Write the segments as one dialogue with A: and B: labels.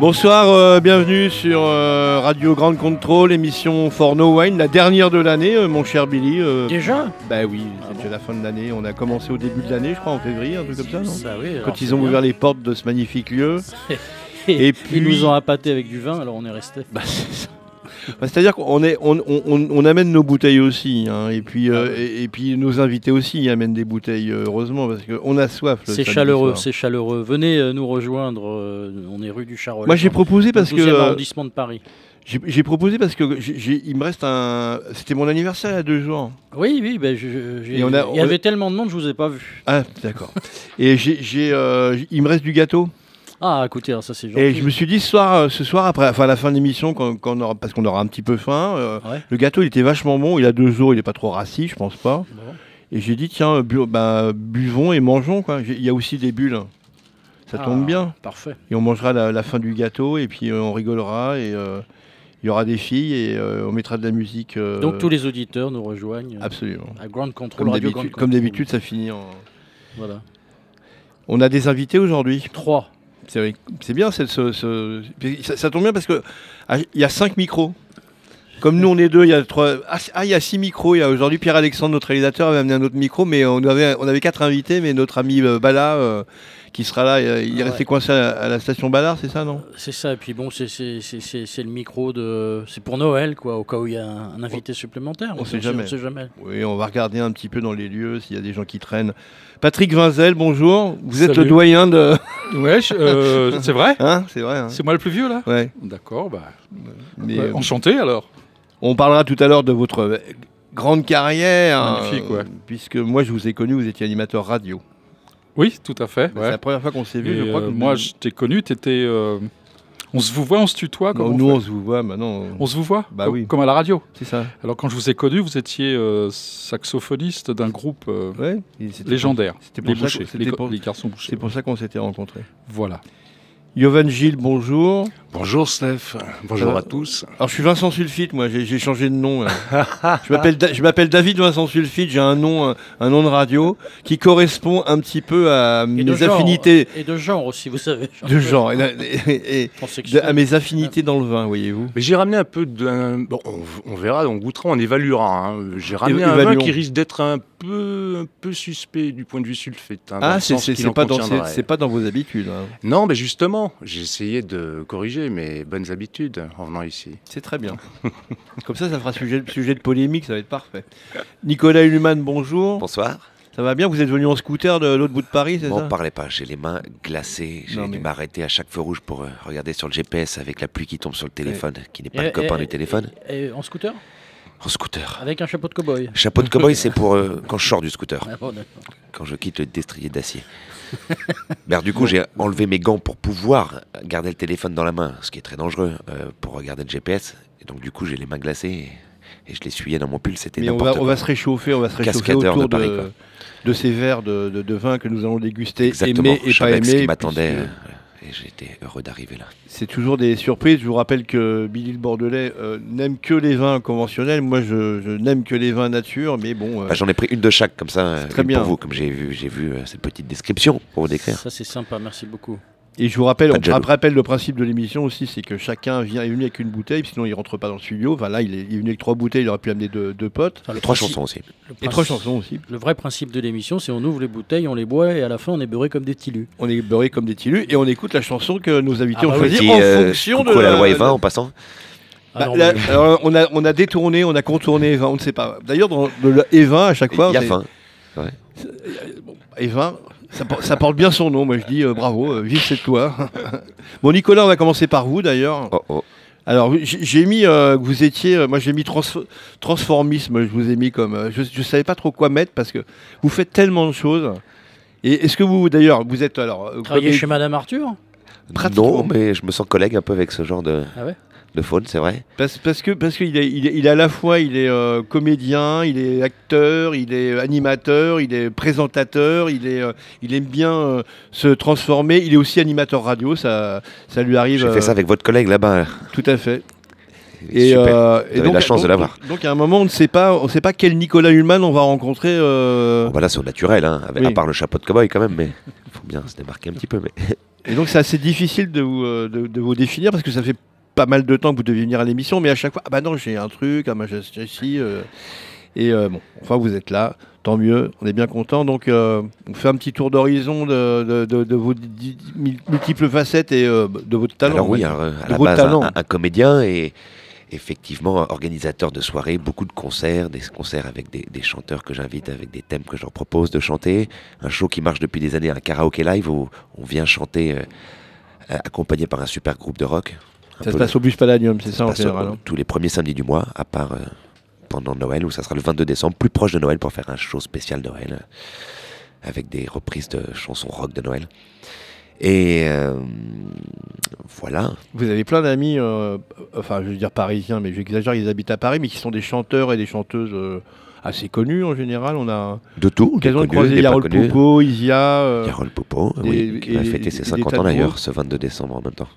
A: Bonsoir, euh, bienvenue sur euh, Radio Grande Contrôle, émission For No Wine, la dernière de l'année, euh, mon cher Billy. euh,
B: Déjà
A: bah oui, c'est déjà la fin de l'année. On a commencé au début de l'année, je crois, en février, un truc comme ça, non
B: Bah oui. alors
A: Quand ils
B: c'est
A: ont
B: bien.
A: ouvert les portes de ce magnifique lieu.
B: Et
A: Et
B: Ils
A: puis-
B: nous ont appâté avec du vin, alors on est resté.
A: Bah, c'est ça. Bah, C'est-à-dire qu'on est, on, on- on- on amène nos bouteilles aussi, hein, et puis
B: Ah
A: euh, et, et puis nos invités aussi amènent des bouteilles, euh, heureusement, parce qu'on a soif. le
B: C'est
A: samedi
B: chaleureux,
A: soir.
B: c'est chaleureux. Venez euh, nous rejoindre. euh, on est rue du Charolais.
A: Moi j'ai
B: dans
A: proposé
B: le
A: parce que
B: 12e
A: euh,
B: arrondissement de Paris.
A: j'ai j'ai proposé parce que j'ai- j'ai- il me reste un. C'était mon anniversaire il y a deux jours.
B: Oui, oui. ben, je- je- j'ai-
A: Et on a- on
B: Il y
A: a-
B: avait tellement de monde, je vous ai pas vu.
A: Ah d'accord. et j'ai j'ai, euh, j- il me reste du gâteau.
B: Ah, écoutez, alors ça c'est gentil.
A: Et je me suis dit ce soir, euh, ce soir après, enfin à la fin de l'émission, quand, quand on aura- parce qu'on aura un petit peu faim, euh,
B: Ouais.
A: le gâteau il était vachement bon. Il a deux jours, il est pas trop rassis, je pense pas.
B: Bon.
A: Et j'ai dit, tiens, euh, bu- bah, buvons et mangeons. quoi. J'ai- Il y a aussi des bulles. Ça
B: Ah,
A: tombe bien.
B: Parfait.
A: Et on mangera la, la fin du gâteau et puis euh, on rigolera et euh, il y aura des filles et euh, on mettra de la musique. euh,
B: Donc tous les auditeurs nous rejoignent. euh,
A: Absolument.
B: À Grand Control
A: Comme
B: Radio
A: d'habitude-
B: Grand Control.
A: comme d'habitude, ça finit en...
B: Voilà.
A: On a des invités aujourd'hui.
B: Trois.
A: C'est vrai. C'est bien, c'est ce, ce- puis Ça, ça tombe bien parce que ah, il y a cinq micros. Comme nous, on est deux, il y a trois. Ah, c- ah, il y a six micros. Il y a aujourd'hui Pierre-Alexandre, notre réalisateur, avait amené un autre micro, mais on avait, on avait quatre invités, mais notre ami euh, Bala, euh, qui sera là, euh, il est
B: Ah Ouais.
A: resté coincé à, à la station Ballard, c'est ça, non
B: C'est ça. Et puis bon, c'est c'est- c'est- c'est- c'est le micro de. C'est pour Noël, quoi, au cas où il y a un, un invité supplémentaire.
A: on sait jamais.
B: On sait jamais.
A: Oui, on va regarder un petit peu dans les lieux s'il y a des gens qui traînent. Patrick Vinzel, bonjour. Vous êtes le
C: Salut.
A: doyen de.
C: Ouais, je- euh, c'est vrai
A: Hein, c'est vrai. hein
C: C'est moi le plus vieux là
A: Ouais.
C: D'accord, bah,
A: Mais,
C: ouais,
A: euh,
C: enchanté alors.
A: On parlera tout à l'heure de votre euh, grande carrière. euh,
C: Magnifique, ouais.
A: Puisque moi, je vous ai connu, vous étiez animateur radio.
C: Oui, tout à fait.
A: Bah,
C: ouais.
A: C'est la première fois qu'on s'est vu,
C: Et,
A: je crois.
C: euh,
A: que
C: moi, je t'ai connu, t'étais. euh, On se vous voit, on se tutoie.
A: Non,
C: Comme
A: nous, on se vous voit maintenant.
C: on se vous voit
A: Bah
C: comme,
A: oui.
C: comme à la radio.
A: C'est ça.
C: Alors, quand je vous ai connu, vous étiez euh, saxophoniste d'un groupe euh,
A: Ouais. Et c'était
C: légendaire,
A: pour- C'était
C: les
A: pour, ça
C: Bouchers,
A: qu'on-
C: les,
A: c'était pour-
C: les garçons Bouchers.
A: c'est pour ça qu'on s'était rencontrés.
C: Voilà.
A: Yovan Gilles, bonjour.
D: Bonjour Steph, bonjour
A: va
D: à tous.
A: Euh, Alors, je suis Vincent Sulfite, moi, j'ai j'ai changé de nom. euh. je m'appelle Da- je m'appelle David Vincent Sulfite, j'ai un nom, euh, un nom de radio qui correspond un petit peu à
B: Et
A: mes
B: de genre-
A: affinités
B: Et de genre aussi, vous savez.
A: de genre, et là- et- et-
B: On sait que
A: de- à mes affinités dans le vin, voyez-vous.
D: Mais j'ai ramené un peu d'un. Bon, on, on verra, on goûtera, on évaluera. hein. J'ai ramené un
A: évaluons.
D: vin qui risque d'être un peu, un peu suspect du point de vue sulfite. hein, dans
A: Ah,
D: le
A: c'est
D: sens
A: c'est-
D: qu'il
A: c'est
D: en
A: pas, dans- c'est-
D: contiendrait.
A: c'est pas dans vos habitudes. hein.
D: Non, mais justement, j'ai essayé de corriger mes bonnes habitudes en venant ici.
A: C'est très bien. Comme ça, ça fera sujet, sujet de polémique, ça va être parfait. Nicolas Hulman, bonjour.
E: Bonsoir.
A: Ça va bien Vous êtes venu en scooter de l'autre bout de Paris, c'est
E: M'en
A: ça
E: parlez pas, j'ai les mains glacées. J'ai
A: Non,
E: dû
A: mais-
E: m'arrêter à chaque feu rouge pour euh, regarder sur le GPS avec la pluie qui tombe sur
A: Euh,
E: le téléphone, qui n'est
B: Et-
E: pas le
B: et-
E: copain
B: et-
E: du téléphone.
B: et- et en scooter
E: En scooter.
B: Avec un chapeau de cow-boy.
E: Chapeau de cowboy, c'est pour euh, quand je sors du scooter,
B: Ah bon, d'accord.
E: quand je quitte le destrier d'acier. Mais alors, du coup, j'ai enlevé mes gants pour pouvoir garder le téléphone dans la main, ce qui est très dangereux euh, pour regarder le GPS. Et donc, du coup, j'ai les mains glacées et, et je les essuyais dans mon pull. C'était
A: Mais on va,
E: n'importe
A: on
E: quoi.
A: va se réchauffer, on va se réchauffer
E: Cascadeur
A: autour de,
E: de Paris, quoi.
A: de ces verres de, de- de vin que nous allons déguster,
E: Exactement.
A: aimer et
E: je
A: pas
E: savais ce
A: aimer.
E: qui m'attendait.
A: puisque
E: euh, Et j'étais heureux d'arriver là.
A: C'est toujours des surprises. Je vous rappelle que Billy le Bordelais euh, n'aime que les vins conventionnels. Moi, je, je n'aime que les vins nature, mais bon. euh,
E: Bah, J'en ai pris une de chaque, comme ça, euh,
A: très
E: une
A: bien.
E: pour vous, comme j'ai vu, j'ai vu euh, cette petite description pour vous décrire.
B: Ça, c'est sympa, merci beaucoup.
A: Et je vous rappelle,
E: Pas
A: on
E: de jaloux.
A: ra- rappelle le principe de l'émission aussi, c'est que chacun vient est venu avec une bouteille, sinon il rentre pas dans le studio. Enfin là, il est, il est venu avec trois bouteilles, il aurait pu amener deux, deux potes
B: Enfin, le
E: Trois
B: principe-
E: chansons aussi.
B: le
A: et
B: principe-
A: trois chansons aussi.
B: Le vrai principe de l'émission, c'est on ouvre les bouteilles, on les boit et à la fin, on est beurré comme des tilus.
A: On est beurré comme des tilus et on écoute la chanson que nos invités
B: Ah
A: ont
B: bah
A: choisie
E: Petit,
A: en
E: euh,
A: fonction de
E: coucou à la loi Evin en passant.
B: Ah
A: Bah,
B: non,
A: la-
B: mais-
A: alors, on, a, on a détourné, on a contourné Evin, on ne sait pas. D'ailleurs, dans le Evin, à chaque fois,
E: Il y a
A: on est-
E: faim. Ouais.
A: Evin, Eh ben, ça, por- ça porte bien son nom. Moi, je dis euh, bravo, euh, vive cette gloire. bon, Nicolas, on va commencer par vous d'ailleurs.
E: Oh, oh.
A: Alors, j- j'ai mis euh, que vous étiez, euh, moi j'ai mis trans- transformisme, je vous ai mis comme, euh, je ne savais pas trop quoi mettre parce que vous faites tellement de choses. Et est-ce que vous, d'ailleurs, vous êtes alors euh,
B: Travailler
A: comme-
B: chez Madame Arthur
A: Pratiquement.
E: Non, mais je me sens collègue un peu avec ce genre de,
B: Ah ouais
E: de faune, c'est vrai.
A: parce, parce que parce qu'il est, il est, il est à la fois il est euh, comédien, il est acteur, il est animateur, il est présentateur, il est, euh, il aime bien euh, se transformer. Il est aussi animateur radio, ça, ça lui arrive.
E: J'ai
A: euh,
E: fait ça avec votre collègue là-bas.
A: Tout à fait.
E: Et
A: euh,
E: Super.
A: et
E: avez de la chance de l'avoir.
A: Donc, donc à un moment, on ne sait pas, on sait pas quel Nicolas Hulman on va rencontrer. euh,
E: Bon, bah là, c'est au naturel, hein, avec-
A: oui.
E: à part le chapeau de cow-boy quand même, mais il faut bien se démarquer un petit peu. Mais...
A: Et donc c'est assez difficile de vous, euh, de, de vous définir parce que ça fait pas mal de temps que vous devez venir à l'émission, mais à chaque fois, ah bah non, j'ai un truc, ah bah j'ai ceci. euh, et euh, bon, enfin vous êtes là, tant mieux, on est bien content. Donc euh, on fait un petit tour d'horizon de, de, de- de vos di- di- multiples facettes et euh, de votre talent.
E: alors,
A: on va
E: oui,
A: dire.
E: alors, euh, à
A: De
E: la
A: gros
E: base, un-
A: talents.
E: un, un comédien et effectivement organisateur de soirées, beaucoup de concerts, des concerts avec des, des chanteurs que j'invite, avec des thèmes que je leur propose de chanter. Un show qui marche depuis des années, un karaoké live où on vient chanter euh, euh, accompagné par un super groupe de rock. Un
A: Ça se
E: peu-
A: passe au bus Palladium, c'est ça, en
E: passe
A: général.
E: au-
A: hein.
E: tous les premiers samedis du mois, à part euh, pendant Noël, où ça sera le 22 décembre, plus proche de Noël pour faire un show spécial Noël, euh, avec des reprises de chansons rock de Noël. Et euh, voilà,
A: Vous avez plein d'amis, euh, enfin je veux dire parisiens, mais j'exagère, ils habitent à Paris, mais qui sont des chanteurs et des chanteuses euh, assez connus en général. On a
E: de tout. des
A: l'occasion de
E: connus,
A: croiser
E: des pas
A: Yarol
E: connus.
A: Popo, Isia. euh,
E: Yarol Popo,
A: des-
E: oui, qui
A: et-
E: va fêter
A: et
E: ses
A: des
E: 50
A: tas
E: ans
A: de
E: d'ailleurs, ce 22 décembre en même temps.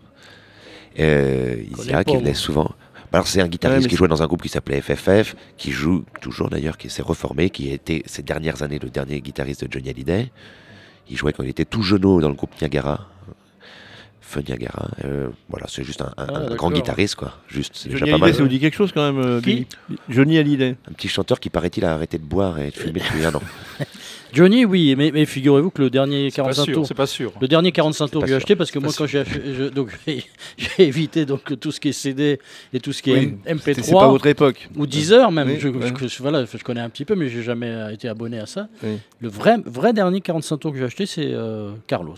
E: Euh, Isia,
B: pas,
E: qui
B: moi.
E: venait souvent. Bah Alors c'est un guitariste
A: Ouais, mais
E: qui jouait dans un groupe qui s'appelait FFF, qui joue toujours d'ailleurs, qui s'est reformé, qui a été ces dernières années le dernier guitariste de Johnny Hallyday. Il jouait quand il était tout jeune dans le groupe Niagara. Feu Niagara. euh, voilà, c'est juste un, un-
B: Ah,
E: un grand
B: d'accord.
E: guitariste quoi. Juste, c'est déjà
A: Johnny
E: pas
A: Hallyday,
E: mal.
A: ça vous dit quelque chose quand même, euh,
B: Qui
A: Billy Johnny Hallyday.
E: Un petit chanteur qui paraît-il a arrêté de boire et de fumer depuis un an.
B: Johnny, oui, mais, mais figurez-vous que le dernier
C: C'est pas
B: 45
C: sûr,
B: tours.
C: c'est pas sûr.
B: Le dernier 45
E: pas
B: tours que j'ai
E: sûr,
B: acheté, parce que moi,
C: pas
B: quand j'ai acheté- je- donc, j'ai j'ai évité donc, tout ce qui est CD et tout ce qui est
A: Oui,
B: M-
A: C'est c'est pas
B: MP3
A: votre époque.
B: ou 10 heures même.
A: Oui,
B: je, je-
A: ouais.
B: je- voilà, je connais un petit peu, mais j'ai jamais euh, été abonné à ça.
A: Oui.
B: Le vrai, vrai dernier 45 tours que j'ai acheté, c'est euh, Carlos.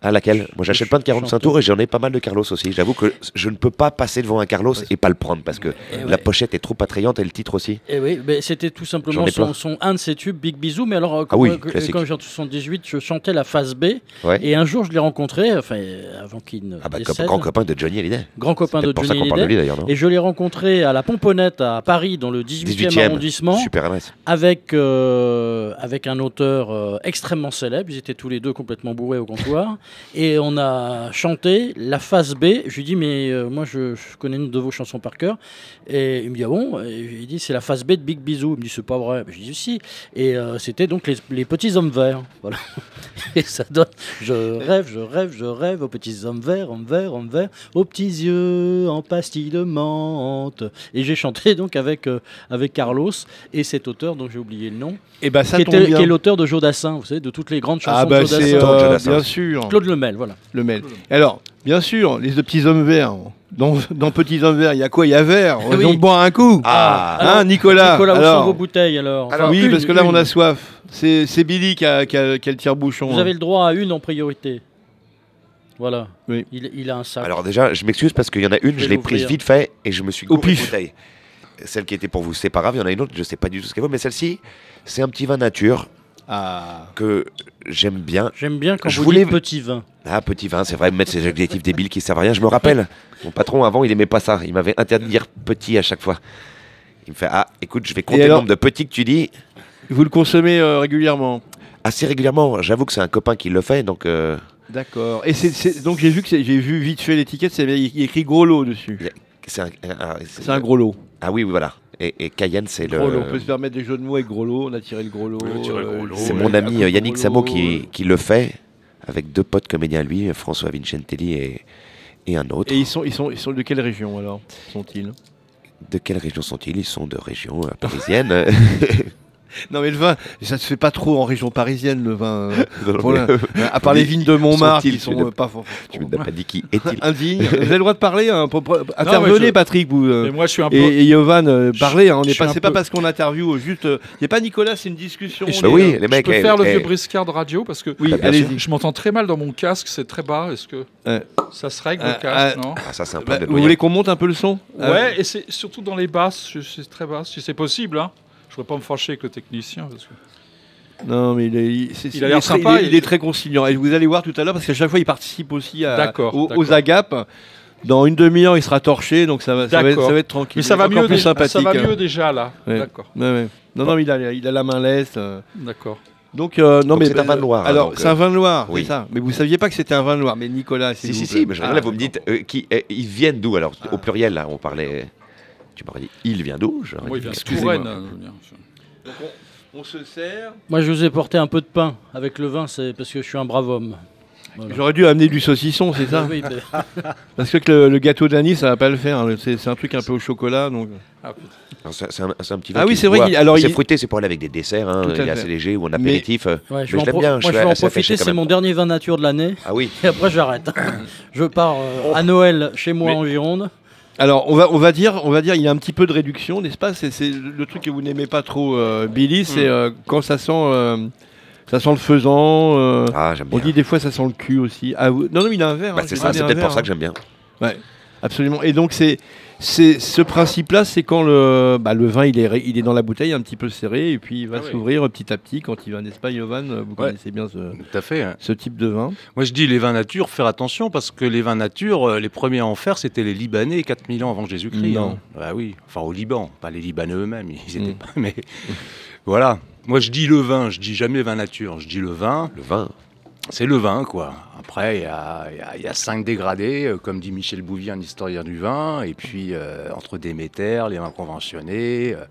E: À laquelle Moi j'achète plein de 45 tours et j'en ai pas mal de Carlos aussi. J'avoue que je ne peux pas passer devant un Carlos et pas le prendre parce que
B: Eh
E: la
B: ouais.
E: pochette est trop attrayante et le titre aussi.
B: Et Eh oui, mais c'était tout
E: J'en
B: simplement
E: ai
B: son,
E: plein.
B: son- un de ses tubes, Big Bisou. Mais alors, euh,
E: Ah
B: quand,
E: oui,
B: euh, que-
E: classique.
B: quand j'ai en 78, je chantais la phase B.
E: Ouais.
B: Et un jour, je l'ai rencontré, enfin, euh, avant qu'il ne
E: Ah bah,
B: décède,
E: comme grand copain de Johnny Hallyday.
B: grand copain de
E: C'est pour ça
B: Johnny
E: qu'on parle de
B: Hallyday.
E: lui d'ailleurs, non
B: Et je l'ai rencontré à la Pomponnette à Paris, dans le 18e,
E: 18e.
B: arrondissement,
E: Super adresse.
B: avec, euh, avec un auteur euh, extrêmement célèbre. Ils étaient tous les deux complètement bourrés au comptoir. et on a chanté la phase B. Je lui dis, mais euh, moi, je, je connais une de vos chansons par cœur. Et il me dit, ah bon Et je lui dis, c'est la phase B de Big Bisou. Il me dit, c'est pas vrai. Je lui dis, si. Et euh, c'était donc les, les Petits Hommes Verts. Voilà. et ça donne, je rêve, je rêve, je rêve aux Petits Hommes Verts, Hommes Verts, Hommes Verts, aux petits yeux en pastilles de menthe. Et j'ai chanté donc avec, euh, avec Carlos et cet auteur dont j'ai oublié le nom,
A: Et bah ça
B: qui,
A: tombe
B: était-
A: bien.
B: qui est l'auteur de Jodassin, vous savez, de toutes les grandes chansons
A: ah
B: de
A: bah
B: Joe Dassin.
A: c'est euh,
E: Claude Jodassin.
A: bien sûr
B: Claude Lemel, voilà.
A: le mail. Alors bien sûr les deux petits hommes verts. Dans, dans petits hommes verts, il y a quoi Il y a vert. On
B: Oui.
A: donc boire un coup.
E: Ah,
A: Hein, Nicolas.
B: Nicolas, où
A: alors. Ah
B: sont vos bouteilles alors Enfin,
A: oui,
B: une,
A: parce que là
B: une.
A: on a soif. C'est c'est Billy qui a, qui a- qui a le tire-bouchon.
B: Vous
A: hein.
B: avez le droit à une en priorité. Voilà.
A: Oui.
B: Il, il a un sac.
E: Alors déjà, je m'excuse parce qu'il y en a une,
B: vais
E: je l'ai
B: l'ouvrir.
E: prise vite fait et je me suis
A: Au
E: gouré de
A: pif.
E: bouteille. Celle qui était pour vous, c'est pas grave. Il y en a une autre, je sais pas du tout ce qu'elle vaut, mais celle-ci, c'est un petit vin nature
A: Ah.
E: que j'aime bien.
B: J'aime bien quand
E: Je
B: vous
E: voulais-
B: dites petit vin.
E: Ah, petit vin, c'est vrai, mettre ces adjectifs débiles qui servent à rien. Je me rappelle, mon patron avant, il aimait pas ça. Il m'avait interdit de dire petit à chaque fois. Il me fait Ah, écoute, je vais compter le
A: alors
E: nombre de petits que tu dis.
A: Vous le consommez euh, régulièrement.
E: Assez régulièrement, j'avoue que c'est un copain qui le fait, donc euh,
A: D'accord. Et c'est- c'est- donc j'ai vu que c'est- j'ai vu vite fait l'étiquette, c'est il y a écrit gros lot dessus.
E: c'est un, un-
A: C'est un gros lot.
E: Ah oui, oui, voilà. Et, et Cayenne, c'est
A: Gros lot. On peut
E: le.
A: se permettre des jeux de mots avec gros lot. On a tiré le gros lot.
D: Oui, tirer le gros
A: euh,
D: lot,
E: C'est
D: Oh,
E: mon
D: ouais,
E: ami euh, Yannick
A: gros
E: Samo
A: lot,
E: qui,
A: ouais.
E: qui le fait avec deux potes comédiens à lui, François Vincentelli et, et un autre.
A: Et ils sont, ils sont, ils sont de quelle région alors Sont-ils
E: De quelle région sont-ils Ils sont de région euh, parisienne.
A: Non mais le vin, ça se fait pas trop en région parisienne le vin. euh, pour
E: mais-
A: le- à part les vignes de Montmartre
E: Sont-ils,
A: qui
E: tu
A: sont
E: n'as-
A: euh, pas for-
E: Tu n'as pas dit qui est-il
A: indignes. Vous avez le droit de parler, hein, pour- pour-
C: mais
A: intervenez
C: je-
A: Patrick. Vous, euh,
C: Mais moi, je suis un peu.
A: et, et Yovan, euh, parlez. hein, on
C: je
A: n'est
C: suis
A: pas,
C: un
A: c'est pas
C: peu-
A: parce qu'on interview euh, juste. Il n'y a pas Nicolas, c'est une discussion.
C: Et
A: on
C: je-
A: est,
E: Bah oui,
A: euh,
E: les
C: Je
E: mecs.
C: peux
E: eh,
C: faire le
E: eh,
C: vieux briscard de radio parce que
A: Oui,
E: Ah, bien
A: allez-y. Euh.
C: je m'entends très mal dans mon casque, c'est très bas. Est-ce que
A: Ouais.
C: ça se règle
A: Ah,
C: le casque
A: ah,
C: non
E: Ah, ça, c'est un
A: Bah,
E: problème de
A: vous voulez qu'on monte un peu le son Euh,
C: Ouais, et c'est surtout dans les basses, je- c'est très basse, si c'est possible. Hein. Je ne voudrais pas me fâcher avec le technicien. parce que-
A: Non, mais il, est, il- c'est-
C: Il a l'air
A: est très-
C: sympa,
A: Il est,
C: il-
A: il est très conciliant. Et vous allez voir tout à l'heure, parce qu'à chaque fois, il participe aussi à-
C: D'accord,
A: aux,
C: d'accord.
A: aux agapes. Dans une demi-heure, il sera torché, donc ça va, ça va, être-
C: D'accord.
A: ça va être tranquille.
C: Mais ça va,
A: Encore
C: mieux
A: plus
C: dé- ça
A: sympathique. hein.
C: va mieux déjà là.
A: Ouais.
C: D'accord,
A: Ouais, ouais. Non, non, mais il a, il a la main leste. euh.
C: d'accord.
A: Donc, euh, non,
E: Donc
A: mais
E: c'est un vin noir, hein,
A: Alors,
E: donc,
A: c'est un vin noir,
E: oui.
A: c'est ça. Mais vous saviez pas que c'était un vin noir, mais Nicolas,
E: Si,
A: s'il
E: si,
A: vous
E: si,
A: plaît.
E: mais je
A: Ah,
E: regarde, là, vous me dites, euh, qui, eh, ils viennent d'où Alors, au pluriel, là, on parlait. Tu m'aurais dit, il vient d'où J'aurais
C: Moi, il
E: dit,
C: vient de
A: Ah. excusez-moi.
C: Touraine, euh, je veux dire.
A: Donc, on, on se sert.
B: Moi, je vous ai porté un peu de pain avec le vin, c'est parce que je suis un brave homme.
E: Ah,
A: J'aurais dû amener du saucisson, c'est ça
B: Oui, mais-
A: Parce que le, le gâteau d'anis, ça va pas le faire. hein. C'est c'est un truc un peu au chocolat, donc.
C: Ah, putain.
E: Non, C'est c'est un, c'est un petit
A: Ah
E: vin
A: oui,
E: qui
A: c'est vrai
E: voit.
A: qu'il- alors,
E: c'est
A: il-
E: fruité, c'est pour aller avec des desserts, hein,
A: Tout à
E: il est
A: fait.
E: assez léger ou en
A: Mais-
E: apéritif. euh.
B: ouais, je vais en
E: Mais je l'aime
B: pro-
E: bien, je
B: moi, je
E: suis
B: vais en
E: assez
B: profiter,
E: attaché quand
B: c'est
E: même.
B: mon dernier vin nature de l'année.
E: Ah oui,
B: Et
E: Oh.
B: après, j'arrête. je pars euh, à Noël chez moi
A: Mais-
B: en Gironde.
A: Alors, on va, on va dire, on va dire, il y a un petit peu de réduction, n'est-ce pas C'est c'est le truc que vous n'aimez pas trop, euh, Billy, c'est euh, quand ça sent, euh, ça sent le faisan. euh,
E: ah, j'aime
A: on
E: bien.
A: dit des fois ça sent le cul aussi. Ah, vous- Non, non, il a un verre.
E: Bah,
A: hein,
E: c'est
A: j'ai
E: ça,
A: donné
E: c'est
A: un
E: peut-être pour
A: verre,
E: ça que j'aime bien.
A: Absolument. Et donc c'est c'est ce principe-là, c'est quand le bah, le vin il est ré- il est dans la bouteille un petit peu serré et puis il va
C: Ah oui.
A: s'ouvrir petit à petit quand il va n'est-ce pas Yovan Vous connaissez bien ce,
D: Tout à fait. hein.
A: ce type de vin.
D: Moi, je dis les vins nature, faire attention, parce que les vins nature, euh, les premiers à en faire, c'était les Libanais 4000 ans avant Jésus-Christ.
A: Non.
D: hein. Bah oui, enfin au Liban, pas les Libanais eux-mêmes, ils étaient
A: Mm.
D: pas. Mais voilà. Moi, je dis le vin, je dis jamais vin nature, je dis le vin,
E: Le vin,
D: c'est le vin, quoi. Après, il y a, il y a- il y a cinq dégradés, euh, comme dit Michel Bouvier, un historien du vin, et puis euh, entre Déméter, les vins conventionnés. euh,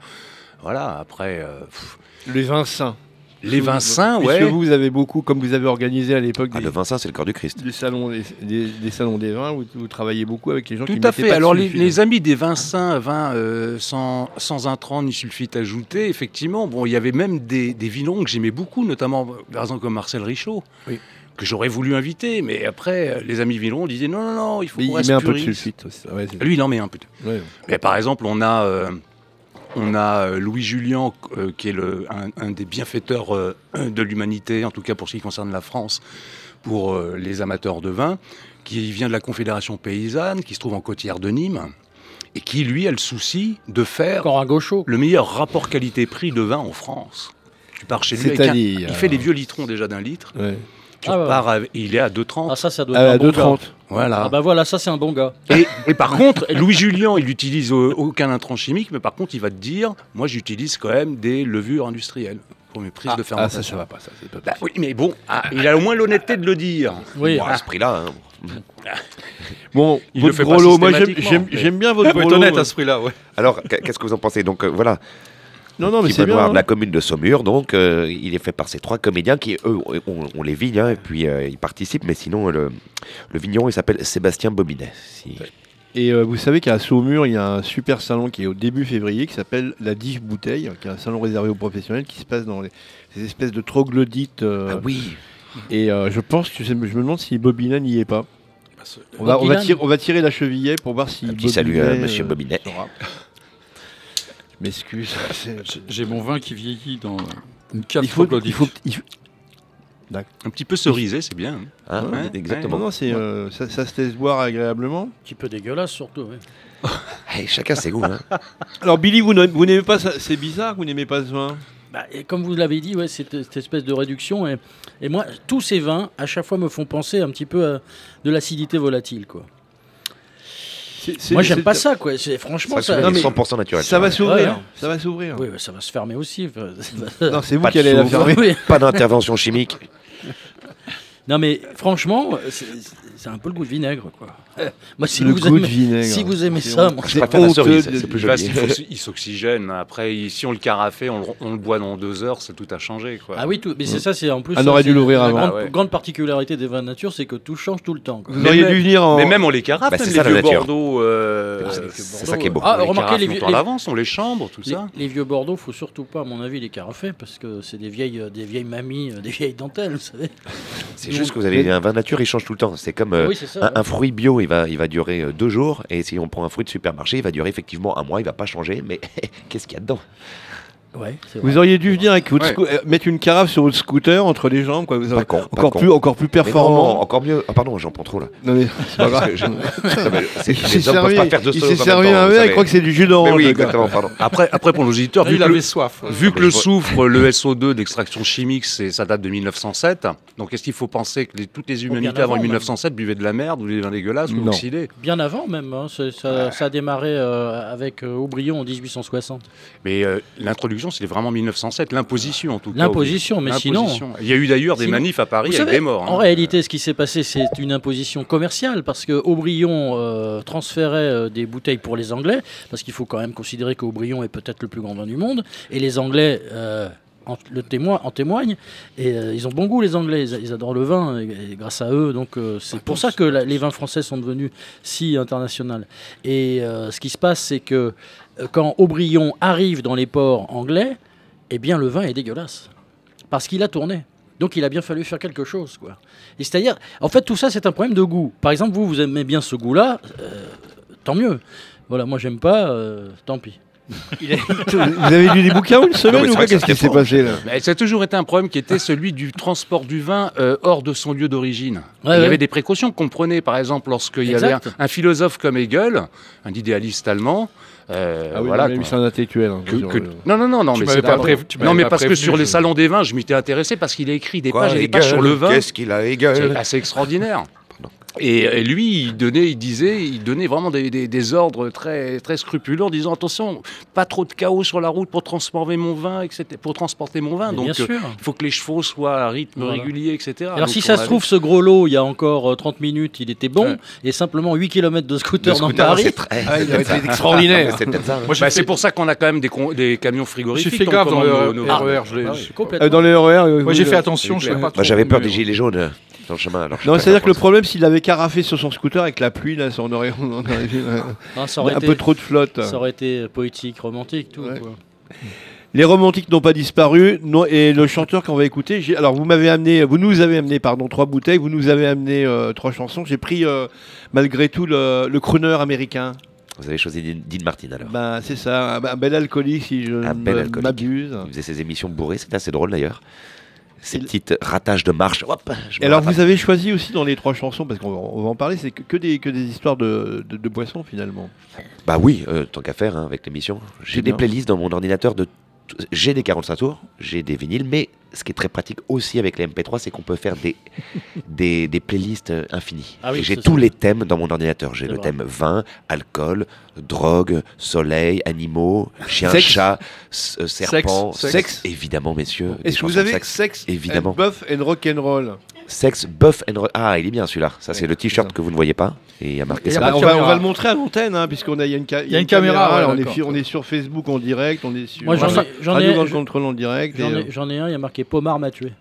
D: voilà, après, euh, pff,
A: Les vins sains.
D: les vins sains,
A: Puisque
D: ouais.
A: vous, vous avez beaucoup, comme vous avez organisé à l'époque
E: ah,
A: des,
E: le vin saint, c'est le corps du Christ.
A: des salons, des, des- des salons des vins, vous, vous travaillez beaucoup avec les gens qui
D: Tout à
A: mettaient
D: fait.
A: pas de
D: Alors, les,
A: sulfite.
D: les amis des vins sains, vins euh, sans, sans intrants ni sulfite ajouté, effectivement, bon, il y avait même des, des vinons que j'aimais beaucoup, notamment, par exemple, comme Marcel Richaud,
A: Oui.
D: que j'aurais voulu inviter, mais après, euh, les amis vinons disaient non, non, non, il faut
A: Mais il
D: qu'on reste
A: met un peu de
D: puriste.
A: sulfite aussi. Ouais, c'est-
D: Lui, il en met un peu.
A: ouais.
D: Mais par exemple, on a, euh, on a euh, Louis Julien, euh, qui est le, un, un des bienfaiteurs euh, de l'humanité, en tout cas pour ce qui concerne la France, pour euh, les amateurs de vin, qui vient de la Confédération paysanne, qui se trouve en côtière de Nîmes, et qui, lui, a le souci de faire
B: Encore un gaucho.
D: le meilleur rapport qualité-prix de vin en France. Tu pars chez lui, avec un-
A: C'est-à-dire. euh,
D: il fait des vieux litrons déjà d'un litre.
A: Ouais.
D: Tu
B: Ah ouais.
D: repars avec- il est à
B: Ah,
D: 2,30.
B: ça, ça doit
E: Euh,
B: être
A: À
B: un bon gars.
A: 2,30.
D: Voilà.
B: Ah, bah voilà, ça, c'est un bon gars.
D: Et, et par contre, Louis Julien, il n'utilise euh, aucun intrant chimique, mais par contre, il va te dire, moi, j'utilise quand même des levures industrielles pour mes prises de
A: Ah,
D: fermentation.
A: ça, ça va pas, ça. c'est pas
D: Bah oui, mais bon, ah, il a au moins l'honnêteté de le dire.
B: Oui.
E: Bon, à ce prix-là, hein.
A: Bon,
D: Il
A: votre
D: le fait pas
A: grelot, moi j'aime-
D: systématiquement,
A: j'aime
D: mais-
A: j'aime bien votre
C: Faut être
A: grelot.
C: honnête à ce prix-là, ouais.
E: Alors, qu- qu'est-ce que vous en pensez Donc, euh, voilà,
A: Non, non, mais
E: Petit
A: c'est bien.
E: manoir
A: hein.
E: de la commune de Saumur, donc euh, il est fait par ces trois comédiens qui, eux, on, on les vigne hein, et puis euh, ils participent, mais sinon euh, le, le vigneron il s'appelle Sébastien Bobinet. Si-
A: Et euh, vous savez qu'à Saumur, il y a un super salon qui est au début février qui s'appelle la Dive Bouteille, qui est un salon réservé aux professionnels qui se passe dans les, ces espèces de troglodytes. euh,
E: Ah oui,
A: Et euh, je pense que je me demande si Bobinet n'y est pas. On va, on, va
B: Bobinet.
A: tirer, on va tirer la chevillet pour voir si.
E: Un petit salut à monsieur
A: euh,
E: Bobinet.
A: saura. Je m'excuse. c'est-
C: J'ai- Ah, J'ai mon vin qui vieillit dans une cave
A: Il faut.
C: troglodyte.
A: Il faut, il faut- Ah,
D: Un petit peu cerisé, c'est bien.
E: Hein,
D: Ouais,
A: non,
E: exactement.
A: non, c'est, euh, ça, ça se laisse boire agréablement.
B: Un petit peu dégueulasse, surtout. oui.
E: Eh, chacun ses goûts. Hein.
A: Alors, Billy, vous n'a- vous n'aimez pas ça C'est bizarre, vous n'aimez pas ce vin
B: Bah, et comme vous l'avez dit, ouais, cette, cette espèce de réduction. Et, et moi, tous ces vins, à chaque fois, me font penser un petit peu à de l'acidité volatile. Quoi.
A: C'est- c'est-
B: Moi, j'aime
A: c'est-
B: pas ça. Quoi. C'est- Franchement,
E: Ça,
B: ça.
A: non,
E: il
A: mais-
E: est 100% naturel.
A: Ça va
E: tu
A: s'ouvrir.
B: Ouais, hein.
A: Ça va s'ouvrir.
B: Oui, bah, ça va se fermer aussi. enfin, ça va-
A: Non, c'est vous
E: Pas
A: qui
E: de
A: allez la
E: sous.
A: fermer.
B: Oui.
E: vois. Pas d'intervention chimique.
B: Non, mais franchement, c'est c'est un peu le goût de vinaigre, quoi. Euh, Moi, si
A: le
B: vous
A: goût de
B: aimez-
A: vinaigre.
B: si vous aimez
A: C'est
B: ça,
A: honteux
B: moi,
E: Je préfère la cerise,
A: de-
E: c'est plus
D: Je sais
E: joli.
D: pas s'il faut- Bah, il s'oxygène. Après, il- si on le carafait, on le, on le boit dans deux heures, c'est tout a changé. Quoi.
B: Ah oui,
D: Mmh.
B: tout,
A: Mm.
B: mais c'est ça, c'est en plus.
A: On
B: ça,
A: aurait dû
B: c'est
A: l'ouvrir
B: la
A: avant.
B: Grande,
D: Ah ouais.
B: grande particularité des vins de nature, c'est que tout change tout le temps. quoi.
A: Vous auriez
D: Mais-
A: dû venir en.
D: Mais même on les carafe,
E: Bah, c'est
D: même
E: ça,
D: les
E: la
D: vieux
E: nature.
D: Bordeaux. euh,
E: C'est
D: on
E: c'est ça qui est beau.
B: Ah,
D: les
B: remarquez
D: carafe
B: les vieux,
D: longtemps à
B: les-
D: l'avance, on les chambre, tout
B: les,
D: ça.
B: les vieux Bordeaux, faut surtout pas, à mon avis, les carafer parce que c'est des vieilles, euh, des vieilles mamies, euh, des vieilles dentelles, vous savez.
E: C'est juste que vous avez un vin nature, il change tout le temps. C'est comme euh,
B: oui, c'est ça.
E: un, un fruit bio, il va, il va durer euh, deux jours. Et si on prend un fruit de supermarché, il va durer effectivement un mois, il va pas changer. Mais qu'est-ce qu'il y a dedans
B: Ouais, c'est vrai.
A: Vous auriez dû venir avec votre
D: Ouais.
A: scoo- euh, mettre une carafe sur votre scooter entre les jambes, quoi. Vous
C: Ah
A: auriez-
E: Pas con, pas
A: encore
E: con.
A: plus, encore plus
E: Mais non,
A: performant.
E: encore mieux. Ah, pardon, j'en prends trop là.
A: Non, mais c'est pas grave.
E: Non, mais c'est-
A: Il s'est
E: les hommes peuvent
A: servi,
E: pas faire hein. deux
A: il
E: solos
A: s'est
E: en même
A: servi
E: temps,
A: un
E: vous
A: verre,
E: savez.
A: il croit que c'est du jus
E: Mais
A: d'orange.
E: oui,
A: le gars.
E: exactement, pardon.
D: Après, après, pour nos auditeurs,
B: Ah,
C: Là,
D: vu
C: il
D: que, le,
C: avait soif.
B: hein.
D: vu que
E: mais
D: le
E: je vois-
D: soufre, le SO2 d'extraction chimique, c'est- ça date de 1907. Donc, est-ce qu'il faut penser que les- toutes les humanités avant
B: avant, même.
D: 1907 buvaient de la merde ou des vins dégueulasses ou
A: Non.
D: oxydés
B: Bien avant même, hein, c'est- ça, ça a démarré euh, avec euh, Aubryon en 1860.
D: Mais euh, l'introduction, c'était vraiment 1907. L'imposition, en tout cas.
B: L'imposition,
D: au-
B: mais sinon-
D: l'imposition. Il y a eu d'ailleurs des
B: Sinon-
D: manifs à Paris
B: Vous
D: avec
B: savez,
D: des morts.
B: En
D: hein.
B: réalité, ce qui s'est passé, c'est une imposition commerciale parce que Aubryon euh, transférait euh, des bouteilles pour les Anglais, parce qu'il faut quand même considérer qu'Aubryon est peut-être le plus grand vin du monde, et les Anglais. euh, en, le témoin, en témoignent et euh, ils ont bon goût les Anglais, ils, ils adorent le vin et, et grâce à eux donc euh, c'est pour ça que la- les vins français sont devenus si internationaux et euh, ce qui se passe c'est que euh, quand Aubryon arrive dans les ports anglais eh bien le vin est dégueulasse parce qu'il a tourné donc il a bien fallu faire quelque chose, quoi. Et c'est-à-dire, en fait, tout ça, c'est un problème de goût. Par exemple, vous, vous aimez bien ce goût-là, euh, tant mieux. Voilà, moi, j'aime pas, euh, tant pis.
A: Vous avez lu des bouquins une
E: Non, mais
A: semaine
E: c'est vrai
A: ou quoi
E: que
A: Qu'est-ce qui
E: c'était
A: s'est
E: fort.
A: passé là
D: Mais ça a toujours été un problème qui était celui du transport du vin euh, hors de son lieu d'origine.
B: Ouais,
D: il y
B: ouais.
D: avait des précautions qu'on prenait, par exemple, lorsqu'il y avait un,
B: Exact.
D: un philosophe comme Hegel, un idéaliste allemand. euh, voilà.
A: Ah mais lui,
D: quoi.
A: c'est un intellectuel. hein,
D: Que-
A: sur-
D: que- Non, non, non, non,
C: euh. Tu
D: mais
C: m'avais
D: c'est
C: pas
D: pas-
C: prévu- tu m'avais
D: non, mais
C: pas
D: parce que
C: prévenu,
D: sur les
C: je-
D: salons des vins, je m'étais intéressé parce qu'il a écrit des pages et des
E: les
D: pages sur le vin.
E: Qu'est-ce qu'il a, les gars
D: C'est assez extraordinaire. Et et lui, il donnait, il disait, il donnait vraiment des, des- des ordres très, très scrupuleux en disant attention, pas trop de chaos sur la route pour transformer mon vin, etc., pour transporter mon vin.
B: Mais
D: Donc, euh,
B: bien
D: il
B: sûr.
D: faut que les chevaux soient à rythme
B: Voilà.
D: régulier, etc.
B: Alors,
D: Donc,
B: si
D: on
B: ça se
D: avait-
B: trouve, ce gros lot, il y a encore euh, 30 minutes, il était bon,
D: Ouais.
B: et simplement 8 km de
E: Le
B: scooter, dans
E: scooter,
B: Paris.
E: c'est très-
A: Ah, il
E: c'est
A: aurait
E: ça.
A: été extraordinaire.
E: Non, mais C'est peut-être ça. hein.
C: Moi, j'ai
D: Bah,
C: fait-
D: c'est pour ça qu'on a quand même des, con- des camions
C: j'ai
D: frigorifiques.
C: fait
D: on
C: gaffe dans
D: commande
C: le
D: nos- nos-
B: Ah.
C: RER. je l'ai-
B: Ah
C: je-
B: oui, complètement.
A: Euh, Dans les RER. euh,
C: Moi,
A: vous-
C: j'ai fait attention, je
D: clair.
C: l'ai pas trop.
E: Moi, Bah, j'avais peur des
C: connu.
E: gilets jaunes euh, dans le chemin.
C: Ah,
E: Alors je
A: Non,
E: préfère
A: c'est-à-dire que le
E: prendre
A: problème, s'il avait carafé sur son scooter avec la pluie, là, ça, on aurait, on aurait- euh,
B: Ah, ça, aurait
A: un
B: été,
A: peu trop de flotte.
B: ça aurait été poétique, romantique, tout.
A: Ouais.
B: quoi.
A: Les romantiques n'ont pas disparu, non, et le chanteur qu'on va écouter, j'ai- alors vous m'avez amené, vous nous avez amené, pardon, trois bouteilles, vous nous avez amené euh, trois chansons. J'ai pris euh, malgré tout le, le crooner américain.
E: ça. Vous avez choisi Dean Dean Martin alors.
A: Ben c'est ça, un, un bel alcoolique si je
E: Un
A: ne
E: bel alcoolique.
A: m'abuse.
E: Il faisait ses émissions bourrées, c'était assez drôle d'ailleurs. Ces
A: Il-
E: petites ratages de marche. Hop, je
A: Et
E: me
A: alors
E: rattrape.
A: vous avez choisi aussi dans les trois chansons, parce qu'on va, on va en parler, c'est que, que des que des histoires de, de, de boissons finalement.
E: Bah oui, euh, tant qu'à faire hein, avec l'émission.
A: C'est
E: J'ai des
A: bien.
E: playlists dans mon ordinateur de. t- J'ai des 45 tours, j'ai des vinyles, mais ce qui est très pratique aussi avec les MP3, c'est qu'on peut faire des, des, des playlists euh, infinies.
B: Ah oui,
E: Et j'ai
B: c'est
E: tous
B: ça.
E: les thèmes dans mon ordinateur. J'ai
B: C'est
E: le
B: vrai.
E: thème vin, alcool, drogue, soleil, animaux, chien,
A: Sexe.
E: chat, s- euh, serpent,
C: Sexe.
A: Sexe.
E: évidemment, messieurs. Euh, des
A: Est-ce que vous
E: chansons de
A: avez
E: sexe.
A: sexe, Eh ben,
E: Évidemment.
A: and buff and rock and roll
E: Sexe, buff and... re- Ah, il est bien celui-là. Ça, c'est
A: Ouais,
E: le t-shirt
A: c'est
E: que vous ne voyez pas. Et il y a marqué
C: Et
E: ça.
C: y a
A: Bah,
C: pas
A: on,
C: de
A: va,
C: caméra.
A: on va le montrer à l'antenne, hein, puisqu'on a, il y a une, ca- il y a une
C: caméra, ouais,
A: là, on, est,
C: d'accord.
A: fi- on est sur Facebook en direct, on est sur
B: Moi, j'en ai- j'en
A: Radio
B: ai-
A: Grand
B: je-
A: Contrôle en direct.
B: J'en
A: et, euh,
B: ai, j'en ai un, il y a marqué Pomar m'a tué.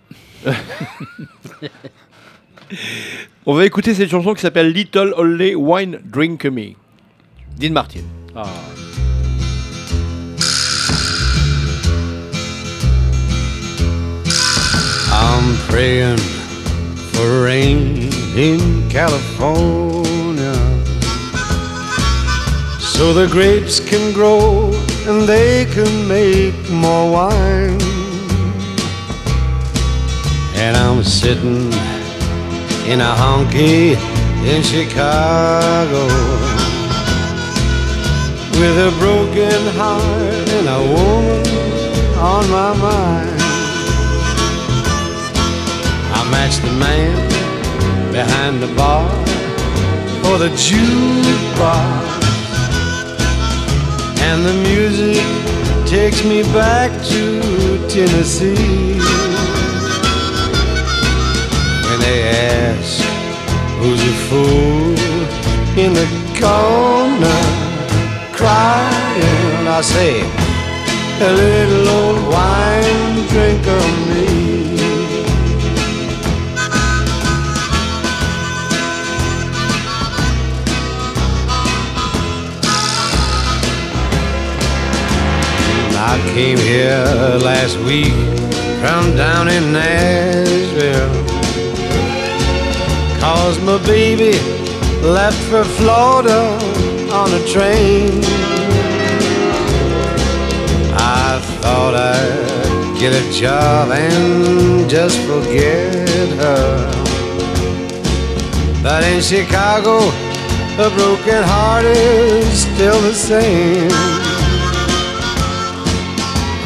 A: On va écouter cette chanson qui s'appelle Little Only Wine Drink Me. Dean Martin.
F: I'm praying for rain in California so the grapes can grow and they can make more wine. And I'm sitting in a honky in Chicago with a broken heart and a woman on my mind. I matched the man behind the bar for the jukebox, and the music takes me back to Tennessee. When they ask who's a fool in the corner crying. I say, a little old wine drinker me. I came here last week from down in Nashville. Cause my baby left for Florida on a train. I thought I'd get a job and just forget her. But in Chicago, a broken heart is still the same.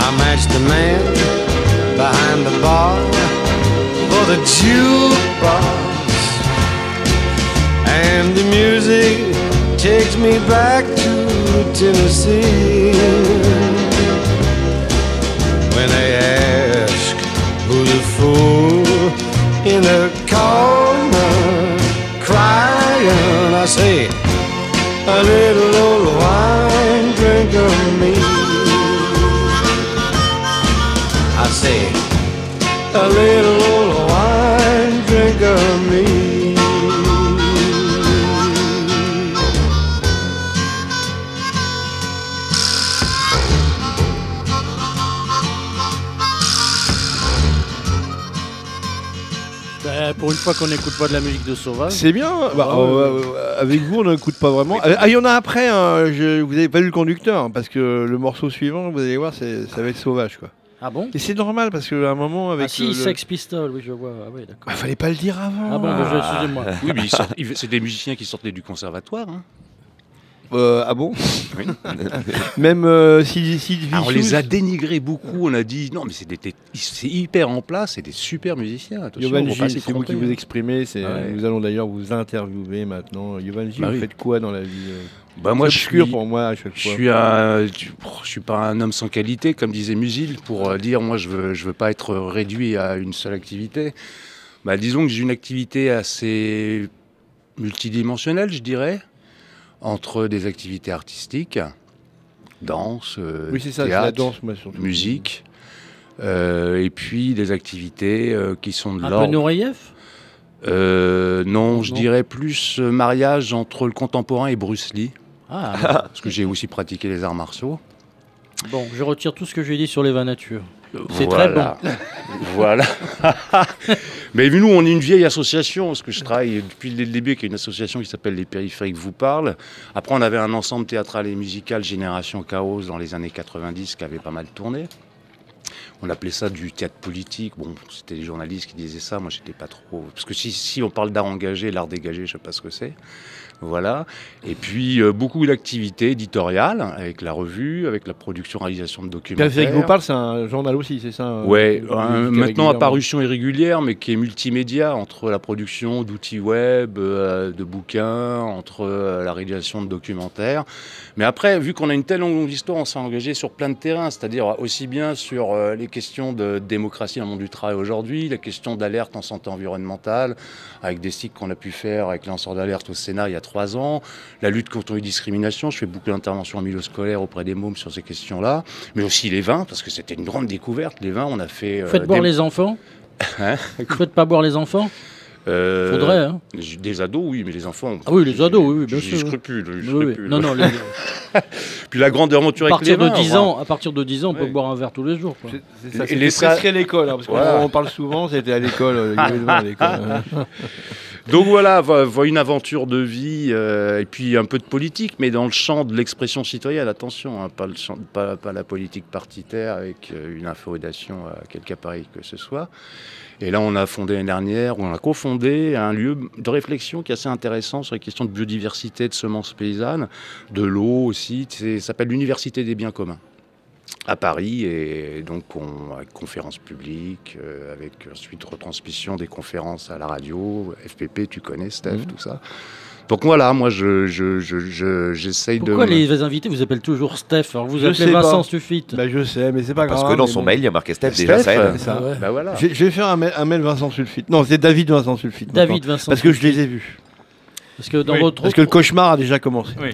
F: I matched the man behind the bar for the jukebox. And the music takes me back to Tennessee. When they ask who's a fool in the corner crying, I say, a little old wine drinker me. I say, a little old wine drink of me.
B: Bah, pour une fois qu'on n'écoute pas de la musique de Sauvage.
A: C'est bien. hein. Bah,
B: Ah,
A: euh, euh, avec vous, on n'écoute pas vraiment. Ah, il y en a après. hein, je- vous n'avez pas lu le conducteur hein, parce que le morceau suivant, vous allez voir, c'est- ça va être sauvage, quoi.
B: Ah bon
A: Et c'est normal parce qu'à un moment avec
B: Ah si,
A: le- le-
B: Sex Pistol, oui, je vois. Ah oui, d'accord.
A: Ah, fallait pas le dire avant.
B: Ah bon, bah, je- excusez-moi.
D: Oui, mais ils sortent- ils- c'est des musiciens qui sortaient du conservatoire. hein.
A: Euh, ah bon
D: Oui.
A: Même euh, si, si
D: Ah, on
A: Vicious-
D: les a dénigrés beaucoup. On a dit non, mais c'est des- des- c'est hyper en place. C'est des super musiciens. attention,
A: Yovan
D: on va pas
A: Gilles, c'est vous
D: s'effronter,
A: qui vous
D: hein.
A: exprimez. c'est-
D: Ah ouais.
A: Nous allons d'ailleurs vous interviewer maintenant. Yovan Gilles,
D: Bah
A: vous
D: oui.
A: faites quoi dans la vie euh
D: Bah moi,
A: C'est
D: je
A: obscur
D: suis.
A: pour moi à chaque
D: Je
A: fois.
D: suis, un, tu- pff, je suis pas un homme sans qualité, comme disait Musil, pour euh, dire moi je veux, je veux pas être réduit à une seule activité. Bah, disons que j'ai une activité assez multidimensionnelle, je dirais, entre des activités artistiques, danse, euh,
A: Oui, c'est ça, c'est
D: théâtre,
A: la danse, moi, surtout.
D: musique, euh, et puis des activités euh, qui sont de
B: Un peu
D: l'ordre.
B: Nourieff
D: Euh, non, je
B: Non.
D: dirais plus euh, mariage entre le contemporain et Bruce Lee,
B: Ah,
D: parce que j'ai aussi pratiqué les arts martiaux.
B: bon, je retire tout ce que j'ai dit sur les vins nature. C'est
D: très bon. voilà. Mais nous, on est une vieille association, parce que je travaille depuis le début avec une association qui s'appelle Les Périphériques vous parlent. Après, on avait un ensemble théâtral et musical Génération Chaos dans les années 90 qui avait pas mal tourné. On appelait ça du théâtre politique. Bon, c'était les journalistes qui disaient ça. Moi, j'étais pas trop. Parce que si, si on parle d'art engagé, l'art dégagé, je sais pas ce que c'est. Voilà. Et puis, euh, beaucoup d'activités éditoriales avec la revue, avec la production-réalisation de documentaires.
A: Périphérique vous parle, c'est un journal aussi, c'est ça euh,
D: Ouais,
A: une
D: un-
A: musique
D: maintenant
A: régulière,
D: à parution irrégulière, mais qui est multimédia entre la production d'outils web, euh, de bouquins, entre euh, la réalisation de documentaires. Mais après, vu qu'on a une telle longue, longue histoire, on s'est engagé sur plein de terrains, c'est-à-dire aussi bien sur euh, les questions de démocratie dans le monde du travail aujourd'hui, la question d'alerte en santé environnementale, avec des cycles qu'on a pu faire avec lanceur d'alerte au Sénat il y a trois ans, la lutte contre les discriminations, je fais beaucoup d'interventions en milieu scolaire auprès des mômes sur ces questions-là, mais aussi les vins, parce que c'était une grande découverte, les vins, on a fait... euh,
B: Faites boire
D: des-
B: les enfants
D: Hein
B: Faites pas boire les enfants
D: Euh,
B: Faudrait, hein
D: j'ai- Des ados, oui, mais les enfants...
B: Ah oui, les ados, oui, oui, bien
D: j'ai
B: sûr,
D: des
B: oui.
D: scrupules, j'ai des
B: Oui, oui.
D: scrupules.
B: Non, non, les-
D: Puis la grande aventure
B: à,
D: avec les hein.
B: partir de
D: vins,
B: 10
D: voilà.
B: ans, à partir de 10 ans, on peut
D: Ouais.
B: boire un verre tous les jours. quoi.
A: C'est c'est ça,
D: Et
A: c'était
D: les sa-
A: prescrit à l'école, hein, parce qu'on
D: Voilà.
A: en parle souvent, c'était à l'école, euh, il y avait le vin à l'école. hein.
D: Donc voilà, vo- vo- une aventure de vie euh, et puis un peu de politique, mais dans le champ de l'expression citoyenne, attention, hein, pas, le champ- pas- pas la politique partitaire avec euh, une inféodation à quelque appareil que ce soit. Et là, on a fondé l'année dernière, on a cofondé un lieu de réflexion qui est assez intéressant sur les questions de biodiversité, de semences paysannes, de l'eau aussi. C'est- Ça s'appelle l'Université des biens communs à Paris et donc on, avec conférences publiques, euh, avec
A: Mhm.
D: ensuite retransmission des conférences à la radio, FPP, tu connais Steph, tout ça. Donc voilà, moi, je, je, je- je- j'essaye
B: Pourquoi
D: de.
B: les invités vous appellent toujours Steph Alors vous
A: Je
B: appelez
A: sais pas.
B: Vincent Suffit.
A: Bah, je sais, mais c'est pas grave.
E: Parce que dans
A: mais
E: son
A: bon.
E: mail, il y a marqué Steph,
D: Steph,
E: déjà, ça aide.
D: euh,
A: C'est ça.
B: Ouais.
D: Bah voilà.
A: Ah Je, je vais faire un mail, un mail Vincent Sulfite. Non, c'est David Vincent Sulfite. maintenant.
B: David Vincent.
A: Parce que je les ai vus.
B: Parce que dans
C: Oui,
B: votre
A: Parce que le cauchemar a déjà commencé.
C: Oui.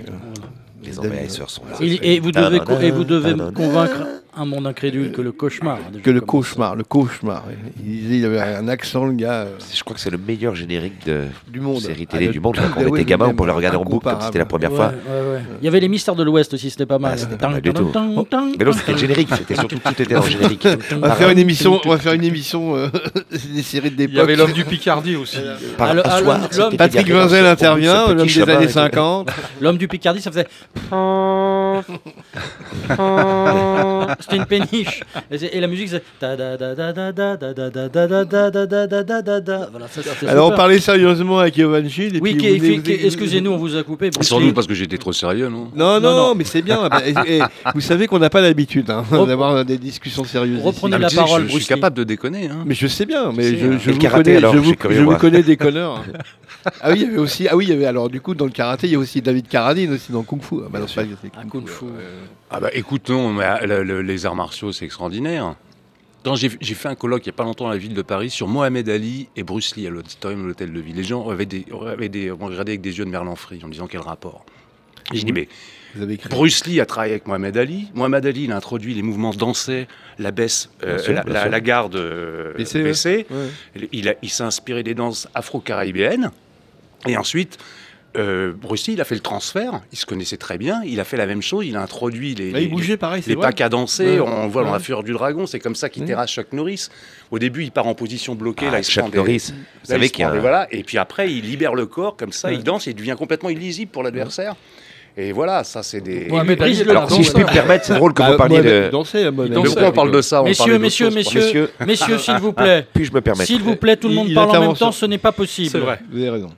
E: Les envahisseurs sont là.
B: Il- et vous
E: Ah,
B: devez, co- et vous devez
E: Tadam.
B: convaincre un monde incrédule que le cauchemar. a déjà
A: Que le
B: commencé.
A: cauchemar, le cauchemar. Il disait, il avait un accent, le gars, euh,
E: Je crois que c'est le meilleur générique de
A: du monde.
E: série télé
A: Ah,
E: du monde. Quand
A: Ah
E: on
A: oui,
E: était gamin, on
A: même
E: pouvait le regarder en boucle comme
A: incomparable.
E: c'était la première
B: Ouais,
E: fois.
B: ouais, ouais. Il y avait les mystères de l'Ouest aussi, c'était pas mal.
E: Ah, c'était pas mal du tout. Oh,
B: Tan, tan,
E: Mais
B: tan,
E: non, c'était le
B: tan.
E: générique, c'était surtout tout était dans le générique.
A: Oh. On va faire une émission, on va faire une émission euh, des séries de
C: Il y avait
A: l'époque.
C: l'homme du Picardie
A: Euh,
C: aussi. Euh,
E: Par
B: Alors,
E: un
B: alors,
E: soir,
B: l'homme-
E: c'était
A: Patrick
E: gardé dans
A: Vinzel
E: ce-
A: intervient,
E: ce
A: l'homme
E: petit
A: des
E: chemin
A: années
E: et tout.
A: 50.
B: L'homme du Picardie, ça faisait. C'était une péniche. Et, c'est- et la musique, c'est. Voilà, ça, c'était
A: Alors on
B: super.
A: parlait sérieusement avec Yovan Gilles. et
B: Oui,
A: puis
B: qui-
A: vous-
B: qui-
A: vous-
B: qui- excusez-nous, on vous a coupé. Bon,
D: Sans
B: je l'ai-
D: doute parce que j'étais trop sérieux, non
A: Non, non,
B: Non, non.
A: mais c'est bien. Bah, et- et vous savez qu'on n'a pas l'habitude hein,
B: Rep-
A: d'avoir des discussions sérieuses. ici.
B: Reprenez
D: Ah, mais
B: la
D: tu sais que
B: parole,
D: je- Je,
B: Bruce
D: suis
B: Lee.
D: capable de déconner. Hein.
A: Mais je sais bien, mais
D: C'est,
A: je,
D: euh,
A: je
E: et le
A: vous
E: karaté,
A: connais,
E: alors,
A: je
E: je suis
A: vous,
E: curieux,
A: je vous
E: moi.
A: connais des connards. ah oui, il y avait aussi, ah oui, il y avait alors du coup dans le karaté, il y a aussi David Carradine aussi dans Kung euh, Fu. Ah, bah, non, c'est pas- c'est
B: Ah, coup de fou.
D: Ah bah écoute, non, mais, ah, le- le- les arts martiaux, c'est extraordinaire. Quand j'ai j'ai fait un colloque il n'y a pas longtemps à la ville de Paris sur Mohamed Ali et Bruce Lee à l'auditorium de l'Hôtel de Ville, les gens avaient des, avaient des, m'ont regardé avec des yeux de Merlin Free en disant quel rapport. Et je dis, mais
A: Vous avez écrit.
D: Bruce Lee a travaillé avec Mohamed Ali. Mohamed Ali, il a introduit les mouvements dansés, la baisse, euh,
E: Bien sûr,
D: la,
E: bien
D: la-
E: sûr.
D: la garde euh,
A: Baissée, ouais.
D: baissée.
A: Ouais.
D: Il, a- il s'est inspiré des danses afro-caribéennes. Et ensuite, euh, Bruce Lee, il a fait le transfert. Il se connaissait très bien. Il a fait la même chose. Il a introduit les,
A: Ah,
D: les-
A: il bougeait pareil,
D: les
A: c'est vrai.
D: pas cadencés.
A: Ouais.
D: On voit dans
A: Ouais.
D: la fureur du dragon. C'est comme ça qu'il
A: Ouais.
D: terrasse Chuck Norris. Au début, il part en position bloquée. là,
E: Ah,
D: il se prend
E: Chuck
D: des-
E: Norris, vous
D: Là, il
E: savez
D: se
E: qu'il y a
D: prend des-
E: un-
D: voilà. Et puis après, il libère le corps. Comme ça, il danse. et Il devient complètement illisible pour l'adversaire. Et voilà, ça, c'est des.
C: Ouais, mais
B: brise
C: David,
B: le
C: alors,
E: Alors si je puis me permettre, c'est drôle que
A: Bah,
E: vous parliez
A: Mohamed-
E: de...
A: danser, hein,
C: Il
A: Mohamed
D: Mais
A: Ali.
C: dansait.
D: pourquoi on parle de ça on
B: Messieurs,
D: parle d'autre
B: messieurs,
D: chose,
B: messieurs,
E: Messieurs.
B: Euh, messieurs, s'il vous plaît.
E: Puis-je me
D: Ah,
E: permettre
B: S'il
D: Bah,
B: vous plaît, tout le
A: Il-
B: monde
A: il
B: parle en même
A: intervention.
B: temps, ce n'est pas possible.
C: C'est vrai.
A: Vous avez raison.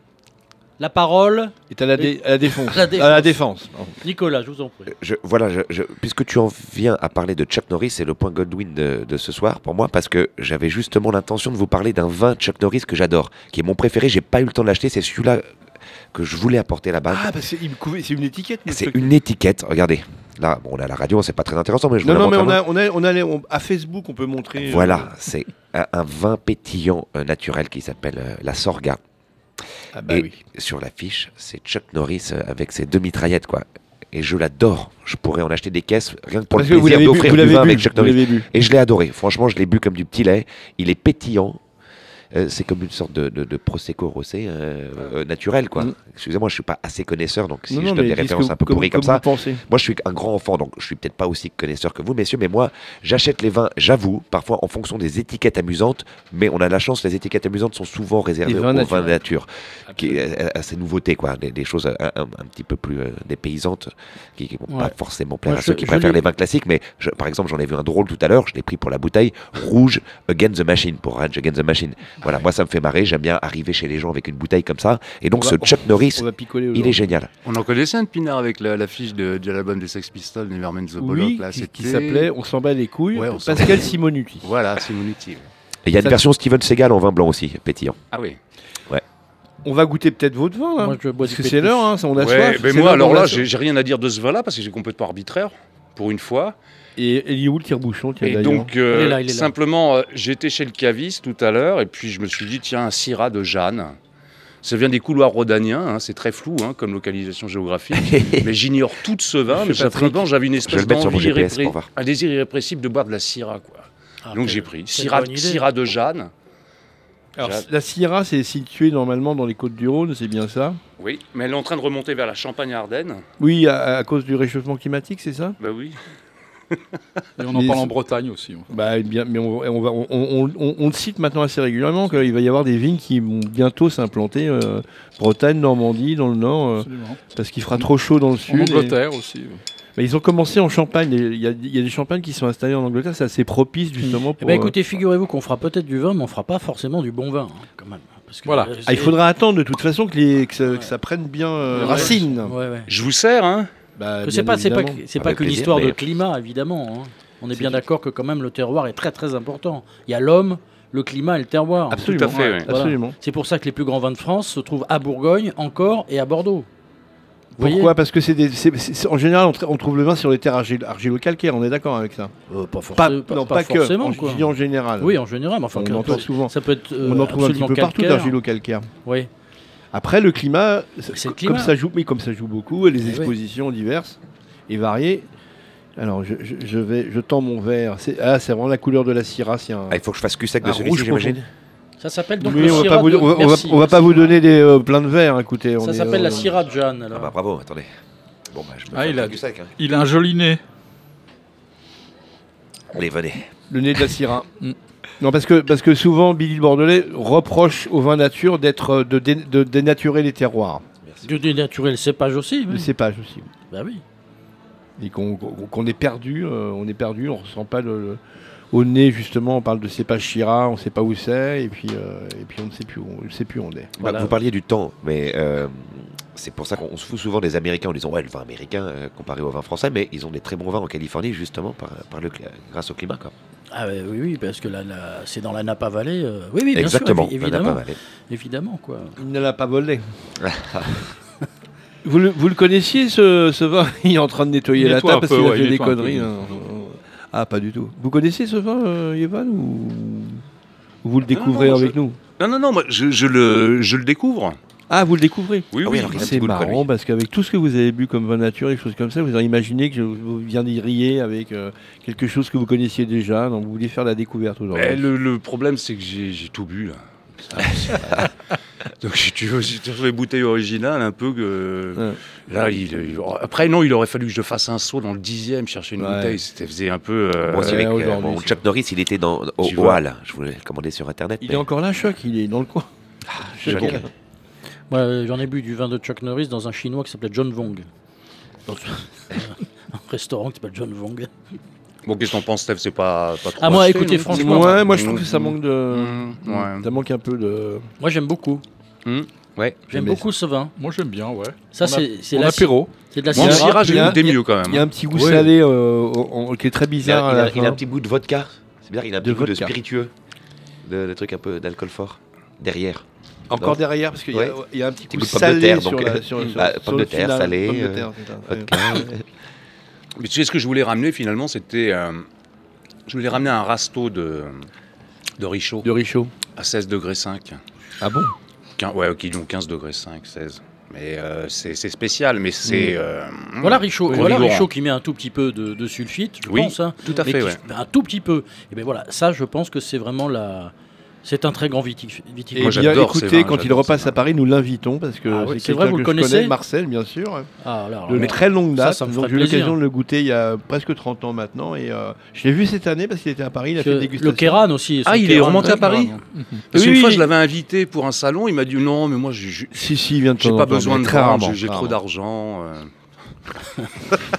B: La parole,
A: Et à la, dé- à la défense.
B: La défense.
A: À la défense.
B: Nicolas, je vous en prie.
E: je- voilà, je- je- puisque tu en viens à parler de Chuck Norris, c'est le point Godwin de, de ce soir pour moi, parce que j'avais justement l'intention de vous parler d'un vin Chuck Norris que j'adore, qui est mon préféré. J'ai pas eu le temps de l'acheter, c'est celui-là que je voulais apporter là-bas.
A: Ah, bah, c'est il me couvait- c'est une étiquette. mais
E: c'est
A: ce-
E: une étiquette, regardez. Là, bon, on a la radio, c'est pas très intéressant, mais je vous
A: Non,
E: la
A: non,
E: montre
A: mais
E: à
A: on
E: moi.
A: a, on a, on a les- on- à Facebook, on peut montrer. euh,
E: Voilà, c'est un, un vin pétillant euh, naturel qui s'appelle euh, la Sorga.
A: Ah, bah
E: Et
A: oui.
E: sur l'affiche, c'est Chuck Norris euh, avec ses deux mitraillettes, quoi. Et je l'adore. Je pourrais en acheter des caisses rien que pour
A: Parce que
E: le
A: vous
E: plaisir
A: l'avez bu,
E: d'offrir
A: vous
E: du
A: l'avez
E: vin
A: bu,
E: avec Chuck
A: vous
E: Norris.
A: l'avez bu.
E: Et je l'ai adoré. Franchement, je l'ai bu comme du petit lait. Il est pétillant. Euh, c'est comme une sorte de, de- de prosecco rosé euh, euh, naturel, quoi.
A: Mm.
E: Excusez-moi, je suis pas assez connaisseur, donc si
A: Non,
E: je
A: non,
E: donne
A: mais
E: des
A: dites ce que
E: références
A: vous-
E: un peu pourries comme,
A: comme
E: ça,
A: vous pensez.
E: moi, je suis un grand enfant, donc je suis peut-être pas aussi connaisseur que vous, messieurs, mais moi, j'achète les vins, j'avoue, parfois en fonction des étiquettes amusantes, mais on a la chance, les étiquettes amusantes sont souvent réservées
A: Les
E: aux
A: vins
E: vins
A: naturels.
E: de nature, qui, à, à ces nouveautés, quoi, des, des choses un, un- un petit peu plus euh, dépaysantes, qui ne vont
B: Ouais.
E: pas forcément plaire
B: Moi,
E: à
B: je-
E: ceux qui
B: je
E: préfèrent
B: l'ai-
E: les vins classiques, mais je- par exemple, j'en ai vu un drôle tout à l'heure, je l'ai pris pour la bouteille, rouge Against the Machine, pour Rage Against the Machine. Voilà, moi, ça me fait marrer, j'aime bien arriver chez les gens avec une bouteille comme ça, et donc
A: On
E: ce
A: va-
E: Chuck Norris,
A: On va picoler
E: il est
A: aujourd'hui.
E: génial.
D: On en connaissait un de Pinard avec la- l'affiche de, de l'album des Sex Pistols, Never Mind the
A: Oui,
D: Bollock. là,
A: qui, qui
D: c'était-
A: s'appelait On s'en bat les couilles,
D: Ouais, on s'en bat
A: Pascal
D: les couilles.
A: Simonuti.
D: Voilà, c'est mon outil.
E: Et il y a une
A: Ça-
E: version Steven Seagal en vin blanc aussi, pétillant.
D: Ah oui.
A: On va goûter peut-être votre vin, là.
B: Moi, je bois
A: parce
B: du
A: que
B: pétrus.
A: c'est l'heure, hein, ça, on a
D: Ouais,
A: soif.
D: mais
A: c'est
D: moi,
A: l'heure,
D: alors
A: on
D: là,
A: a soif.
D: j'ai j'ai rien à dire de ce vin-là parce que j'ai complètement arbitraire, pour une fois.
A: Et il est où le tire-bouchon tiens,
D: Et
A: d'ailleurs
D: donc, euh,
B: Il est là, il est là.
D: simplement, euh, j'étais chez le caviste tout à l'heure et puis je me suis dit, tiens, un Syrah de Jeanne. Ça vient des couloirs rhodaniens, hein, c'est très flou hein, comme localisation géographique. mais j'ignore tout de ce vin, mais simplement, j'avais une
E: Je vais
D: espèce
E: le mettre sur mon
D: d'envie,
E: GPS
D: irrépré-
E: pour voir.
D: un désir irrépressible de boire de la Syrah. Quoi.
B: Ah,
D: Donc
B: quelle-
D: j'ai pris
B: quelle
D: Syrah,
B: bonne idée.
D: Syrah de Jeanne.
A: Alors, la Sierra, c'est situé normalement dans les côtes du Rhône, c'est bien ça
D: Oui, mais elle est en train de remonter vers la Champagne-Ardenne.
A: Oui, à, à cause du réchauffement climatique, c'est ça
D: Bah oui.
C: Et on en
A: Mais-
C: parle en Bretagne aussi. on-
A: bah, eh bien, mais on, on va, on, on- on- on le cite maintenant assez régulièrement qu'il va y avoir des vignes qui vont bientôt s'implanter euh, Bretagne, Normandie, dans le nord, euh,
C: Absolument.
A: parce qu'il fera trop chaud dans le
C: En
A: sud. et-
C: Angleterre aussi. oui.
A: Mais ils ont commencé en Champagne. et Il y, a- il y a des champagnes qui sont installées en Angleterre. C'est assez propice justement
B: Eh
A: pour.
B: ben,
A: euh,
B: écoutez, figurez-vous qu'on fera peut-être du vin, mais on fera pas forcément du bon vin, hein, quand même. Parce que,
C: Voilà.
B: euh,
A: ah, il
B: c'est-
A: faudra attendre de toute façon que, les- que, ça, que ça prenne bien euh,
B: Ouais,
A: racine.
B: Ouais, ouais.
D: Je vous sers, hein
A: Bah,
B: Que c'est
A: bien
B: pas, c'est pas,
A: évidemment.
B: que- c'est pas
E: Avec
B: qu'une
E: plaisir,
B: histoire de
E: mais-
B: climat, évidemment. hein. On est,
A: C'est
B: bien
A: tout.
B: d'accord que quand même le terroir est très très important. Il y a l'homme, le climat et le terroir.
A: Absolument.
D: Tout à fait, oui.
B: Voilà.
A: Absolument.
B: C'est pour ça que les plus grands vins de France se trouvent à Bourgogne, encore et à Bordeaux. Vous voyez
A: Pourquoi Parce que c'est des- c'est- c'est- c'est- en général, on, tr- on trouve le vin sur les terres argile- argilo-calcaires, on est d'accord avec ça
B: Euh, Pas, forcé-
A: Pas,
B: pas-
A: non,
B: pas
A: pas, que,
B: forcément.
A: en,
B: quoi.
A: je dis en général.
B: Oui, en général, mais enfin,
A: On
B: que-
A: entend souvent.
B: ça peut être. euh,
A: on en trouve un petit
B: absolument
A: peu partout
B: calcaire.
A: d'argilo-calcaire.
B: Oui.
A: Après, le climat, c-
B: C'est le
A: c-
B: climat. Eh
A: Comme, ça joue, oui, comme ça joue beaucoup, et les
B: oui.
A: expositions diverses et variées. Alors, je, je- je vais, je tends mon verre. C'est ah, c'est vraiment la couleur de la Syrah. C'est un,
E: Ah, il faut que je fasse que sac de
A: Un
E: celui-ci,
A: rouge
E: j'imagine.
B: Ça s'appelle donc
A: Oui,
B: le
A: on va
B: Syrah
A: pas vous,
B: de-
A: on va- on va-
B: Merci,
A: on va
B: le
A: pas vous
B: Syrah.
A: donner des, euh, plein de verres. Écoutez, on
B: Ça
A: est,
B: s'appelle
A: euh,
B: la Syrah de Jeanne.
E: Ah
B: alors.
E: bah bravo, attendez. Bon, bah, je me
C: Ah,
E: fais
C: il a-
E: un truc du sac. hein.
C: Il a un joli nez.
E: Allez, venez.
A: Le nez de la Syrah.
E: Bah,
A: non, parce que, parce que souvent, Billy le Bordelais reproche au vin nature d'être euh, de, dé- de dénaturer les terroirs,
B: Du dénaturer le cépage aussi.
A: le
B: Oui.
A: cépage aussi.
B: Bah oui.
A: et qu'on qu'on- qu'on est perdu, euh, on est perdu, on ressent pas le, le- au nez justement. On parle de cépage Chira, on sait pas où c'est, et puis euh, et puis on ne sait plus, où on ne sait plus où on est.
E: Bah, vous parliez du temps, mais euh, c'est pour ça qu'on on se fout souvent des Américains en disant ouais le vin américain euh, comparé au vin français, mais ils ont des très bons vins en Californie justement par, par le, cli- grâce au climat. Quoi.
B: Ah ouais, oui, oui, parce que là, là, c'est dans la Napa Valley. euh, Oui, oui, bien
E: Exactement.
B: sûr, évi-
E: la Napa
B: évidemment,
E: Valley.
B: évidemment, quoi.
A: Il ne l'a pas volé. vous, le, vous le connaissiez ce, ce vin Il est en train de nettoyer
C: Il
A: la
C: nettoie
A: table
C: un
A: parce
C: peu,
A: qu'il a
C: ouais,
A: fait
C: il
A: des
C: nettoie un peu.
A: conneries. hein. Ah pas du tout. Vous connaissez ce vin, euh, Yvan, ou ou
C: Ah
A: vous le découvrez
D: non,
A: avec
D: je-
A: nous
D: Non, non, non, moi, je, je le, je le découvre.
A: Ah, vous le découvrez
D: Oui,
E: Ah oui,
D: oui,
E: alors,
D: un
E: qu'est-ce
D: petit
A: C'est
D: coup de
A: marrant
D: connerie.
A: parce qu'avec tout ce que vous avez bu comme vin nature et choses comme ça, vous avez imaginé que je vous viens d'y rier avec euh, quelque chose que vous connaissiez déjà, donc vous voulez faire la découverte
D: Mais
A: aujourd'hui.
D: le, le problème, c'est que j'ai j'ai tout bu. là. C'est pas possible. Donc, si tu veux, si tu veux les bouteilles originales, un peu que.
A: Ouais.
D: Là, il, il- après, non, il aurait fallu que je fasse un saut dans le dixième, chercher une
A: Ouais.
D: bouteille. C'était faisait un peu. euh,
E: Moi aussi,
A: ouais,
E: avec, euh,
A: aujourd'hui,
E: mon
A: c'est
E: Chuck Norris, il était dans, au,
D: Tu
E: au
D: vois.
E: Hall. Je voulais le commander sur internet.
A: Il
E: mais-
A: est encore là, choc, il est dans le coin.
E: je-
A: Bon.
B: Moi, euh, j'en ai bu du vin de Chuck Norris dans un chinois qui s'appelait John Vong. Dans un restaurant qui s'appelle John Vong.
D: Bon, qu'est-ce qu'on pense, Steph C'est pas, pas trop.
B: Ah, moi,
D: acheté,
B: écoutez,
D: non
B: franchement-
A: Ouais, moi je trouve que ça manque de.
D: Mmh, mm, ouais.
A: Ça manque un peu de.
B: Moi, j'aime beaucoup.
E: Hmm,
D: Mmh, ouais.
B: J'aime
A: Mais
B: beaucoup ce vin.
C: Moi, j'aime bien, ouais.
B: Ça,
C: On a-
B: c'est c'est
C: en
B: la
C: apéro.
B: c'est de la
D: Moi, en
A: Il y a-
B: Syrah.
D: Syrah, j'ai
A: il y a-
D: goûté mieux quand
A: Il y a
D: même. hein.
A: un petit goût
D: Ouais.
A: salé euh, au- au- qui est très
E: Il a,
A: bizarre.
E: il
A: à
E: a-
A: la
E: il a
A: fin.
E: un petit bout de vodka. C'est bien, il a un
A: De
E: petit goût de
A: vodka.
E: spiritueux, de, de trucs un peu d'alcool fort derrière.
A: Encore
E: Non.
A: derrière, parce qu'il y a-
E: Ouais.
A: il y, a un petit
E: Petit
A: goût
E: goût de pomme de
A: salé
E: terre,
A: sur
E: donc,
A: la-
E: euh,
A: sur- sur-
E: bah,
A: sur
E: pomme
A: le
E: de terre,
A: final.
E: salée,
A: Pomme de
E: euh,
A: terre, c'est ça.
E: vodka.
D: Mais tu sais, ce que je voulais ramener finalement, c'était. euh, je voulais ramener un rasto de, de Richaud
A: De Richaud.
D: à 16 degrés 5.
A: Ah bon
D: Quin- ouais, ok, donc 15 degrés 5, 16. Mais euh, c'est c'est spécial, mais c'est. euh,
B: Mm. Voilà Richaud,
D: Oui,
B: voilà
D: rigoureux.
B: Richaud qui met un tout petit peu de, de sulfite, je
D: Oui,
B: pense. hein.
D: tout à
B: Mais
D: fait,
B: qui-
D: ouais.
B: Un tout petit peu. Et bien voilà, ça, je pense que c'est vraiment la. C'est un très grand vitif-
A: Et
D: Moi,
B: viticulteur.
A: bien,
D: j'adore ces
A: écoutez,
D: vins,
A: quand il
D: j'adore ces
A: repasse à
D: vins.
A: Paris, nous l'invitons parce que
B: Ah oui, c'est
A: quelqu'un
B: vrai, vous
A: que
B: le
A: je connais,
B: connaissez
A: Marcel, bien sûr,
B: Ah, alors,
A: de
B: alors,
A: très longue
B: ça,
A: date.
B: ça me
A: Donc,
B: ferait
A: j'ai eu l'occasion
B: plaisir.
A: de le goûter il y a presque 30 ans maintenant et euh, je l'ai vu cette année parce qu'il était à Paris, il a
B: Parce
A: fait une
B: que Le
A: dégustation.
B: Kéran aussi. son
D: Ah, il est
B: Kéran,
D: remonté
B: ouais,
D: à Paris Mm-hmm.
B: Kéran.
D: Parce
A: Oui,
D: qu'une
A: oui,
D: fois,
A: oui.
D: je l'avais invité pour un salon, il m'a dit non, mais moi, j'ai- j'ai
A: Si, si, il vient de
D: j'ai
A: temps en
D: pas
A: temps,
D: besoin
A: mais
D: de
A: très
D: vendre,
A: rarement,
D: j'ai- j'ai
A: très
D: trop
A: rarement.
D: d'argent. euh.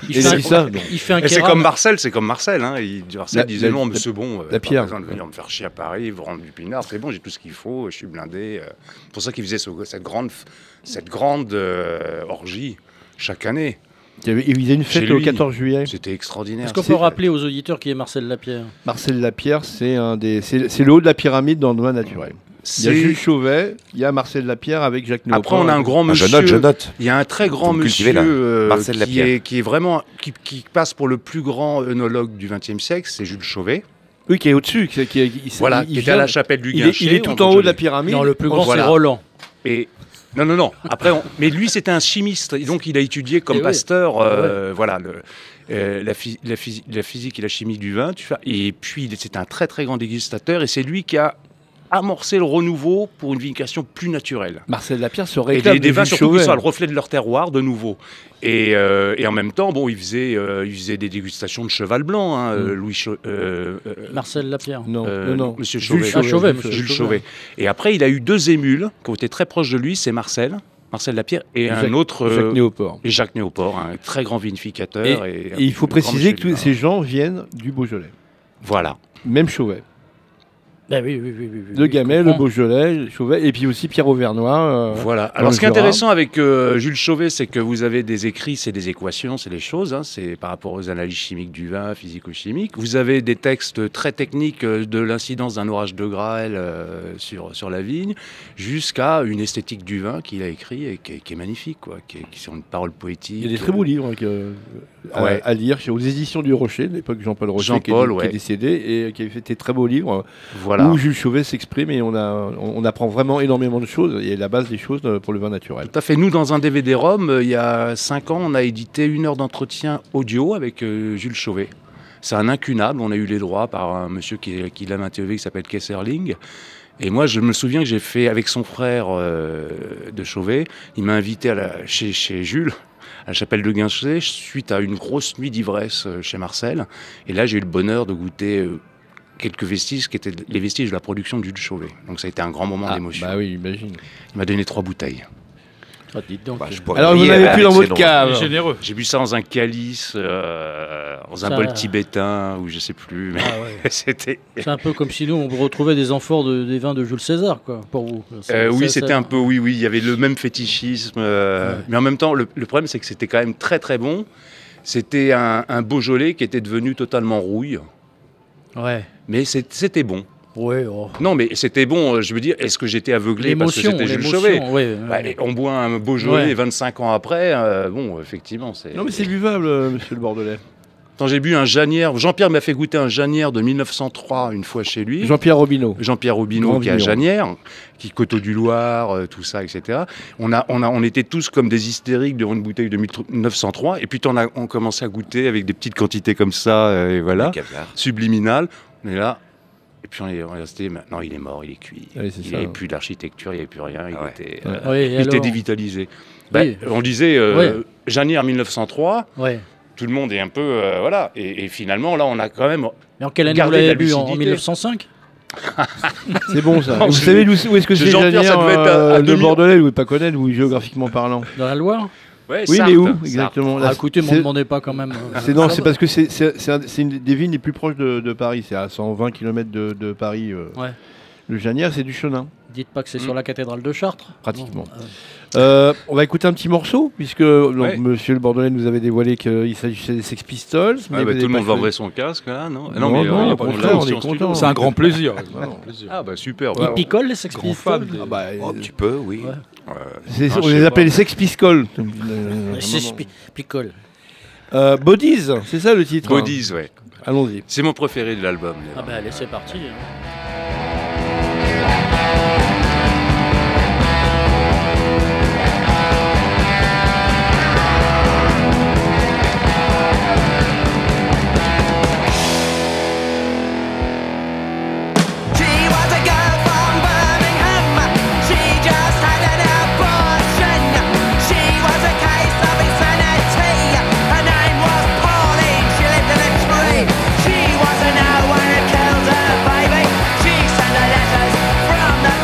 B: Il fait
A: Et c'est ça,
B: un-
A: donc.
B: il fait un
D: Et C'est
B: Kéran.
D: comme Marcel, c'est comme Marcel. Hein. Il, Marcel
A: La-
D: disait
A: la-
D: non, mais
A: la-
D: c'est bon, euh, pas
A: la pierre.
D: besoin de venir me faire chier à Paris, vous rendre du pinard, c'est bon, j'ai tout ce qu'il faut, je suis blindé. euh. C'est pour ça qu'il faisait ce- cette grande, f- cette grande euh, orgie chaque année.
A: Il y avait- il faisait une fête
D: Chez
A: le
D: lui.
A: 14 juillet.
D: C'était extraordinaire.
B: Est-ce qu'on
D: C'est-
B: peut rappeler aux auditeurs qui est Marcel Lapierre
A: Marcel Lapierre, c'est un des, c'est c'est le haut de la pyramide dans le vin naturel. Il y a
D: c'est-
A: Jules Chauvet, il y a Marcel Lapierre avec Jacques Néoport.
D: Après, on a un grand
E: Ah, je
D: monsieur.
E: note, je note.
D: Il y a un très grand
E: Vous me
D: monsieur
E: cultivez, là.
D: euh,
E: Marcel
D: qui,
E: Lapierre.
D: est, qui est vraiment qui, qui passe pour le plus grand œnologue du XXe siècle, c'est Jules Chauvet.
A: Oui, qui est au-dessus. qui- qui- qui-
D: Voilà,
A: il
D: qui était
A: vient-
D: à la chapelle du
A: il est,
D: Guinchet.
A: il est tout en haut de la pyramide.
B: Non, le plus grand,
D: Voilà.
B: c'est Roland.
D: Et non, non, non. Après, on- mais lui, c'était un chimiste. Et donc, il a étudié comme
B: Eh oui.
D: Pasteur, euh, voilà, le- euh, la, phy- la physi- la physique et la chimie du vin. Tu vois. Et puis, il- c'est un très, très grand dégustateur. Et c'est lui qui a amorcé le renouveau pour une vinification plus naturelle.
A: Marcel Lapierre se
D: Et
A: réclame
D: des, des
A: de
D: vins
A: Jules
D: surtout qui
A: Chauvet.
D: sont le reflet de leur terroir de nouveau. Et, euh, et en même temps, bon, il faisait, euh, il faisait des dégustations de cheval blanc, hein, euh, Louis Chau- euh, euh,
B: Marcel Lapierre.
A: Mm. Non,
D: euh,
A: non, non.
D: Monsieur
A: Jules
D: Chauvet.
B: Ah, Chauvet, monsieur
D: Jules Chauvet. Et après, il a eu deux émules qui ont été très proches de lui, c'est Marcel, Marcel Lapierre, et
A: Jacques-
D: un autre, euh,
A: Jacques Néoport.
D: et Jacques Néoport, un très grand vinificateur. Et,
A: Et il faut préciser que tous ces gens viennent du Beaujolais.
D: Voilà.
A: Même Chauvet.
B: Bah oui, oui, oui, oui, oui, oui,
A: Le
B: je
A: Gamay, le
B: comprends.
A: Beaujolais, le Chauvet, et puis aussi Pierre Auvernois. euh,
D: Voilà.
A: le
D: Alors, ce qui est
A: Jura.
D: intéressant avec euh, Jules Chauvet, c'est que vous avez des écrits, c'est des équations, c'est des choses, hein, c'est par rapport aux analyses chimiques du vin, physico-chimiques. Vous avez des textes très techniques euh, de l'incidence d'un orage de Graal euh, sur, sur la vigne, jusqu'à une esthétique du vin qu'il a écrit et qui est, qui est magnifique, quoi, qui, est, qui sont une parole poétique.
A: Il y a des très beaux livres hein, que- à,
D: Ouais.
A: à lire chez- aux éditions du Rocher, de l'époque Jean-Paul Rocher, qui, est,
D: Jean-Paul,
A: qui est
D: ouais.
A: décédé, et euh, qui avait fait des très beaux livres euh,
D: Voilà.
A: où Jules Chauvet s'exprime et on, a, on, on apprend vraiment énormément de choses, et la base des choses euh, pour le vin naturel.
D: Tout à fait. Nous, dans un DVD-ROM, euh, il y a cinq ans, on a édité une heure d'entretien audio avec euh, Jules Chauvet. C'est un incunable. On a eu les droits par un monsieur qui, qui l'a interviewé qui s'appelle Kesserling. Et moi, je me souviens que j'ai fait avec son frère euh, de Chauvet. Il m'a invité à la- chez, chez Jules, à la chapelle de Guinchet, suite à une grosse nuit d'ivresse euh, chez Marcel. Et là, j'ai eu le bonheur de goûter euh, quelques vestiges qui étaient les vestiges de la production de Jules Chauvet. Donc, ça a été un grand moment
A: Ah,
D: d'émotion.
A: bah oui, imagine.
D: Il m'a donné trois bouteilles.
B: Ah, dites donc.
E: Bah, je pourrais
A: Alors vous
E: briller
A: n'avez
E: avec
A: plus dans
E: ces
A: votre
E: noms.
C: Il est
A: cave.
C: généreux.
D: J'ai bu ça dans un calice, euh, dans un
B: Ça-
D: bol tibétain, ou je sais plus, mais
B: Ah ouais.
D: c'était.
B: C'est un peu comme si nous, on retrouvait des amphores de- des vins de Jules César, quoi, pour vous.
D: Euh,
B: C'est-
D: oui,
B: c'est-
D: c'était un peu, oui, oui, il y avait le même fétichisme, euh,
B: Ouais.
D: mais en même temps, le, le problème, c'est que c'était quand même très, très bon. C'était un, un Beaujolais qui était devenu totalement rouille,
B: Ouais.
D: mais c'est- c'était bon.
B: Ouais, oh.
D: Non, mais c'était bon, euh, je veux dire, est-ce que j'étais aveuglé parce que
B: L'émotion,
D: c'était Jules
B: l'émotion.
D: Chauvet
B: ouais,
D: Bah,
B: ouais.
D: et On boit un Beaujolais
B: Ouais.
D: 25 ans après, euh, bon, effectivement, c'est.
A: Non mais c'est buvable, euh, monsieur le Bordelais.
D: Quand j'ai bu un Janière, Jean-Pierre m'a fait goûter un Janière de 1903 une fois chez lui.
A: Jean-Pierre Robineau.
D: Jean-Pierre
A: Grand
D: Robineau qui est à
A: vigneron.
D: Janière, qui est Coteau du Loir, euh, tout ça, etc. On, a, on, a, on était tous comme des hystériques devant une bouteille de 1903. Et puis on a on commençait à goûter avec des petites quantités comme ça, euh, et voilà,
E: Caviar.
D: subliminal. On est là. Et puis on est, on est resté, non, il est mort, il est cuit.
A: Ah oui, c'est
D: il n'y
A: ça,
D: avait
A: hein.
D: plus d'architecture, il n'y avait plus rien. Il,
E: Ah ouais.
D: était, euh,
B: Ouais, et
D: il était
B: alors
D: dévitalisé. Ben,
B: Oui.
D: On disait, euh, Janière 1903,
B: Ouais.
D: tout le monde est un peu, euh, voilà. Et, et finalement, là, on a quand même
B: Mais en quelle année vous
D: Gardez
B: l'avez
D: la
B: bu en- en,
D: lucidité.
B: 1905
A: C'est bon ça.
D: Non,
A: vous
D: c'est-
A: savez d'où où est-ce que
D: ce
A: c'est
D: Jean-Pierre, ça
A: Janière,
D: devait être à-
A: euh,
D: à
A: le
D: 2000.
A: Bordelais, ou pas connaître, ou géographiquement parlant.
B: Dans la Loire
D: Ouais,
A: Oui,
D: Sarthe,
A: mais où
D: Sarthe.
A: exactement
B: ah,
A: Là,
B: Écoutez, ne
A: c'est-
B: me demandez pas quand même. euh,
A: C'est non, c'est parce que c'est- c'est c'est un- c'est une des villes les plus proches de, de Paris. C'est à 120 km de, de Paris. euh.
B: Ouais.
A: Le Janière, c'est du Chenin,
B: Dites pas que
D: Mm.
B: c'est sur la cathédrale de Chartres.
A: pratiquement.
B: Non, euh,
A: Euh, on va écouter un petit morceau, puisque donc,
D: Ouais.
A: Monsieur le Bordelais nous avait dévoilé qu'il s'agissait des Sex Pistols.
D: Ah, bah,
A: vous
D: tout le
A: avez
D: monde
A: pas
D: va
A: choisi-
D: ouvrir son casque là, non
A: Non,
D: mais
A: non,
D: euh, y
A: au
D: a pas de problème,
A: contraire, on est
D: en studio.
A: content.
C: C'est un grand plaisir.
D: Ah bah super.
B: Ils
D: ouais.
B: picolent les Sex
C: Grand fan.
B: Pistols
C: des-
A: Ah, bah,
E: Oh, un petit peu, oui.
B: Ouais.
A: c'est-
D: Euh, Non,
A: on
D: je
A: les
D: sais
A: appelle
D: pas.
A: les Sex Pistols.
B: Les Sex Pi- picolent.
A: Euh, Bodies, c'est ça le titre. hein.
D: Bodies, ouais.
A: Allons-y.
D: C'est mon préféré de l'album.
B: Ah bah allez, c'est parti. hein.
G: She was a girl from Birmingham. She just had an abortion. She was a case of insanity. Her name was Pauline. She lived in a tree. She was a no one who killed her baby. She sent her letters from the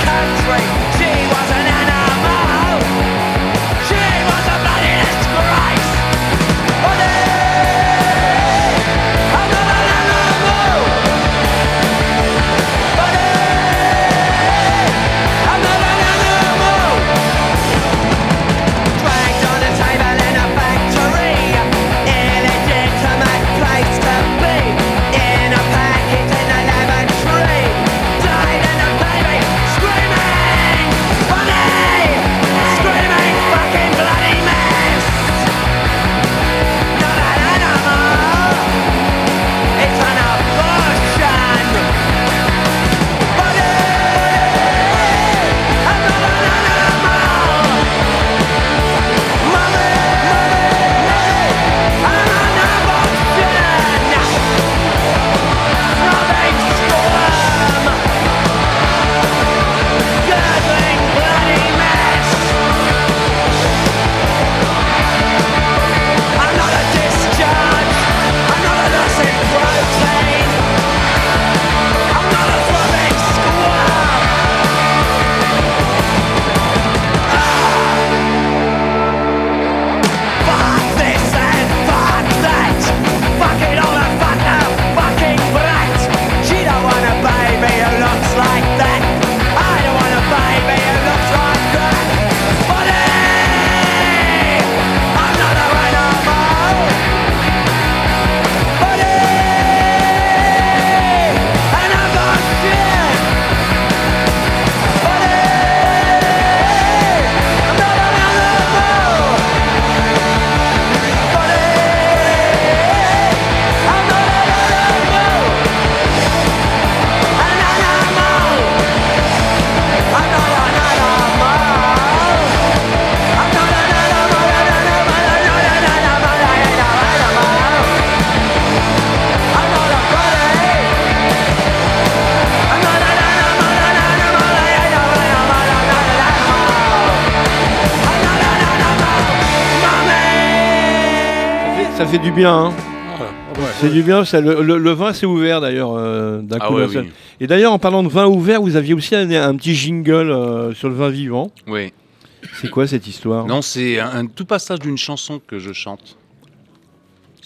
A: fait du bien. hein. C'est du bien, ça, le, le- le vin s'est ouvert d'ailleurs euh, d'un
D: Ah
A: coup
D: ouais,
A: d'un seul.
D: oui.
A: Et d'ailleurs, en parlant de vin ouvert, vous aviez aussi un, un petit jingle euh, sur le vin vivant.
D: Oui.
A: C'est quoi cette histoire
D: Non, c'est un, un tout passage d'une chanson que je chante.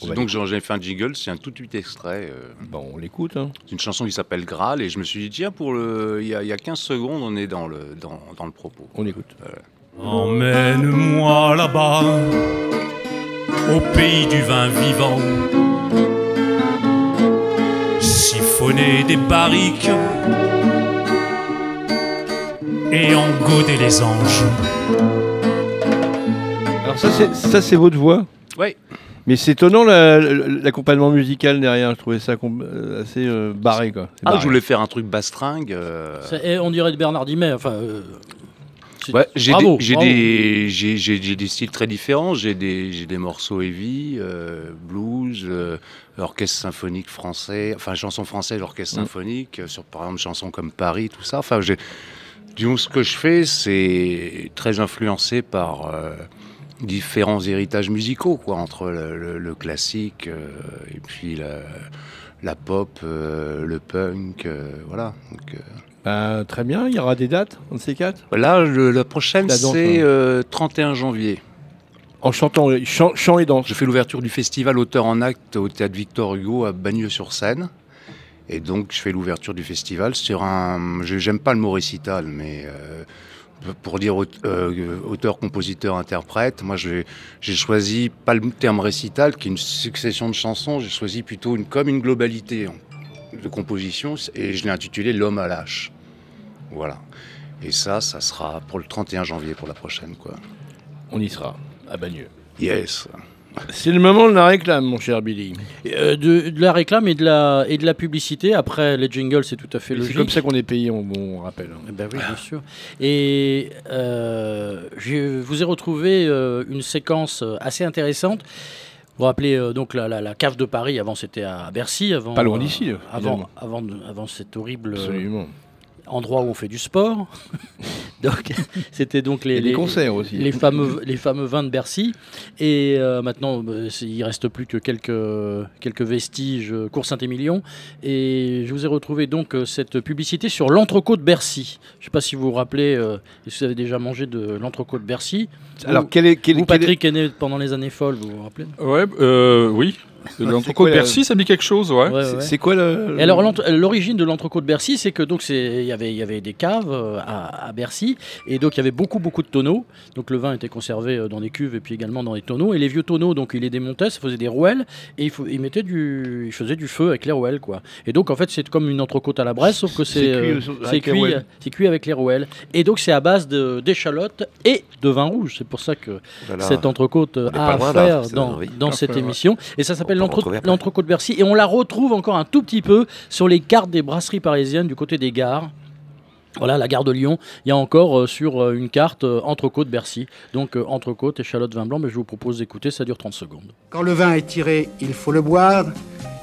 A: Ouais.
D: Donc j'en- j'ai fait un jingle, c'est un tout petit extrait. euh,
A: Bon, bah, on l'écoute. hein.
D: c'est une chanson qui s'appelle Graal et je me suis dit, tiens, pour le, il y, a- il y a 15 secondes, on est dans le, dans, dans le propos. Euh.
A: On écoute.
H: Emmène-moi là-bas, au pays du vin vivant. Siphonner des barriques et engoder les anges.
A: Alors ça, c'est ça, c'est votre voix.
D: Ouais.
A: Mais c'est étonnant la- l'accompagnement musical derrière. Je trouvais ça com- euh, assez euh, barré quoi. C'est
D: Ah,
A: barré.
D: je voulais faire un truc bastringue. euh,
B: C'est- eh, on dirait de Bernard Dimet. Enfin, euh, c'est-
D: Ouais, j'ai des,
B: bravo,
D: j'ai
B: bravo.
D: des- j'ai- j'ai- j'ai des styles très différents. J'ai des, j'ai des morceaux heavy, euh, blues, euh, orchestre symphonique français, enfin chanson française, orchestre
B: Mm.
D: symphonique, euh, sur par exemple chansons comme Paris, tout ça. Enfin, j'ai- disons ce que je fais, c'est très influencé par euh, différents héritages musicaux, quoi, entre le, le- le classique euh, et puis la, la pop, euh, le punk, euh, voilà. Donc, euh,
A: Bah, très bien. Il y aura des dates. On sait quatre.
D: Là, le- la prochaine,
A: La danse,
D: c'est
A: ouais.
D: euh, 31 janvier.
A: En chantant, euh, chant, chant et danse.
D: Je fais l'ouverture du festival Auteur en acte au théâtre Victor Hugo à Bagneux-sur-Seine. Et donc, je fais l'ouverture du festival sur un. je- J'aime pas le mot récital, mais. euh, pour dire aute- euh, auteur, compositeur, interprète, moi j'ai j'ai choisi pas le terme récital, qui est une succession de chansons, j'ai choisi plutôt une, comme une globalité en- de composition, et je l'ai intitulé L'homme à l'âge. Voilà. Et ça, ça sera pour le 31 janvier, pour la prochaine, quoi.
A: On y sera. À Bagneux.
D: Yes.
A: C'est le moment de la réclame, mon cher Billy.
B: Euh, de, de la réclame et de la, et de la publicité. Après, les jingles, c'est tout à fait
A: Et C'est
B: logique.
A: comme ça qu'on est payé, on, on rappelle. hein. Ah.
B: Eh Ben oui, bien sûr. Et euh, je vous ai retrouvé euh, une séquence euh, assez intéressante. Vous vous rappelez euh, donc la, la- la cave de Paris, avant c'était à Bercy, avant,
A: Pas loin
B: euh,
A: d'ici.
B: avant,
A: finalement.
B: avant, de- avant cet horrible euh,
A: Absolument.
B: endroit où on fait du sport. donc c'était donc les,
A: Et des
B: les-
A: concerts aussi.
B: les fameux, les fameux vins de Bercy. Et euh, maintenant, bah, c'est- il reste plus que quelques, quelques vestiges euh, Cours Saint-Émilion. Et je vous ai retrouvé donc euh, cette publicité sur l'entrecôte de Bercy. Je ne sais pas si vous vous rappelez, euh, si vous avez déjà mangé de l'entrecôte de Bercy.
A: Alors, quel est, quel,
B: Vous,
A: quel est-
B: Patrick, est né pendant les années folles, vous vous rappelez
C: Ouais, euh, oui.
A: quoi,
C: L'entrecôte
A: la-
C: Bercy, ça me dit quelque chose, ouais.
B: Ouais,
A: c'est-
B: ouais.
A: c'est quoi le.
B: Et alors l'entre- l'origine de l'entrecôte de Bercy, c'est que donc c'est- il y avait il y avait des caves euh, à, à Bercy et donc il y avait beaucoup beaucoup de tonneaux. Donc le vin était conservé euh, dans des cuves et puis également dans des tonneaux. Et les vieux tonneaux, donc ils les démontaient, ça faisait des rouelles et ils, fou- ils mettaient du, ils faisaient du feu avec les rouelles quoi. Et donc en fait c'est comme une entrecôte à la Bresse, sauf que
A: C'est
B: c'est
A: cuit
B: euh,
A: au- avec
B: c'est
A: les
B: cuit,
A: rouelles.
B: c'est cuit avec les rouelles. Et donc c'est à base de- d'échalotes et de vin rouge. C'est pour ça que
E: Oh là là.
B: cette entrecôte euh,
E: On est
B: a
E: pas
B: à
E: loin, là.
B: faire
E: Ça donne
B: dans,
E: envie.
B: dans
C: Ah,
B: cette
C: ouais, ouais.
B: émission. Et ça s'appelle
E: On peut
B: l'entre-
E: retrouver après.
B: l'entrecôte de Bercy. Et on la retrouve encore un tout petit peu sur les cartes des brasseries parisiennes du côté des gares. Voilà, la gare de Lyon, il y a encore euh, sur euh, une carte euh, entrecôte Bercy. Donc euh, entrecôte, échalote, vin blanc, mais je vous propose d'écouter, ça dure 30 secondes.
I: Quand le vin est tiré, il faut le boire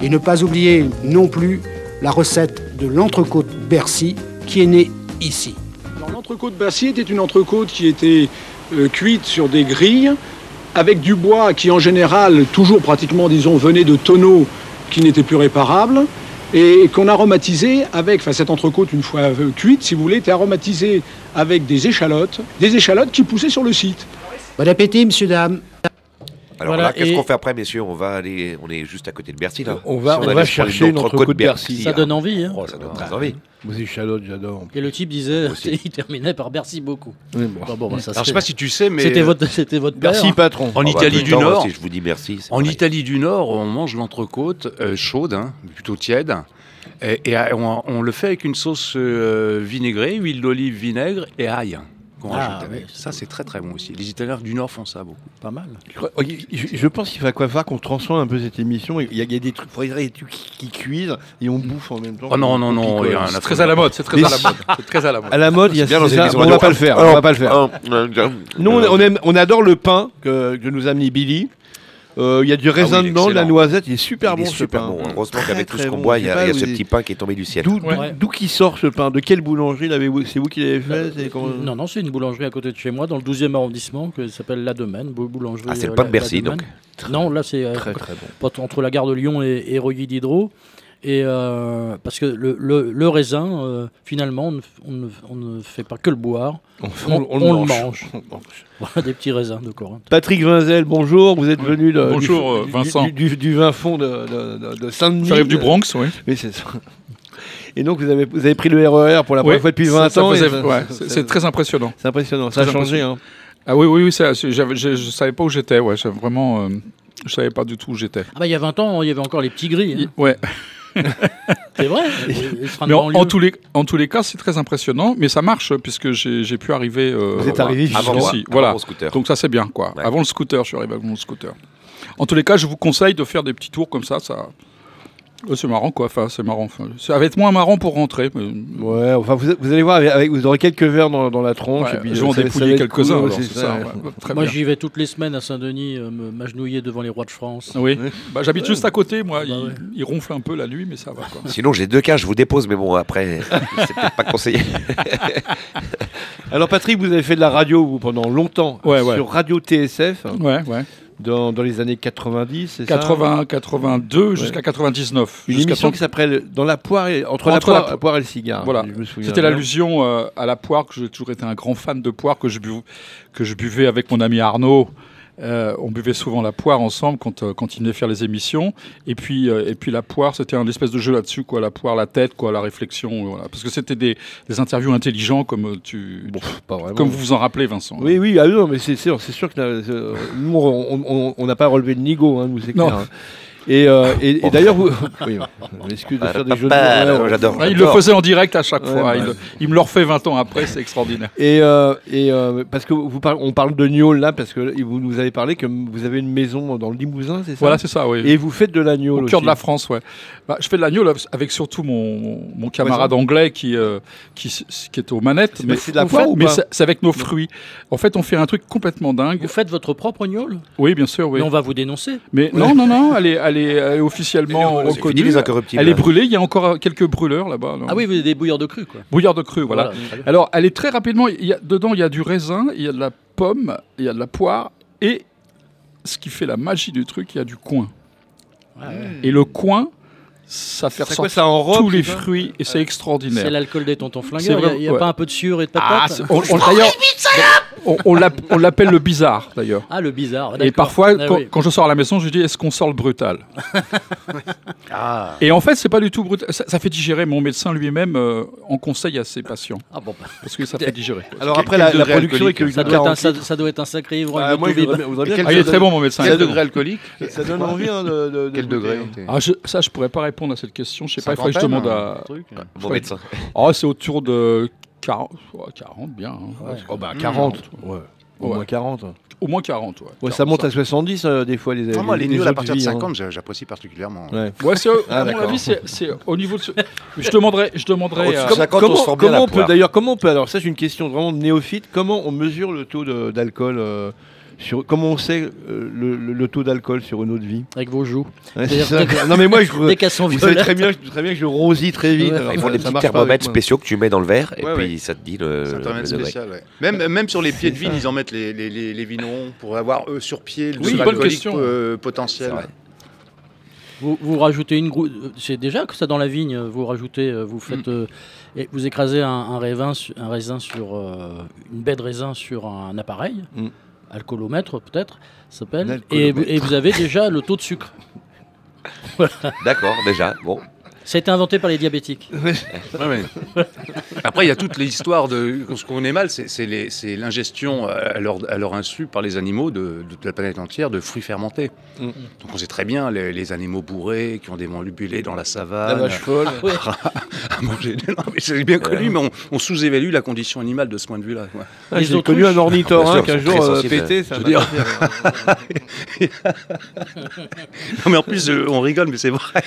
I: et ne pas oublier non plus la recette de l'entrecôte Bercy qui est née ici.
J: Alors, L'entrecôte Bercy était une entrecôte qui était euh, cuite sur des grilles, avec du bois qui en général, toujours pratiquement, disons, venait de tonneaux qui n'étaient plus réparables, et qu'on aromatisait avec, enfin cette entrecôte une fois euh, cuite, si vous voulez, était aromatisée avec des échalotes, des échalotes qui poussaient sur le site.
I: Bon appétit, messieurs, dames.
E: Alors
B: Voilà,
E: là, qu'est-ce
B: et-
E: qu'on fait après, messieurs On va aller, on est juste à côté de Bercy là.
A: On va-
E: Si
A: on
E: allait
A: va
E: se prendre
A: chercher
E: autre
A: notre
E: côte
A: coup de Bercy.
B: Ça
E: hein.
B: donne envie. hein.
E: Oh, ça donne très envie.
A: Vous échalotes, j'adore.
B: Et le type disait,
E: Aussi.
B: il terminait par Bercy beaucoup.
A: Oui, bon.
B: Bon, bon, bah, ça,
D: Alors, je sais
B: c'était-
D: pas si tu sais, mais
B: C'était votre, c'était votre père. hein.
A: Merci, patron.
D: en
E: Oh, bah, tout
D: Italie
E: le
D: du
E: temps,
D: Nord,
E: Si je vous dis merci. c'est
D: en
E: pareil.
D: Italie du Nord, on mange l'entrecôte euh, chaude, hein, plutôt tiède, et, et, euh, on, on le fait avec une sauce euh, vinaigrée, huile d'olive, vinaigre et ail. hein, Qu'on
B: Ah,
D: rajoute avec.
B: oui, c'est
D: ça,
B: cool.
D: c'est très très bon aussi. Les Italiens du Nord font ça beaucoup.
B: Pas mal.
A: Je, je pense qu'il va quoi faire qu'on transforme un peu cette émission. Il y a, il y a des trucs, il y a des trucs qui, qui cuisent et on bouffe en même temps.
D: Oh non, non,
A: On
D: non,
A: picole.
D: il y en a
C: C'est très à la mode, c'est très
A: Mais
C: à la
A: si-
C: mode. C'est très à la mode.
A: À la mode, il y a
E: Bien dans
A: c'est
E: les
A: ça.
E: émissions
A: On va
E: radio.
A: pas le faire.
E: Alors,
A: on va pas le faire.
E: euh, euh,
A: Nous, on, on aime- on adore le pain que, que nous a amené Billy. Euh, Il y a du raisin
E: Ah oui, il est
A: dedans, de la
E: excellent.
A: noisette, il est super
E: Il est
A: bon ce
E: super
A: pain.
E: bon. hein. Heureusement
A: Très,
E: qu'avec tout
A: très
E: ce qu'on
A: bon.
E: boit,
A: Je
E: il y
A: sais
E: a- il y a
A: pas,
E: ce
A: vous-
E: petit pain qui est tombé du ciel.
A: D'où d'où-
B: Ouais.
A: d'où qui sort ce pain De quelle boulangerie l'avez-vous C'est vous qui l'avez fait C'est comment-
B: Euh, Non, non, c'est une boulangerie à côté de chez moi, dans le 12e arrondissement, qui s'appelle La Domaine. bou- Boulangerie,
E: Ah, c'est le
B: euh,
E: pain
B: La-
E: de Bercy,
B: La Domaine.
E: donc.
B: Non, là, c'est euh, pot- entre la gare de Lyon et, et Royer d'Hydro. Et euh, parce que le, le- le raisin, euh, finalement, on ne, on ne- on ne fait pas que le boire,
A: On-
B: on,
A: on le
B: on
A: mange.
B: le mange. voilà des petits raisins de Corinthe.
A: Patrick Vinzel, bonjour. Vous êtes
B: Oui.
A: venu de-
C: Bonjour, euh,
A: du,
C: Vincent.
A: du, du- du vin fond de, de- de- de Saint-Denis.
C: J'arrive du Bronx, oui.
A: Oui, c'est ça. Et donc, vous avez, vous avez pris le RER pour la première
C: Oui,
A: fois depuis
C: ça-
A: 20
C: ça
A: ans. et
C: faisait-
A: ça-
C: ouais,
A: ça-
C: c'est-
A: ça-
C: c'est très impressionnant.
A: C'est impressionnant. Ça a
C: Très
A: changé.
C: impressionnant.
A: hein.
C: Ah oui, oui, oui, ça, c'est- j'avais- je, je savais pas où j'étais, ouais, j'avais vraiment, euh, je savais pas du tout où j'étais.
B: Ah bah, il y a 20 ans, il y avait encore les petits gris. hein.
C: Ouais.
B: C'est vrai. les- les trains de
C: Mais en, en
B: banlieue.
C: tous les, en tous les cas, c'est très impressionnant, mais ça marche euh, puisque j'ai j'ai pu arriver. euh,
A: Vous êtes arrivé
C: jusqu'ici.
A: avant moi, avant
C: voilà.
A: mon scooter.
C: Donc ça, c'est bien, quoi. Avant le scooter, je suis arrivé avec mon scooter. En tous les cas, je vous conseille de faire des petits tours comme ça. ça... Euh, C'est marrant, quoi. Enfin, c'est marrant. Enfin, ça va être moins marrant pour rentrer. mais-
A: Ouais, enfin, vous, vous allez voir, avec- avec- vous aurez quelques verres dans, dans la tronche.
C: Ouais,
A: et puis,
C: je
A: euh,
C: vais en
A: ça- ça
C: dépouiller
A: va être
C: quelques-uns,
A: cool,
C: alors,
A: c'est
C: c'est
A: ça. hein.
C: ça, ouais. Très
B: Moi,
C: bien.
B: j'y vais toutes les semaines à Saint-Denis, euh, me- m'agenouiller devant les rois de France.
C: Oui. Bah, J'habite
B: Ouais.
C: juste à côté, moi. il, il ronfle un peu la nuit, mais ça va. Quoi.
E: Sinon, j'ai deux cas, je vous dépose, mais bon, après, c'est peut-être pas conseillé.
A: Alors, Patrick, vous avez fait de la radio vous, pendant longtemps
C: Ouais,
A: sur
C: ouais.
A: Radio TSF.
C: Ouais, ouais.
A: Dans, dans les années 90, c'est ça
C: 80, 82
A: Ouais.
C: jusqu'à 99.
A: Une
C: jusqu'à
A: émission
C: ton-
A: qui s'appelle Dans la poire et, entre, la, poire, la poire et le cigare.
C: Voilà.
A: Ah, je me souviens
C: C'était
A: bien.
C: l'allusion euh, à la poire que j'ai toujours été un grand fan de poire que je, bu- que je buvais avec mon ami Arnaud. Euh, on buvait souvent la poire ensemble quand, euh, quand il venait faire les émissions. Et puis, euh, et puis la poire, c'était un espèce de jeu là-dessus, quoi. La poire, la tête, quoi, la réflexion. euh, voilà. Parce que c'était des, des interviews intelligents comme euh, tu, comme vous vous en rappelez, Vincent.
A: Oui, oui, ah, non, mais c'est sûr, c'est sûr que euh, euh, nous, on- on on- on n'a pas relevé le nigo, hein, nous, c'est
C: Non.
A: clair. hein. Et, euh, et- et d'ailleurs, vous. Oui, je m'excuse de faire des jeux de mots, ouais, ouais.
C: Ah, il le faisait en direct à chaque
A: Ouais,
C: fois. hein,
A: bah.
C: Il, le- il me le refait 20 ans après, c'est extraordinaire.
A: Et, euh, et euh, parce que vous parle- on parle de gnôle là, parce que vous nous avez parlé que vous avez une maison dans le Limousin, c'est ça
C: Voilà, c'est ça, oui.
A: Et vous faites de l'agneau
C: Au cœur de la France, ouais. Bah, je fais de l'agneau là, avec surtout mon, mon- mon camarade
A: Poisson.
C: anglais qui, euh, qui, s- qui est aux manettes.
A: Mais c'est de la
C: au
A: poire
C: fait-
A: ou
C: mais
A: pas
C: c'est c'est avec nos fruits. En fait, on fait un truc complètement dingue.
B: Vous faites votre propre ognol
C: Oui, bien sûr, oui.
B: Mais on va vous dénoncer.
C: Mais non, non, non, elle est, elle est, elle est officiellement
B: C'est
C: reconnue.
B: fini, les incorruptibles.
C: Elle est brûlée, il y a encore quelques brûleurs là-bas. là.
B: Ah oui, vous êtes des bouilleurs de cru, quoi.
C: Brouillard de cru, voilà.
B: Voilà, très bien.
C: Alors, elle est très rapidement. Il y a, dedans, il y a du raisin, il y a de la pomme, il y a de la poire, et ce qui fait la magie du truc, il y a du coin.
B: Ah
C: Et le coin, ça fait
A: C'est quoi,
C: ressortir
A: ça enrobe,
C: tous les
A: c'est ça
C: fruits, et c'est extraordinaire.
B: C'est l'alcool des tontons
C: C'est
B: flingueurs. Il
C: vraiment-
B: n'y a,
C: ouais.
B: pas un peu de sueur et de patate Oh,
C: Ah, c'est- on, on- d'ailleurs, on, on l'app- on l'appelle le bizarre, d'ailleurs.
B: Ah, le bizarre.
C: Et
B: d'accord.
C: parfois,
B: Ah
C: quand,
B: oui.
C: quand je sors à la maison, je dis est-ce qu'on sort le brutal
B: Ah.
C: Et en fait, c'est pas du tout brutal. Ça, ça fait digérer. Mon médecin lui-même euh, en conseille à ses patients.
E: Ah bah.
C: Parce que ça fait digérer.
A: Alors après, la- la production est que Ah,
B: ça, doit être un, ça- ça doit être un sacré ivrogne. de
A: moi, je
B: Toubib.
A: voudrais bien- voudrais bien
C: Ah, il est très bon, mon médecin.
A: Quel
C: Exactement.
A: degré alcoolique Ça donne envie, hein, de- de- de goûter, hein.
C: ah, je, Ça, je pourrais pas répondre à cette question. Je sais pas, il faudrait que je
E: Cinquantaine,
C: demande
E: un
C: à.
E: truc,
C: Ouais.
E: Bon médecin.
C: Ah, c'est autour de 40, ouais, 40 bien. hein.
A: Ouais.
C: Oh, bah,
A: Mmh.
C: 40.
A: Ouais. Au moins 40.
C: Au moins 40, ouais.
A: Ouais, ça monte à 70 euh, des fois les hein.
K: Non, moi, les
A: nuls
K: nuls à partir de 50, j'a- j'apprécie particulièrement.
A: Ouais.
C: Ouais, c'est,
A: Ah,
C: à mon
A: d'accord.
C: avis, c'est, c'est au niveau de. ce- Je demanderai. Je demanderai à-
A: Comme- euh, comment, comment on peut d'ailleurs comment on peut alors ça c'est une question vraiment de néophyte comment on mesure le taux de- d'alcool euh, sur comment on sait euh, le, le- le taux d'alcool sur une eau de vie
B: avec vos joues
A: Ouais, c'est
B: C'est-à-dire
A: ça.
B: dès que-
A: non mais moi je
B: dès qu'elles sont
A: vous savez
B: violettes.
A: très bien très bien que je rosis très vite alors
E: Ils font
A: ça-
E: des
A: ça
E: petits
A: marche pas avec
E: thermomètres
A: moi.
E: spéciaux que tu mets dans le verre, et
A: Ouais,
E: puis
A: ouais.
E: ça te dit le.
K: C'est un
E: le-
K: thermomètre
E: le degré.
K: spécial, ouais. même, même sur les pieds de vigne, ils en mettent les, les, les, les vignerons pour avoir eux sur pied le
C: Oui,
K: taux
C: bonne
K: alcoolique,
C: question.
K: euh, potentiel.
B: Vous, vous rajoutez une grou- euh, C'est déjà que ça dans la vigne. euh, Vous rajoutez, euh, vous
A: Mm.
B: faites, euh, et vous écrasez un, un raisin, su- un raisin sur euh, une baie de raisin sur un appareil,
A: Mm.
B: alcoolomètre peut-être ça s'appelle, et,
E: L'alcoolomètre.
B: vous- et vous avez déjà le taux de sucre.
E: D'accord, déjà. Bon.
B: Ça a été inventé par les diabétiques.
D: Ouais, ouais. Après, il y a toute l'histoire de ce qu'on est mal, c'est- c'est les- c'est l'ingestion euh, à leur, à leur insu par les animaux de, de la planète entière de fruits fermentés.
A: Mm.
D: Donc on sait très bien les, les animaux bourrés qui ont des mandibulés dans la savane.
A: La vache folle.
D: Ah, ouais. à manger des- non, mais c'est bien connu, mais on, on sous-évalue la condition animale de ce point de vue-là. quoi. Ah,
A: Ah, j'ai connu un ornithorynque un jour euh, pété ça
D: Je veux
A: m'a
D: dire-
A: fait rire.
D: non mais en plus, euh, on rigole, mais c'est vrai.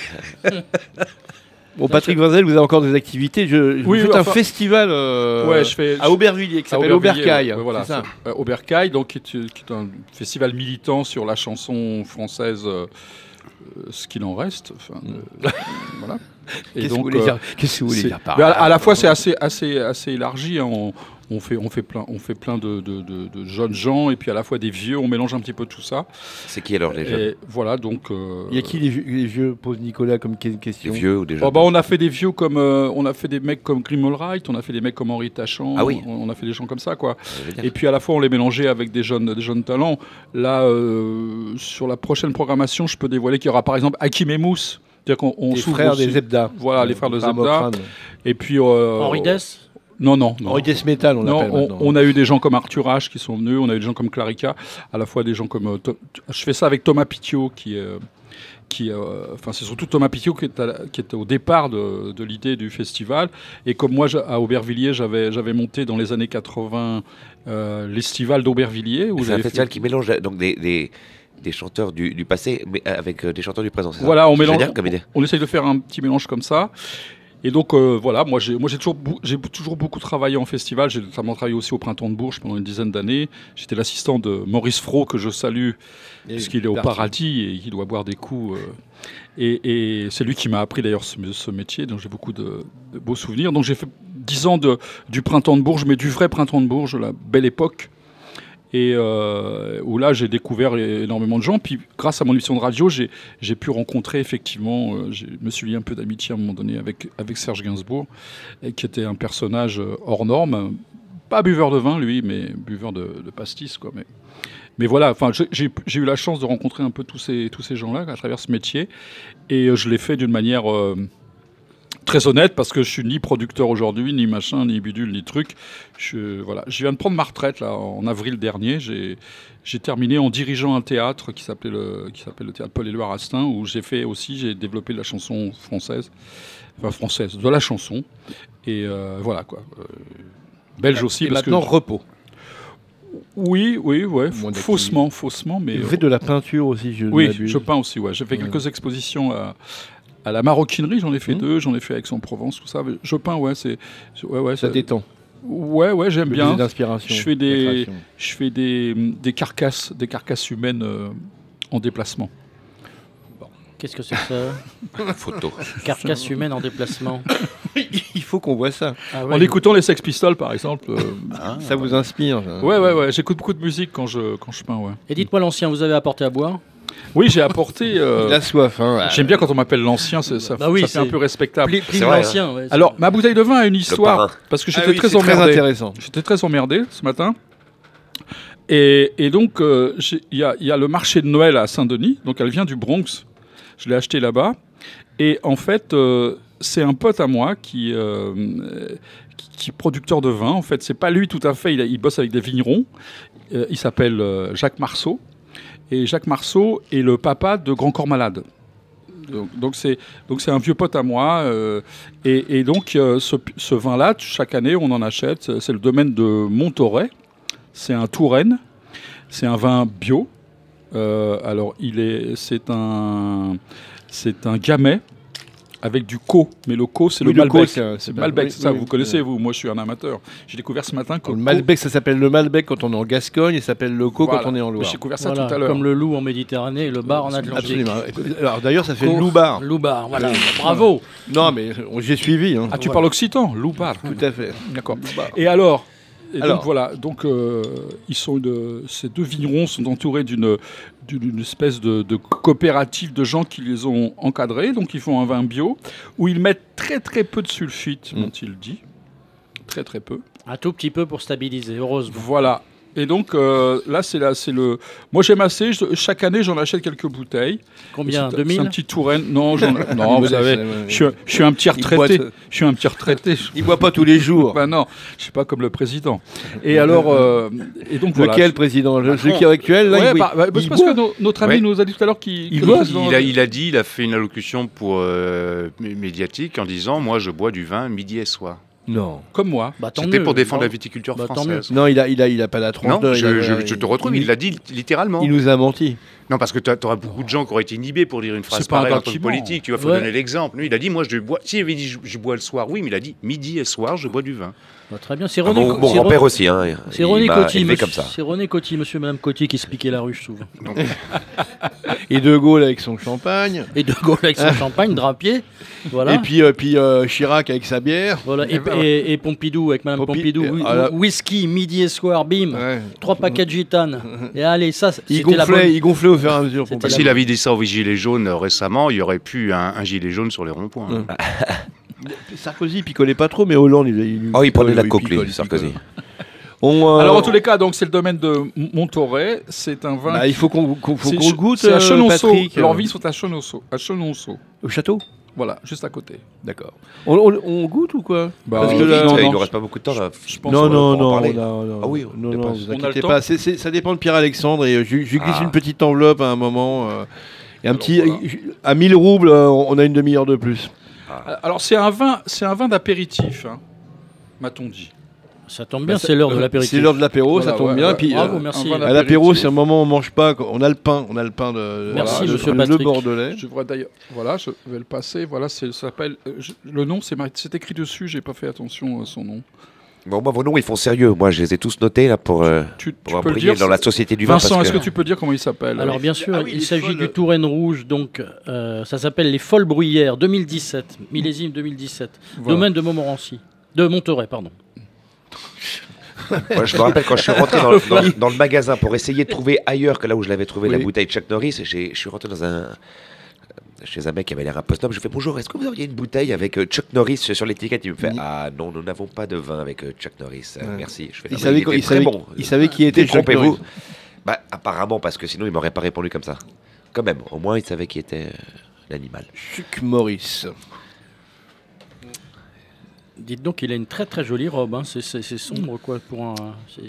A: Bon, Patrick Vinzel, vous avez encore des activités. Je, je
C: Oui,
A: vous faites
C: oui,
A: un
C: enfin-
A: festival euh,
C: Ouais, je fais-
A: à Aubervilliers qui
C: à
A: s'appelle
C: Aubervilliers,
A: Aubercaille.
C: ouais, voilà,
A: c'est ça.
C: c'est- euh, Aubercaille, donc, qui, est, qui est un festival militant sur la chanson française, euh, euh, ce qu'il en reste. enfin, euh, voilà. Et
A: Mm. Qu'est-ce que
C: donc,
A: vous voulez
C: euh,
A: dire- qu'est-ce que vous voulez
C: c'est-
A: dire par
C: Mais à,
A: là
C: à la fois, c'est assez, assez, assez élargi. hein, on, on fait, on fait plein, on fait plein de, de- de- de jeunes gens et puis à la fois des vieux. On mélange un petit peu tout ça.
E: C'est qui alors les
C: Et
E: jeunes
C: Voilà, donc. euh,
A: Il y a qui les, vieux- les vieux pose Nicolas comme que- question
E: Les vieux ou des jeunes
C: Oh, bah, on a fait des vieux comme euh, on a fait des mecs comme Grim Allright, on a fait des mecs comme Henri Tachant,
E: Ah oui. Ah,
C: on, on a fait des gens comme ça quoi.
E: je veux dire.
C: Et puis à la fois on les mélangeait avec des jeunes des jeunes talents. Là euh, sur la prochaine programmation, je peux dévoiler qu'il y aura par exemple Hakim et Mousse. C'est-à-dire qu'on on
A: Les
C: s'ouvre
A: frères
C: aussi-
A: des Zebda.
C: Voilà, les frères de
A: Les frères
C: Zebda.
A: Mokrane.
C: Et puis euh,
B: Henri Dess
C: non, non, non.
A: Henri Dess Metal, on
C: Non,
A: l'appelle
C: on,
A: maintenant.
C: on a eu des gens comme Arthur H qui sont venus, on a eu des gens comme Clarica, à la fois des gens comme. euh, Tho- je fais ça avec Thomas Pitiot qui. euh, qui, euh, enfin, c'est surtout Thomas Pitiot qui est, à la- qui est au départ de, de l'idée du festival. Et comme moi, j'a- à Aubervilliers, j'avais, j'avais monté dans les années 80 euh, l'estival d'Aubervilliers. où
E: C'est un
C: j'avais
E: festival
C: fait-
E: qui mélange euh, donc des, des, des chanteurs du, du passé mais avec euh, des chanteurs du présent. c'est ça
C: Voilà, on
E: C'est
C: mélange.
E: génial comme idée.
C: On, on essaye de faire un petit mélange comme ça. Et donc euh, voilà, moi j'ai moi j'ai toujours bou- j'ai toujours beaucoup travaillé en festival. J'ai notamment travaillé aussi au Printemps de Bourges pendant une dizaine d'années. J'étais l'assistant de Maurice Fro que je salue
A: Et
C: puisqu'il est au
A: parti.
C: paradis et il doit boire des coups. euh. et et c'est lui qui m'a appris d'ailleurs ce, ce métier. Donc j'ai beaucoup de, de beaux souvenirs. Donc j'ai fait dix ans de, du Printemps de Bourges, mais du vrai Printemps de Bourges, la belle époque et euh, où là j'ai découvert é- énormément de gens. Puis grâce à mon émission de radio, j'ai j'ai pu rencontrer effectivement, euh, je me suis lié un peu d'amitié à un moment donné avec, avec Serge Gainsbourg, et qui était un personnage euh, hors norme, euh, pas buveur de vin lui, mais buveur de, de pastis quoi. Mais, mais voilà, enfin j'ai- j'ai j'ai eu la chance de rencontrer un peu tous ces, tous ces gens-là à travers ce métier, et euh, je l'ai fait d'une manière euh, très honnête parce que je suis ni producteur aujourd'hui, ni machin, ni bidule, ni truc. Je, voilà. je viens de prendre ma retraite là, en avril dernier. J'ai j'ai terminé en dirigeant un théâtre qui s'appelait le, qui s'appelle le théâtre Paul-Éluard Astin où j'ai fait aussi, j'ai développé de la chanson française, enfin française, de la chanson. Et euh, voilà quoi. Euh, belge aussi.
A: Et
C: parce que-
A: maintenant, repos.
C: Oui, oui, ouais. Faussement, faussement, mais. euh,
A: Et vous faites de la peinture aussi, je ne
C: Oui,
A: m'abuse.
C: je peins aussi, ouais. J'ai fait
A: Ouais. Mmh.
C: quelques expositions à, à la maroquinerie, j'en ai fait deux, j'en ai fait Aix-en-Provence, tout ça. Je peins, ouais, c'est. c'est- Ouais, ouais,
A: Ça
C: c'est-
A: détend.
C: Ouais, ouais, j'aime
A: Le
C: bien.
A: biais d'inspiration,
C: Je fais
A: la
C: des,
A: création.
C: je fais des, des carcasses, des carcasses humaines euh, en déplacement.
B: Qu'est-ce que c'est que ça
C: Photo.
B: Carcasse humaine en déplacement.
A: Il faut qu'on voit ça.
C: en écoutant les Sex Pistols, par exemple. euh,
E: Ah.
A: Ça vous inspire. ça.
C: Ouais, ouais, ouais. J'écoute beaucoup de musique quand je, quand je peins, ouais.
B: Et dites-moi, l'ancien, vous avez apporté à boire
C: Oui, j'ai apporté. euh,
A: Il a soif, hein.
C: J'aime bien quand on m'appelle l'ancien, c'est- ça,
B: Bah oui,
C: ça fait un
B: c'est-
C: peu respectable.
B: Pli- Pline C'est vrai, l'Ancien, hein. ouais, c'est-
C: Alors, ma bouteille de vin a une histoire
A: parrain.
C: parce que
A: Ah
C: j'étais
A: oui,
C: très
A: c'est très
C: emmerdé.
A: intéressant.
C: J'étais très emmerdé ce matin. Et, et donc, euh, j'ai- il y, a- il y a le marché de Noël à Saint-Denis. Donc, elle vient du Bronx. Je l'ai acheté là-bas. Et en fait, euh, c'est un pote à moi qui, euh, qui, qui est producteur de vin. En fait, c'est pas lui tout à fait. Il, a- il bosse avec des vignerons. Euh, il s'appelle euh, Jacques Marceau. Et Jacques Marceau est le papa de Grand Corps Malade. Donc donc c'est donc c'est un vieux pote à moi euh, et, et donc euh, ce, ce vin-là tu- chaque année on en achète C'est- c'est le domaine de Montauret c'est un Touraine c'est un vin bio Euh, alors il est c'est un c'est un gamay avec du co mais le co c'est
A: Oui,
C: le
A: le co,
C: Malbec
A: c'est un- c'est
C: c'est
A: pas-
C: Malbec
A: oui,
C: c'est ça
A: oui,
C: vous
A: oui.
C: connaissez vous moi je suis un amateur j'ai découvert ce matin que
A: Le
C: co-
A: Malbec, ça s'appelle le Malbec quand on est en Gascogne et ça s'appelle le co
C: Voilà.
A: quand on est en Loire.
C: J'ai découvert ça
B: Voilà,
C: tout à l'heure
B: Comme le loup en Méditerranée et le bar en Atlantique.
A: Absolument. Alors d'ailleurs, ça fait
B: Cour-
A: Loubar.
B: Loubar, Ah, voilà. Bravo.
A: Non, mais on- j'ai suivi. hein.
C: Ah, tu parles occitan, Loubar.
A: Tout à fait.
C: D'accord. Et alors et
A: Alors.
C: donc voilà, donc euh, ils sont une- ces deux vignerons sont entourés d'une d'une d'une espèce de, de coopérative de gens qui les ont encadrés, donc ils font un vin bio où ils mettent très très peu de sulfite, m'ont-ils dit, très très peu.
B: Un tout petit peu pour stabiliser, heureusement.
C: Voilà. Et donc euh, là, c'est là, c'est le. Moi, j'aime assez. je- chaque année, j'en achète quelques bouteilles.
B: Combien
C: C'est-
B: 2000?
C: C'est un petit Touraine. Non, j'en- non,
A: Il
C: vous
A: boit
C: savez,
A: des-
C: je, suis- je suis un petit
A: Il boit
C: retraité.
A: de-
C: Je suis un petit retraité.
A: Il boit pas tous les jours.
C: Ben non, je suis pas comme le président. Et alors, euh, et donc voilà.
A: Lequel président Le- Celui
C: Macron.
A: qui est actuel là,
C: Ouais,
A: il- oui.
C: par- bah, parce
A: Il
C: parce que
A: boit.
C: no- notre ami
A: Ouais.
C: nous a dit tout à l'heure qu'il.
K: Il,
C: que le président-
K: il a, il a dit, il a fait une allocution pour euh, mé- médiatique en disant Moi, je bois du vin midi et soir.
A: Non.
C: Comme moi.
B: Bah,
D: C'était pour défendre la viticulture française.
A: Non, il a, il a, il a pas la tronche.
D: Non,
A: il
D: je,
A: a-
D: je- je te retrouve, il l'a dit littéralement.
A: Il nous a menti.
D: Non, parce que tu auras beaucoup de gens qui auraient été inhibés pour dire une phrase
A: C'est pas un
D: pareille en tant que
A: bâtiment.
D: politique. Tu vas faut
A: Ouais.
D: donner l'exemple. Lui, il a dit, moi, je bois. S'il avait dit, je, je bois le soir, oui, mais il a dit, midi et soir, je bois du vin.
B: très bien, c'est
D: Ah,
B: René
D: mon-
B: Co-
D: mon
B: c'est
D: grand-père
B: Ren-
D: aussi, hein,
B: C'est
D: il
B: René
D: m'a
B: Coty,
D: élevé
B: monsieur-
D: comme ça.
B: C'est René Coty, monsieur et madame Coty qui se piquaient la ruche souvent.
A: Et De Gaulle avec son champagne.
B: Et De Gaulle avec son champagne, drapier. Voilà.
A: Et puis, euh, puis euh, Chirac avec sa bière.
B: Voilà, et, et- et Pompidou avec Madame Pompidou,
A: euh,
B: whi-
A: ah là.
B: whisky, midi et soir, bim, trois paquets de gitane. Et allez, ça, c'était
A: Il
B: la
A: gonflait,
B: bonne-
A: il gonflait au fur et à mesure.
B: C'était
D: Bah,
B: la
D: S'il
B: bonne-
D: avait dit ça aux Gilets jaunes euh, récemment, il y aurait pu un, un gilet jaune sur les ronds-points.
A: Sarkozy, il picolait pas trop, mais Hollande, il,
D: Oh, il prenait de la
A: il
D: coke,
A: picole,
D: lui,
A: il
D: Sarkozy.
A: picole. On, euh,
C: Alors, en tous les cas, donc c'est le domaine de M- Montauret. C'est un vin.
A: Bah, il faut qu'on- qu'on- faut
C: C'est
A: qu'on
C: ch-
A: le goûte,
C: C'est à
A: euh,
C: Chenonceau.
A: Patrick.
C: Leurs vignes sont à Chenonceau. À Chenonceau.
A: Au château
C: Voilà, juste à côté.
A: D'accord. on, on- on goûte ou quoi
C: Bah,
A: Parce
C: oui,
A: que là-
C: vite,
A: non,
C: il
A: non,
C: nous reste
A: je-
C: pas beaucoup de temps, là. Je pense
A: non,
C: qu'on
A: non,
C: va pouvoir en
A: non,
C: parler.
A: on a- on a-
C: Ah oui, on
A: non, non,
C: dépasse.
A: vous
C: On a le
A: inquiétez
C: temps
A: pas. c'est- c'est- ça dépend de Pierre-Alexandre. Et je, je glisse
C: Ah.
A: une petite enveloppe à un moment. euh, et un petit, à 1000 roubles, euh, on a une demi-heure de plus.
C: Euh, Alors, c'est un vin, c'est un vin d'apéritif, hein, m'a-t-on dit.
B: Ça tombe
A: Bah, ça- euh, C'est l'heure de l'apéro, ça tombe bien. Puis, euh, À l'apéro, c'est un moment où on mange pas. quoi. On a le pain, on a le pain de. de- de- de- Le bordelais.
C: Je devrais d'ailleurs. Voilà, je vais le passer. Voilà, c'est- ça s'appelle. euh, je- Le nom, c'est mar- c'est écrit dessus. J'ai pas fait attention à son nom.
E: Bon, bah, vos noms, ils font sérieux. Moi, je les ai tous notés là pour, euh, pour
C: Tu peux le
E: briller
C: dire,
E: dans la
C: c'est-
E: société du vin.
C: Vincent,
E: parce
C: est-ce que... tu peux dire comment il s'appelle Ah,
B: Alors bien sûr, il s'agit du Touraine Rouge, donc euh, ça s'appelle les Folles Bruyères 2017, millésime 2017,
C: Voilà.
B: domaine de Montmorency, de Monterey, pardon.
E: Moi, je me rappelle quand je suis rentré dans, dans- dans le magasin pour essayer de trouver ailleurs que là où je l'avais trouvé la
B: Oui.
E: bouteille de Chuck Norris, j'ai- je suis rentré dans un chez un mec qui avait l'air un peu snob. Je lui fais bonjour, est-ce que vous auriez une bouteille avec euh, Chuck Norris sur l'étiquette Il me fait ah non, nous n'avons pas de vin avec euh, Chuck Norris, euh,
A: Ouais.
E: merci. Je fais,
A: Il
E: Non, mais
A: savait
E: était
A: quoi- il
E: très
A: savait-
E: bon.
A: il savait qui était Chuck
E: Détrompez-vous.
A: Norris.
E: Bah, apparemment parce que sinon il m'aurait pas répondu comme ça. Quand même, au moins il savait qui était euh, l'animal.
A: Chuck Norris.
B: Dites donc, il a une très très jolie robe, hein. c'est, c'est- c'est sombre quoi pour un. C'est,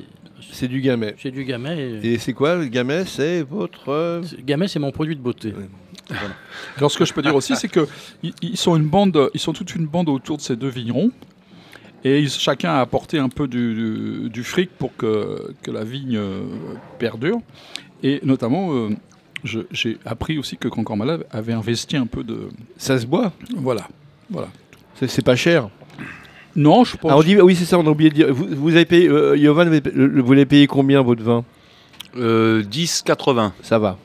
A: C'est du gamet.
B: c'est du gamet.
A: Et c'est quoi le gamet C'est votre. euh,
B: Gamet, c'est mon produit de beauté.
C: Alors, ce que je peux dire aussi, c'est que i- ils sont une bande, ils sont toute une bande autour de ces deux vignerons, et ils- chacun a apporté un peu du, du- du fric pour que, que la vigne euh, perdure. Et notamment, euh, je- j'ai appris aussi que Cancormala avait investi un peu de.
A: Ça se boit.
C: Voilà, voilà.
A: C'est- C'est pas cher.
C: Non, je pense.
A: Ah, on dit, oui, c'est ça, on a oublié de dire. Vous, vous avez payé, euh, Yovan, vous avez payé- le- vous l'avez payé combien votre vin
D: Euh, 10,80.
A: Ça va.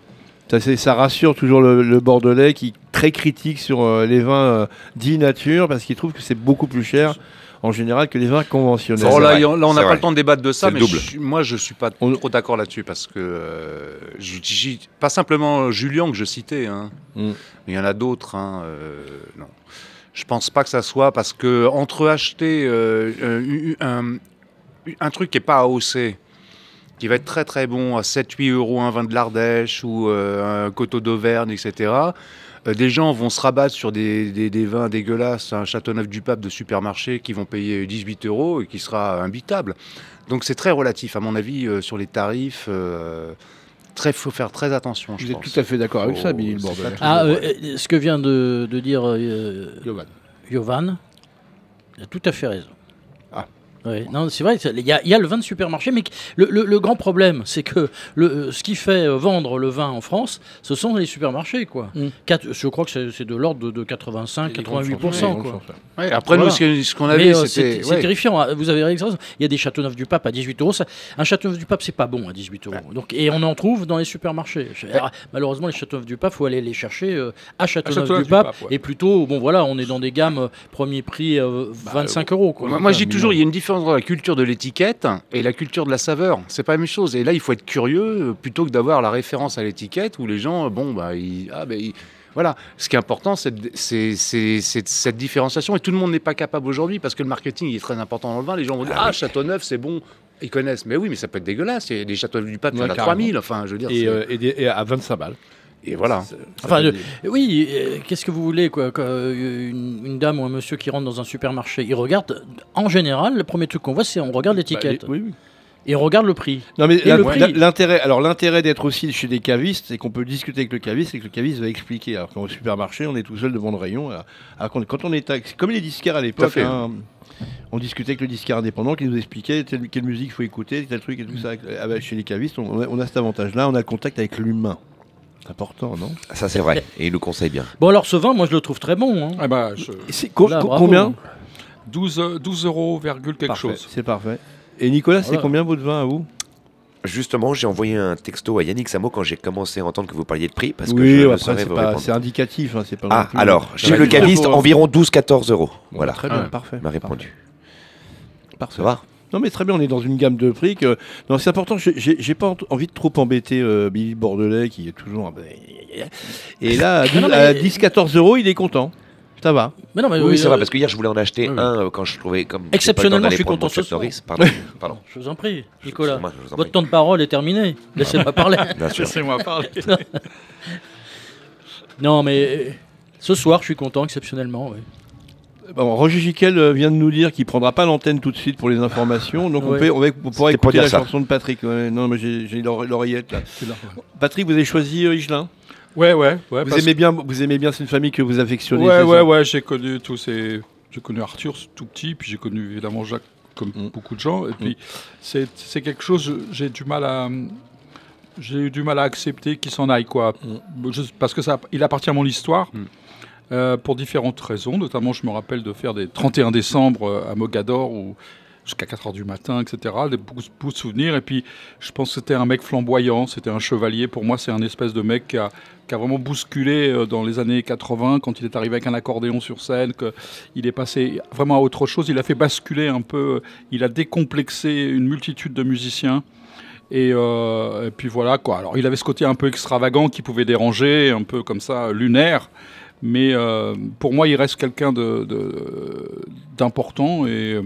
A: Ça, c'est- ça rassure toujours le, le Bordelais qui est très critique sur euh, les vins euh, dits nature parce qu'il trouve que c'est beaucoup plus cher en général que les vins conventionnels.
D: Oh là, y- là, on n'a pas le temps de débattre de ça,
A: C'est le
D: mais
A: double.
D: je suis- moi, je suis pas trop d'accord là-dessus parce que euh, je- j'y- pas simplement Julien que je citais, hein.
A: Mm.
D: il y en a d'autres. hein, euh, non, je pense pas que ça soit parce que entre acheter euh, euh, un, un truc qui est pas AOC qui va être très très bon à 7-8 euros un vin de l'Ardèche ou euh, un coteau d'Auvergne, etc. euh, des gens vont se rabattre sur des, des- des vins dégueulasses, un Châteauneuf-du-Pape de supermarché qui vont payer 18 euros et qui sera imbitable. Donc c'est très relatif, à mon avis, euh, sur les tarifs. Il faut faire très attention, je
A: Vous êtes
D: pense.
A: tout à fait d'accord avec ça,
D: Faut-
A: Billy le
D: c'est
A: Bordelais.
D: pas
B: Ah,
D: toujours,
B: euh, euh, ce que vient de, de dire euh,
A: Yovan.
B: il a tout à fait raison.
D: Ah.
B: Ouais, non, c'est vrai, c'est- il y, a- il y a le vin de supermarché, mais que- le, le- le grand problème, c'est que le, euh, ce qui fait euh, vendre le vin en France, ce sont les supermarchés. Quoi. Quatre- je crois que c'est- c'est de l'ordre de, de 85,
D: surfaces, Mm.
B: 88%.
D: les
B: quoi.
D: grandes surfaces. Ouais, après, nous, ce que- ce qu'on avait,
B: Mais, euh,
D: c'était-
B: C'est
D: ouais.
B: c'est terrifiant, hein. vous avez raison. Il y a des Châteauneuf du Pape à 18 euros. ça- Un Châteauneuf du Pape, c'est pas bon à 18 euros. Donc, et on en trouve dans les supermarchés. Je- alors, malheureusement, les Châteauneuf du Pape, faut aller les chercher euh, à Châteauneuf, du Pape.
D: Châteauneuf-du-Pape, ouais.
B: Et plutôt, bon voilà, on est dans des gammes euh, premier prix euh, 25 euros. Quoi.
D: Moi, moi, je dis toujours, il y a une différence entre la culture de l'étiquette et la culture de la saveur. C'est pas la même chose. Et là, il faut être curieux euh, plutôt que d'avoir la référence à l'étiquette où les gens, euh, bon, bah, ils- ah, bah, ils- voilà. Ce qui est important, c'est de- c'est- c'est- c'est cette différenciation. Et tout le monde n'est pas capable aujourd'hui parce que le marketing il est très important dans le vin. Les gens vont dire, ah, Châteauneuf, c'est bon. Ils connaissent. Mais oui, mais ça peut être dégueulasse. Il y a des Châteauneuf du Pape, il y en
A: Ouais,
D: a
A: carrément.
D: 3000. Enfin, je veux dire.
A: Et,
D: c'est-
A: euh, et des- et à 25 balles.
D: Et voilà.
B: Enfin, euh, oui, euh, qu'est-ce que vous voulez quoi, quoi, euh, une, une dame ou un monsieur qui rentre dans un supermarché, il regarde, en général, le premier truc qu'on voit, c'est on regarde l'étiquette.
A: les- oui, oui.
B: Et on regarde le prix.
A: Non mais
B: Et
A: la-
B: le prix.
A: la- l'intérêt, alors l'intérêt d'être aussi chez des cavistes, c'est qu'on peut discuter avec le caviste et que le caviste va expliquer. Alors qu'au supermarché, on est tout seul devant le rayon. Alors, alors qu'on- quand on est tax- comme les disquaires à
D: à
A: l'époque,
D: fait.
A: hein, on discutait avec le disquaire indépendant qui nous expliquait telle, quelle musique faut écouter, tel truc et tout ça. Ah bah, chez les cavistes, on, on a cet avantage-là, on a le contact avec l'humain. C'est important, non
E: Ça, c'est vrai. Et il nous conseille bien.
B: Bon, alors ce vin, moi je le trouve très bon. hein.
C: Ah bah, je-
A: C'est co- co- combien
C: 12, euh, 12 euros, virgule quelque
A: Parfait,
C: chose.
A: C'est parfait. Et Nicolas, c'est
C: Voilà.
A: combien votre vin à vous
E: Justement, j'ai envoyé un texto à Yannick Samo quand j'ai commencé à entendre que vous parliez de prix parce que
A: Oui,
E: je ne
A: après,
E: saurais
A: c'est
E: vous
A: pas-
E: répondre.
A: c'est indicatif, hein, c'est pas
E: ah,
A: non plus-
E: alors,
A: Ça
E: chez
A: va
E: le
A: être
E: caviste,
A: pour-
E: environ 12-14 euros. Voilà.
A: très bien,
E: Ah,
A: parfait,
E: M'a répondu.
A: Parfait.
E: Ça va
A: Non mais très bien, on est dans une gamme de prix que non c'est important. j'ai- J'ai j'ai pas ent- envie de trop embêter euh, Billy Bordelais qui est toujours et là à
E: Non, non,
A: 10,
E: mais-
A: 14 euros il est content. Ça va.
B: Mais non, mais
E: oui,
B: oui,
E: ça
B: euh,
E: va, parce que hier, je voulais en acheter un euh, quand je trouvais comme. j'ai pas le
B: Exceptionnellement,
E: temps
B: je
E: d'aller
B: suis
E: prendre
B: content
E: mon
B: ce
E: Chuck
B: soir. Ah.
E: Norris. Pardon. pardon.
B: Je vous en prie, Nicolas.
E: excusez-moi, je vous en
B: Votre
E: prie.
B: temps de parole est terminé. Laissez-moi parler.
E: Bien sûr.
C: Laissez-moi parler.
B: non, mais euh, ce soir, je suis content exceptionnellement. oui.
A: Bon, Roger Giquel euh, vient de nous dire qu'il prendra pas l'antenne tout de suite pour les informations, donc
B: Ouais.
A: on, peut, on, va- on pourra
E: C'était pour
A: écouter
E: dire
A: la
E: ça.
A: chanson de Patrick. Ouais, non mais j'ai j'ai l'ore- l'oreillette là.
C: là,
A: Patrick, vous avez choisi euh, Higelin
C: Ouais, ouais, ouais.
A: Vous
C: parce-
A: aimez bien, vous aimez bien, c'est une famille que vous affectionnez.
C: Ouais,
A: c'est
C: ouais,
A: ça
C: ouais, j'ai connu tous ces. J'ai connu Arthur tout petit, puis j'ai connu évidemment Jacques comme
A: Mm.
C: beaucoup de gens. Et puis c'est c'est quelque chose, je- j'ai du mal à. J'ai eu du mal à accepter qu'il s'en aille, quoi.
A: Mm.
C: Je- parce que ça, il appartient à mon histoire. euh, pour différentes raisons, notamment je me rappelle de faire des 31 décembre euh, à Mogador ou jusqu'à 4 heures du matin, etc. Des beaucoup, beaucoup de souvenirs. Et puis je pense que c'était un mec flamboyant, c'était un chevalier. Pour moi, c'est un espèce de mec qui a, qui a vraiment bousculé euh, dans les années 80 quand il est arrivé avec un accordéon sur scène, qu'il est passé vraiment à autre chose. Il a fait basculer un peu, il a décomplexé une multitude de musiciens. Et, euh, et puis voilà quoi. Alors il avait ce côté un peu extravagant qui pouvait déranger, un peu comme ça lunaire. Mais euh, pour moi, il reste quelqu'un de- de- d'important. Et euh,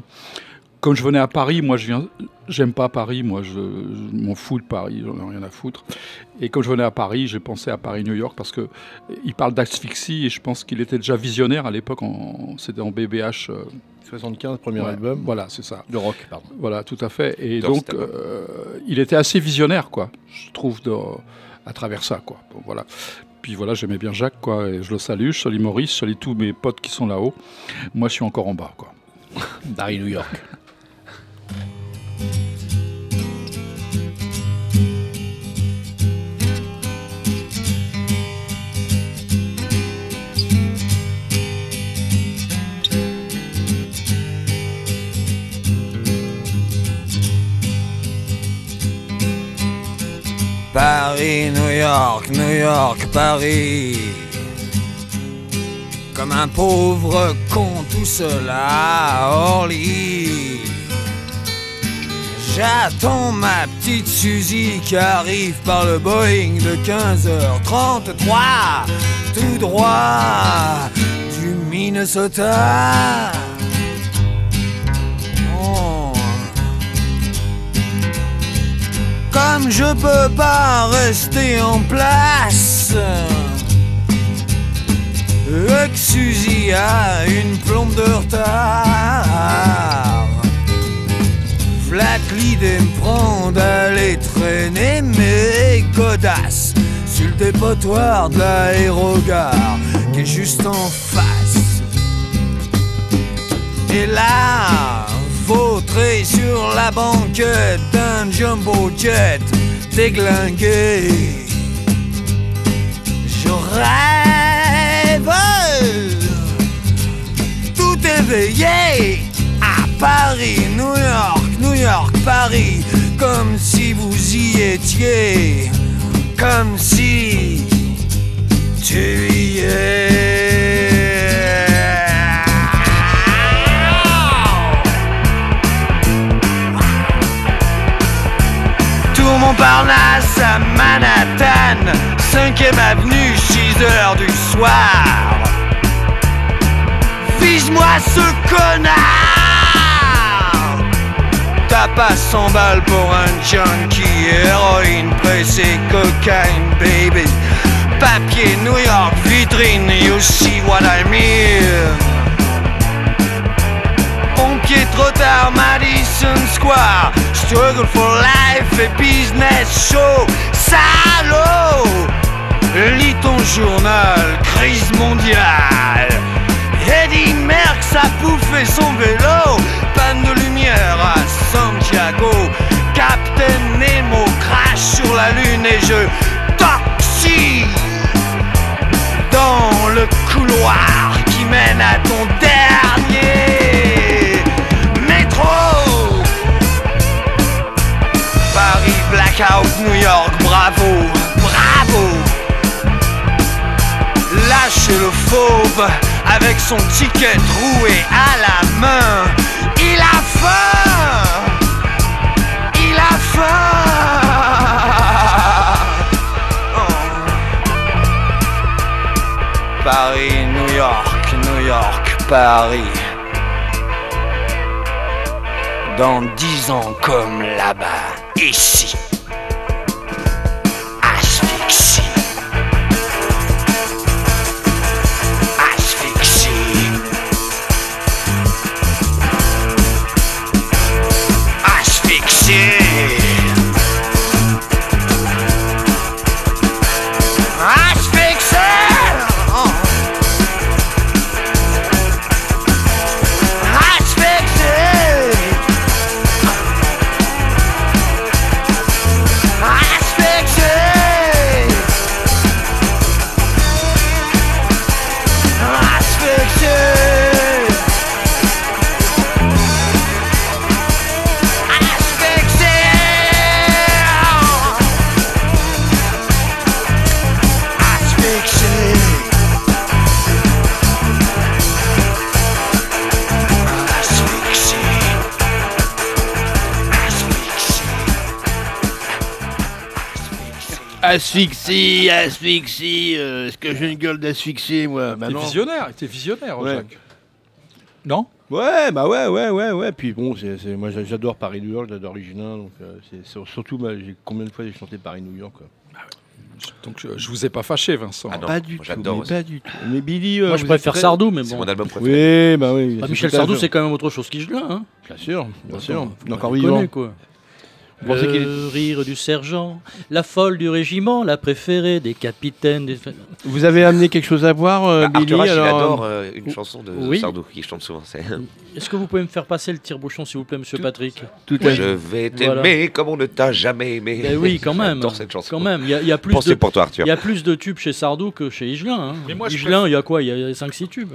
C: comme je venais à Paris, moi je viens, j'aime pas Paris, moi je, je m'en fous de Paris, j'en ai rien à foutre. Et comme je venais à Paris, j'ai pensé à Paris-New York parce que euh, il parle d'asphyxie et je pense qu'il était déjà visionnaire à l'époque. en- C'était en BBH. euh,
A: 75 premier
C: Ouais,
A: album.
C: Voilà, c'est ça.
A: De rock, pardon.
C: Voilà, tout à fait. Et
A: Dans
C: donc,
A: cet album.
C: euh, il était assez visionnaire, quoi. Je trouve dans- à travers ça, quoi. Bon, voilà. Puis voilà, j'aimais bien Jacques, quoi. Et je le salue. Je salue Maurice. Je salue tous mes potes qui sont là-haut. Moi, je suis encore en bas, quoi. Paris, New York.
L: Paris, New York, New York, Paris. Comme un pauvre con, tout cela à Orly. J'attends ma petite Suzy qui arrive par le Boeing de 15h33, tout droit du Minnesota. Oh. Comme je peux pas rester en place euh, que Suzy a une plombe de retard Flatte l'idée me prend d'aller traîner mes godasses Sur le dépotoir de l'aérogare Qui est juste en face et là, vautré sur la banquette d'un jumbo jet déglingué. Je rêve, tout éveillé à Paris, New York, New York, Paris, comme si vous y étiez, comme si tu y es. Tour Montparnasse à Manhattan, 5ème avenue, 6 heures du soir. Vise-moi ce connard! T'as pas 100 balles pour un junkie, héroïne pressée, cocaïne, baby. Papier, New York, vitrine, you see what I mean. Pompier trop tard, Madison Square Struggle for life et business show Salaud Lis ton journal, crise mondiale Eddie Merckx a pouffé son vélo Pas je taxi dans le couloir qui mène à ton dernier métro. Paris, Blackout, New York, bravo, bravo. Lâchez le fauve avec son ticket troué à la main. Il a faim, il a faim. Oh. Paris, New York, New York, Paris. Dans dix ans comme là-bas, ici. Asphyxie. Asphyxie. Asphyxie. Asphyxie. Oh. Asphyxie. Asphyxie. Asphyxie.
A: Asphyxie, asphyxie, euh, est-ce que j'ai une gueule d'asphyxie, moi bah
C: T'es
A: non.
C: visionnaire, Ah, t'es visionnaire,
A: Ouais.
C: Jacques. Non
A: Ouais, bah ouais, ouais, ouais, ouais. Puis bon, c'est, c'est- moi j'a- j'adore Paris New York, j'adore Originin, donc euh, c'est, c'est surtout bah, j'ai, combien de fois j'ai chanté Paris New York. Quoi.
C: Donc je, je vous ai pas fâché, Vincent.
A: Ah non, Pas du moi, tout, j'adore mais aussi. pas du tout. Mais Billy,
B: Moi, je préfère Sardou, mais bon.
A: Oui, bah oui.
B: Bah,
A: c'est
B: Michel
A: tout à
B: Sardou,
A: fait.
B: c'est quand même autre chose qu'il là. Hein
A: Bien sûr, bien
B: Attends,
A: sûr.
B: faut
A: Il est
B: pas
A: encore
B: déconner,
A: vivant.
B: quoi.
A: Vous pensez
B: Le
A: qu'il
B: rire du sergent, la folle du régiment, la préférée des capitaines. Des...
A: Vous avez amené quelque chose à voir, euh,
E: Bah,
A: Billy
E: Arthur H, il
A: alors,
E: adore
A: euh,
E: euh, une chanson de
B: Oui.
E: Sardou qui chante souvent. C'est...
B: Est-ce que vous pouvez me faire passer le tire-bouchon, s'il vous plaît, monsieur Patrick
A: Tout
E: Je vais t'aimer
B: Voilà.
E: comme on ne t'a jamais aimé.
B: Ben oui, quand même.
E: J'adore cette chanson.
B: Quand même, il y a, il y a plus
E: Pensez
B: de
E: pour toi, Arthur.
B: Il y a plus de tubes chez Sardou que chez Higelin. Hein.
C: Mais moi, je
B: Higelin, il y a quoi Il y a 5-6 tubes.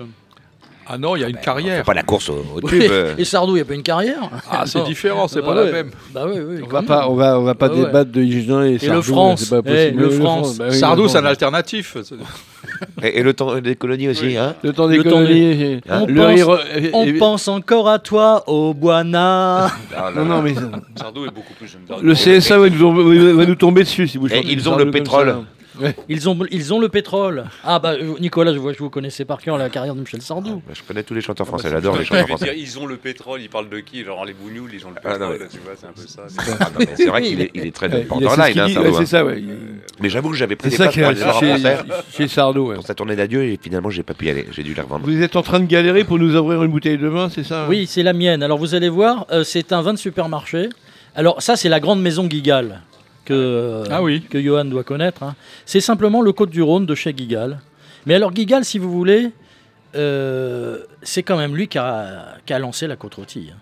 C: Ah non, il y a une
E: Fais
C: carrière.
E: Pas la course au, au
B: Oui,
E: tube. euh.
B: Et Sardou, il n'y a pas une carrière
C: Ah, c'est
B: Non.
C: différent, c'est
B: Ah
C: pas la
B: ouais.
C: même.
B: Bah oui, oui.
A: On va pas, on va, on va pas débattre de Higelin Ah, et
B: Et
A: Sardou.
B: le France,
A: c'est pas
B: eh,
A: possible.
B: le France.
A: bah oui,
C: Sardou,
A: le
C: c'est un
A: France.
C: alternatif.
E: Et, et le temps des colonies aussi. Hein
A: Le temps des
B: Le temps
A: colonies.
B: des- On,
A: Le
B: pense,
A: rire-
B: on
A: et-
B: pense encore à toi, au Boana.
A: Non, non, mais.
D: Ah Sardou Eh, est beaucoup plus jeune.
A: Le CSA va nous, tomber- va nous tomber dessus si vous
E: Eh,
A: chantez du Sardou comme
B: hein.
A: ça. Ouais.
B: Ils ont, ils ont le pétrole. Ah bah euh, Nicolas, je vois que vous connaissez par cœur la carrière de Michel Sardou.
D: Ah, bah,
E: Je connais tous les chanteurs français,
B: c'est
E: j'adore les
B: plutôt-
E: chanteurs
B: je vais
E: français.
D: Ils ont le pétrole, ils parlent de qui Genre les bougnoules, ils ont le
E: Ah, non,
D: pétrole,
E: mais-
D: tu vois, c'est un peu ça.
E: Ah, non, mais c'est vrai qu'il est, il est très
A: Ouais, Euh, il a- c'est
E: borderline,
A: ce
E: hein,
A: qu'il dit,
E: Sardou,
A: ouais,
E: hein.
A: c'est ça, ouais.
E: Mais j'avoue que j'avais pris des
A: C'est ça
E: places
A: qui
E: pour
A: est-
E: aller le voir en
A: chez-
E: concert.
A: chez Sardou, ouais.
E: Pour sa tournée d'adieu, et finalement, j'ai pas pu y aller. J'ai dû la revendre.
A: Vous êtes en train de galérer pour nous ouvrir une bouteille de vin, c'est ça hein
B: Oui, c'est la mienne. Alors vous allez voir, euh, c'est un vin de supermarché. Alors ça, c'est la grande maison Gigal que, euh,
C: Ah
B: que Johan doit connaître. hein. C'est simplement le Côte du Rhône de chez Gigal. Mais alors Gigal, si vous voulez, euh, c'est quand même lui qui a, qui a lancé la côte rôtie. hein.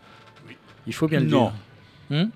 B: Il faut bien le
C: Non.
B: dire. Hmm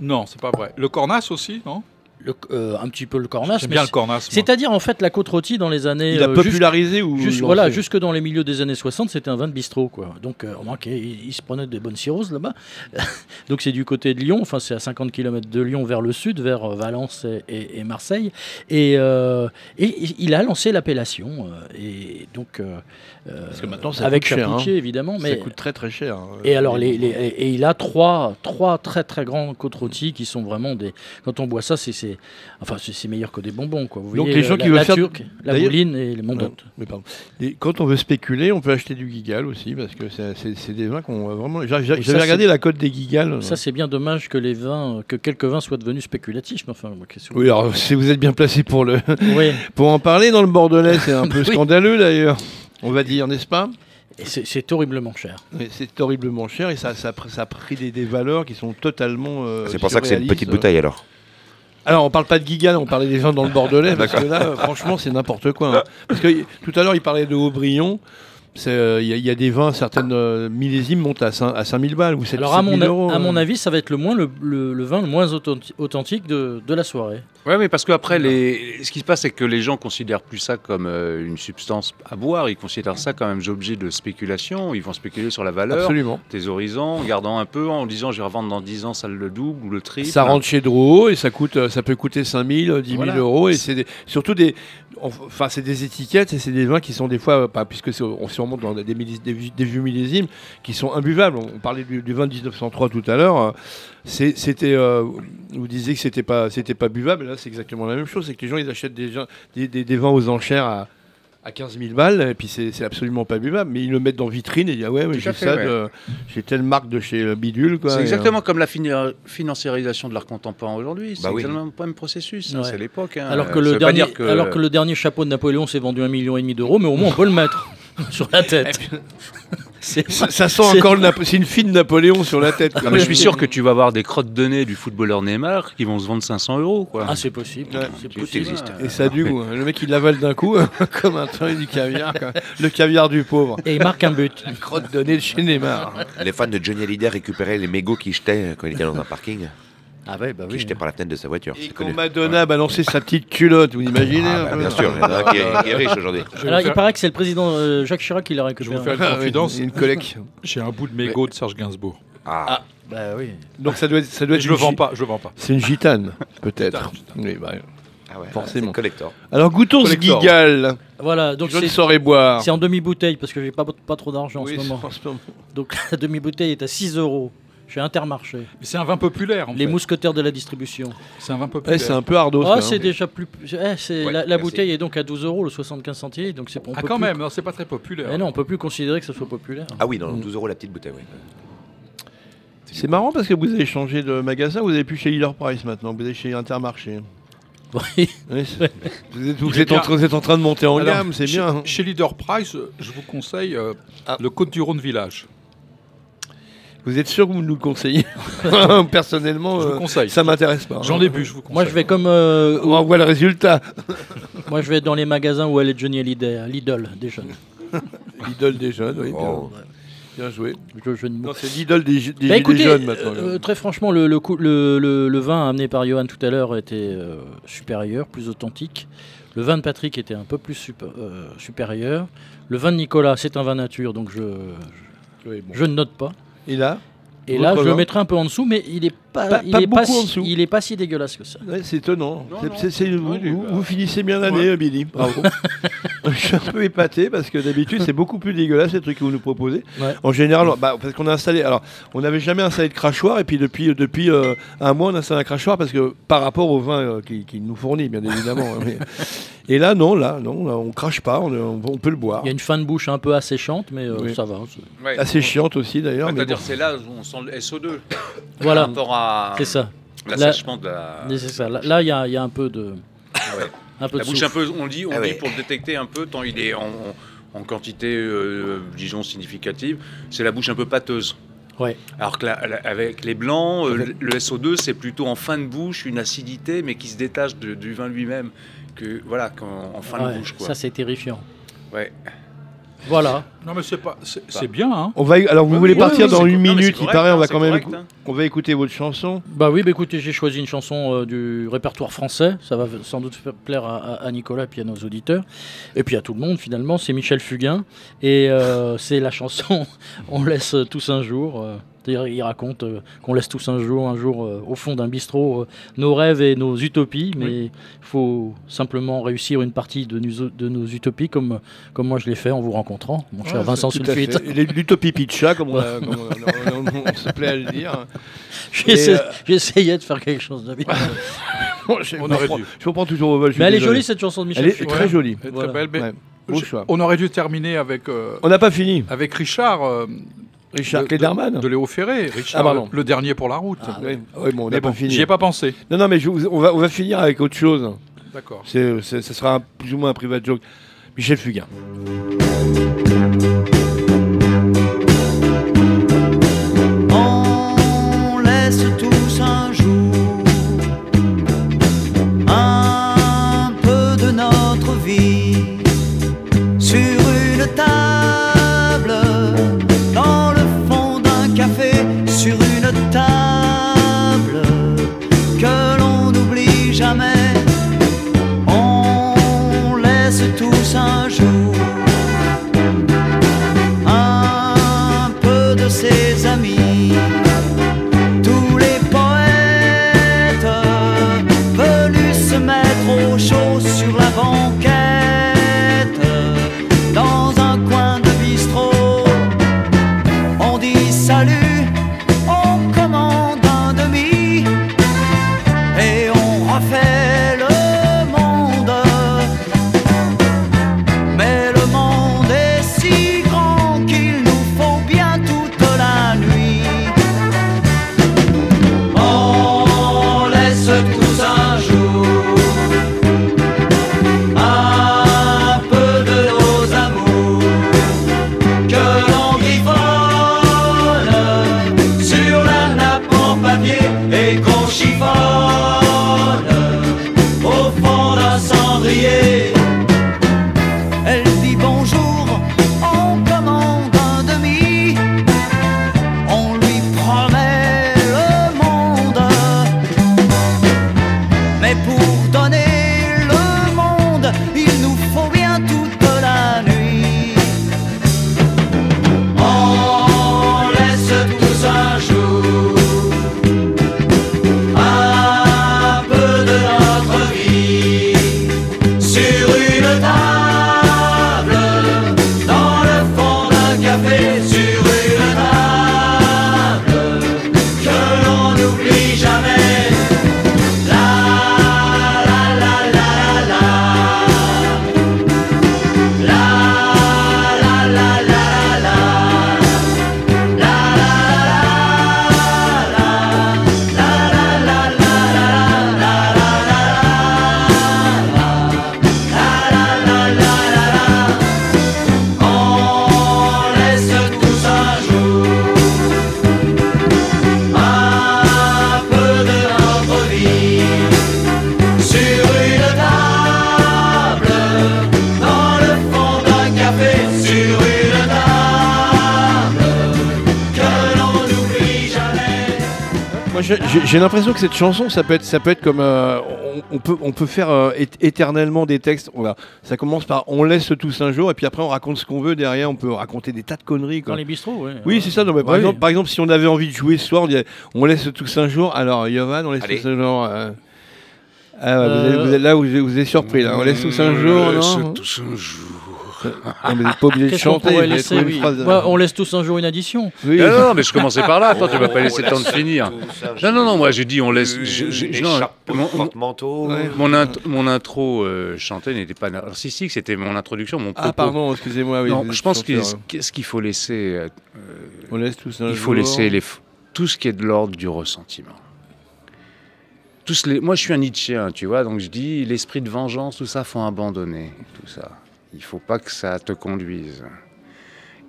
C: non, c'est pas vrai. Le Cornas aussi, non
B: Un petit peu le Cornas.
C: J'aime
B: mais
C: bien
B: c'est-
C: le Cornas. moi.
B: C'est-à-dire, en fait, la côte rôtie dans les années.
C: Il a
B: jusque-
C: popularisé ou
B: euh, jusque-
C: lancé
B: Voilà, jusque dans les milieux des années 60, c'était un vin de bistrot, quoi. Donc, euh, remarquez, il, il se prenait des bonnes cirrhoses là-bas. Donc, c'est du côté de Lyon, enfin, c'est à 50 km de Lyon vers le sud, vers euh, Valence et, et- et Marseille. Et, euh, et il- il a lancé l'appellation. euh, et donc. euh,
A: Parce que maintenant, ça
B: avec
A: coûte cher,
B: Charpentier,
A: hein.
B: évidemment.
A: Ça
B: Mais
A: coûte très, très cher, hein.
B: Et alors, les, les- et il a trois, trois très très grands côtes rôties qui sont vraiment des. Quand on boit ça, c'est c'est- enfin c'est c'est meilleur que des bonbons quoi. Vous
A: Donc
B: voyez,
A: les
B: le-
A: gens
B: la,
A: qui veulent
B: la
A: faire
B: turque, la
A: D'ailleurs-
B: mouline et les
A: Ah,
B: mondotes.
A: mais pardon. Et quand on veut spéculer, on peut acheter du Gigal aussi parce que c'est- c'est c'est des vins qu'on va vraiment. J'a- j'a-
B: Et
A: J'avais
B: ça,
A: regardé
B: c'est-
A: la cote des euh. Gigal.
B: Ça c'est bien dommage que les vins, euh, que quelques vins soient devenus spéculatifs. Mais enfin, moi, qu'est-ce que-
A: Oui, alors si vous êtes bien placé pour le
B: Oui.
A: pour en parler dans le Bordelais, c'est un peu
B: Oui.
A: scandaleux d'ailleurs. On va dire, n'est-ce pas
B: Et c'est- c'est horriblement cher.
A: Mais C'est horriblement cher et ça, ça, a pr- ça a pris des, des valeurs qui sont totalement. euh,
E: C'est pour ça que c'est une
A: surréalistes.
E: petite bouteille alors.
A: Alors, on parle pas de Gigal, on parlait des gens dans le Bordelais, parce que
E: D'accord.
A: là, euh, franchement, c'est n'importe quoi. hein. Parce que y- tout à l'heure, il parlait de Aubryon. C'est, euh, Il y, a- il y a des vins, certaines euh, millésimes montent à, cin- à 5000 balles ou 7
B: Alors, à mon,
A: 7000 euros. euh.
B: à mon avis, ça va être le, moins, le, le- le vin le moins authenti- authentique de, de la soirée.
D: Ouais, mais parce qu'après, les... ce qui se passe, c'est que les gens considèrent plus ça comme euh, une substance à boire. Ils considèrent ça comme un objet de spéculation. Ils vont spéculer sur la valeur,
A: Absolument.
D: tes horizons, en gardant un peu, en disant je vais revendre dans 10 ans, ça le double ou le triple.
A: Ça rentre chez Drouot et ça, coûte, euh, ça peut coûter 5000, euh, 10 000
D: Voilà.
A: euros. Et c'est des- surtout des, enfin, c'est des étiquettes et c'est des vins qui sont des fois, euh, pas, puisque c'est- on surmonte dans des, millis- des, vieux- des vieux millésimes, qui sont imbuvables. On, on parlait du, du vin de 1903 tout à l'heure. euh, c'est- C'était, euh, vous disiez que c'était pas, c'était pas buvable. Là, c'est exactement la même chose. C'est que les gens, ils achètent des, gens- des, des- des vins aux enchères à, à 15 000 balles et puis c'est c'est absolument pas buvable. Mais ils le mettent dans vitrine et ils disent ah ouais, mais
D: Tout
A: j'ai
D: à fait,
A: ça,
D: ouais.
A: de- j'ai telle marque de chez euh, Bidule. quoi. Et,
D: C'est
A: euh,
D: exactement comme la fina- financiarisation de l'art contemporain aujourd'hui. C'est
A: Bah oui.
D: exactement le même processus. hein,
B: Ouais.
D: C'est l'époque. hein.
B: Alors, que
D: Ça
B: le
D: veut pas
B: dernier-
D: dire que-
B: alors que le dernier chapeau de Napoléon s'est vendu un million et demi d'euros, mais au moins on peut le mettre sur la tête. C'est-
A: Eh Ça, ça sent
B: c'est-
A: encore le Napo- c'est une fille de Napoléon sur la tête.
D: Non, mais je suis sûr que tu vas avoir des crottes de nez du footballeur Neymar qui vont se vendre 500 euros. Quoi.
B: Ah, c'est possible. C'est possible.
A: Et ça a du goût. hein. Le mec, il l'avale d'un coup, comme un train du caviar. quoi. Le caviar du pauvre.
B: Et il marque un but.
A: La crotte donnée de chez Neymar.
E: Les fans de Johnny Hallyday récupéraient les mégots qu'il jetait quand il était dans un parking.
B: Ah ouais, bah
E: oui. Qu'il jetait par la fenêtre de sa voiture. c'est
A: Quand
E: connu.
A: Madonna a balancé sa petite culotte, vous imaginez hein,
E: Ah,
A: un
E: bah,
A: peu
E: bien sûr, il y en a un qui est- qui est riche aujourd'hui.
B: Alors, il paraît que c'est le président euh, Jacques Chirac qui l'a
C: Je vais
B: récupéré.
C: vous faire
A: Ah
C: une confidence. J'ai un bout de mégot
B: Mais-
C: de Serge Gainsbourg.
E: Ah.
B: Bah oui.
A: Donc ça doit être. Ça doit être
C: je le
A: une
C: vends
A: gi-
C: pas, je le vends pas.
A: C'est une gitane, peut-être. Oui, bah,
B: Ah
E: c'est
A: forcément.
E: le collector.
A: Alors goûtons ce
E: Collector.
A: gigal.
B: Voilà, donc
A: je ne
B: c'est-
A: saurais boire.
B: C'est en demi-bouteille parce que j'ai pas, pas trop d'argent
A: Oui,
B: en, ce moment.
A: en ce moment.
B: Donc la demi-bouteille est à 6 euros chez Intermarché.
C: C'est un vin populaire. En
B: Les
C: fait.
B: mousquetaires de la distribution.
C: C'est un vin populaire.
A: Eh, c'est un peu ardos.
B: Ah,
A: là,
B: c'est
A: hein.
B: déjà plus. eh, c'est-
C: Ouais,
B: la la
C: merci.
B: bouteille est donc à 12 euros le 75 centimes. Donc c'est on
C: Ah,
B: peut
C: quand
B: plus-
C: même, non, c'est pas très populaire.
B: Eh non, on peut plus considérer que ce soit populaire.
E: Ah oui,
A: Mm.
E: non, 12 euros la petite bouteille, oui.
A: C'est marrant parce que vous avez changé de magasin, vous n'avez plus chez Hiller Price maintenant, vous êtes chez Intermarché.
B: Oui.
A: c'est- vous, êtes, vous
C: Il est
A: êtes en,
C: bien.
A: train- vous êtes en train de monter en
C: Alors,
A: gamme, c'est
C: chez-
A: bien. hein.
C: Chez Leader Price, euh, je vous conseille euh,
B: Ah.
C: le Côte-du-Rhône Village.
A: Vous êtes sûr que vous nous le conseillez Personnellement,
C: Je vous
A: euh,
C: conseille.
A: ça m'intéresse pas. hein.
C: J'en ai bu, je vous
B: Moi, je vais comme. euh,
A: On en voit le résultat.
B: Moi, je vais dans les magasins où elle est Johnny Hallyday, à Lidl, des jeunes.
A: L'idole des jeunes, oui.
B: Oh.
A: Bien, bien joué.
B: Non,
A: c'est l'idole des, des-
B: Bah,
A: des
B: écoutez,
A: jeunes maintenant.
B: euh, très franchement, le, le, coup- le- le- le vin amené par Johan tout à l'heure était euh, supérieur, plus authentique. Le vin de Patrick était un peu plus sup- euh, supérieur. Le vin de Nicolas, c'est un vin nature, donc je, je,
A: Oui, bon.
B: je ne note pas.
A: Et là
B: Et là, je
A: Votre
B: le
A: vin
B: mettrai un peu en dessous, mais il est pas,
A: Pas-
B: il
A: pas
B: est pas
A: beaucoup en
B: si-
A: dessous.
B: il est pas si dégueulasse que ça.
A: Ouais, c'est étonnant. C'est- c'est- c'est- vous, vous- vous finissez bien l'année,
B: Ouais.
A: euh, Billy. Bravo. je suis un peu épaté parce que d'habitude, c'est beaucoup plus dégueulasse les trucs que vous nous proposez.
B: Ouais.
A: En général, on- bah, parce qu'on a installé. Alors, on n'avait jamais installé de crachoir et puis depuis, depuis euh, un mois, on installe un crachoir parce que par rapport au vin euh, qu'il qu'il nous fournit, bien évidemment. hein, mais- Et là, non, là, non, là, on crache pas, on, on- on peut le boire.
B: Il y a une fin de bouche un peu asséchante, mais euh,
A: Oui.
B: ça va.
D: Ouais.
A: Assez chiante aussi d'ailleurs. mais
D: C'est-à-dire,
A: bon.
D: c'est là où on sent le SO2.
B: Voilà.
D: Par rapport à.
B: C'est ça.
D: L'assèchement de la. Ah
B: Oui, C'est ça. Là- Là, il y, a- il y a un peu de. Un peu
D: la
B: de
D: bouche
B: souffle.
D: un peu, on dit, on
B: Ah
D: dit
B: ouais.
D: pour le détecter un peu, tant il est en, en quantité, euh, disons, significative, c'est la bouche un peu pâteuse.
B: Ouais.
D: Alors que la- la- avec les blancs, euh, le- le SO2, c'est plutôt en fin de bouche, une acidité, mais qui se détache de- du vin lui-même, que voilà, qu'en en fin
B: Ouais,
D: de bouche. Quoi.
B: Ça, c'est terrifiant.
D: Ouais.
B: Voilà.
C: Non, mais c'est pas. C'est c'est bien, hein.
A: On va, alors vous voulez
C: oui,
A: partir
C: oui,
A: dans
C: c'est co-
A: une
C: non, mais
A: minute,
C: c'est
A: il
C: correct,
A: paraît. on
C: hein,
A: va
C: c'est
A: quand même,
C: correct,
A: écou- on va écouter votre chanson.
B: Bah oui, bah écoutez, j'ai choisi une chanson euh, du répertoire français. Ça va sans doute faire plaire à, à- à Nicolas puis à nos auditeurs. Et puis à tout le monde, finalement. C'est Michel Fugain. Et euh, c'est la chanson On laisse tous un jour. euh, c'est-à-dire, il raconte euh, qu'on laisse tous un jour, un jour euh, au fond d'un bistrot, euh, nos rêves et nos utopies. Mais il faut simplement réussir une partie de, nos- de nos utopies comme, comme moi je l'ai fait en vous rencontrant, mon cher
A: Ouais,
B: Vincent
A: Ah, tout à fait.
B: Sulfite.
A: Et L'utopie Pitcha, comme on, a- comme on a- on a- on se plaît à le dire. Et,
B: J'essa-
A: euh,
B: J'essayais de faire quelque chose de bien.
A: bon, je,
B: On
A: je
B: aurait
A: prends-
B: dû.
A: je vous prends toujours au vol. je suis
B: Mais elle est
A: désolé.
B: jolie, cette chanson de Michel
A: Elle est
B: Fugain.
A: très
B: Ouais.
A: jolie.
C: Elle est
B: Voilà.
C: très belle, mais
A: Ouais, beau
C: je-
A: choix.
C: on aurait dû terminer avec. euh,
A: On n'a pas fini.
C: Avec Richard. euh,
A: Richard
C: de-
A: Klederman. Ah,
C: De, de Léo Ferré. Richard,
A: pardon. Ah,
C: le dernier pour la route.
A: Oui, oui, bon, on
C: Mais
A: n'a pas
C: bon,
A: fini.
C: J'y ai pas pensé.
A: Non, non, mais je vous- on, va, on va finir avec autre chose.
C: D'accord.
A: C'est- c'est- Ce sera un- plus ou moins un private joke. Michel Fugain.
G: On laisse tous un jour un peu de notre vie sur une table café sur une table que l'on n'oublie jamais. La la la la la la la la la la la la la la la la la la On laisse tous un jour un peu de notre vie sur une table dans le fond d'un café sur une table que l'on n'oublie jamais.
A: Moi, j'ai- j'ai j'ai l'impression que cette chanson, ça peut être, ça peut être comme euh, on, on peut, on peut faire euh, é- éternellement des textes. Voilà. Ça commence par on laisse tous un jour, et puis après on raconte ce qu'on veut derrière. On peut raconter des tas de conneries. quoi.
B: Dans les bistrots, ouais.
A: Oui, c'est ça. Non, mais par,
B: Ouais.
A: exemple, par exemple, si on avait envie de jouer ce soir, on, dirait, on laisse tous un jour. Alors, Yovan, on laisse
E: Allez.
A: tous un jour. euh, ah, ouais, vous,
E: Euh.
A: êtes, vous êtes là, vous, vous êtes surpris. Là. On laisse tous un
E: On
A: jour.
E: laisse
A: non
E: tous un jour.
A: Non, mais vous n'êtes pas obligé de
B: Qu'est-ce qu'on
A: chanter.
B: pourrait
A: vous avez
B: laisser,
A: trouvé une
B: oui.
A: phrase.
B: Ouais, On laisse tous un jour une addition.
A: Oui.
D: Ah non, non, mais je commençais par là. Attends, tu vas pas
A: Oh,
D: laisser le temps de
A: la
D: finir.
A: seule chose.
D: Non, non, non, moi j'ai dit on laisse. je- je-
A: Une
D: je- non,
A: écharpe
D: mon- mon-
E: porte-manteau.
D: Ouais. Mon, int- mon intro euh, chantée n'était pas narcissique, c'était mon introduction, mon propos.
A: Ah, pardon, excusez-moi. Oui,
D: Non,
A: vous êtes
D: je pense que
A: chanteur.
D: ce qu'est-ce qu'il faut laisser. euh,
A: Euh. On laisse tous un
D: Il faut
A: jour.
D: laisser les f- tout ce qui est de l'ordre du ressentiment. Tous les... Moi, je suis un Nietzschéen, tu vois, donc je dis l'esprit de vengeance, tout ça, faut abandonner, tout ça. Il faut pas que ça te conduise.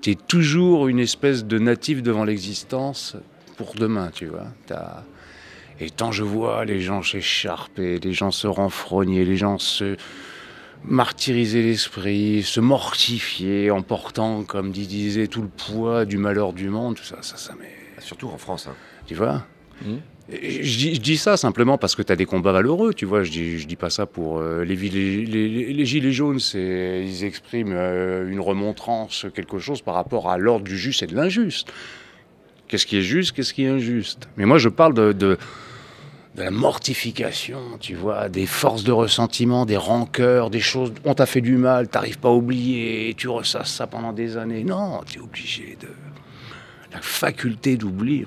D: Tu es toujours une espèce de natif devant l'existence pour demain, tu vois. T'as- Et tant je vois les gens s'écharper, les gens se renfrogner, les gens se martyriser l'esprit, se mortifier en portant, comme dit- disait, tout le poids du malheur du monde, tout ça, ça, ça mais...
E: Surtout en France. hein.
D: Tu vois Et je, dis- je dis ça simplement parce que tu as des combats valeureux, tu vois. Je dis, je dis pas ça pour euh, les, vi- les- les- les gilets jaunes. C'est, ils expriment euh, une remontrance, quelque chose par rapport à l'ordre du juste et de l'injuste. Qu'est-ce qui est juste, qu'est-ce qui est injuste Mais moi, je parle de, de- de la mortification, tu vois, des forces de ressentiment, des rancœurs, des choses. On t'a fait du mal, t'arrives pas à oublier, tu ressasses ça pendant des années. Non, t'es obligé de. La faculté d'oubli,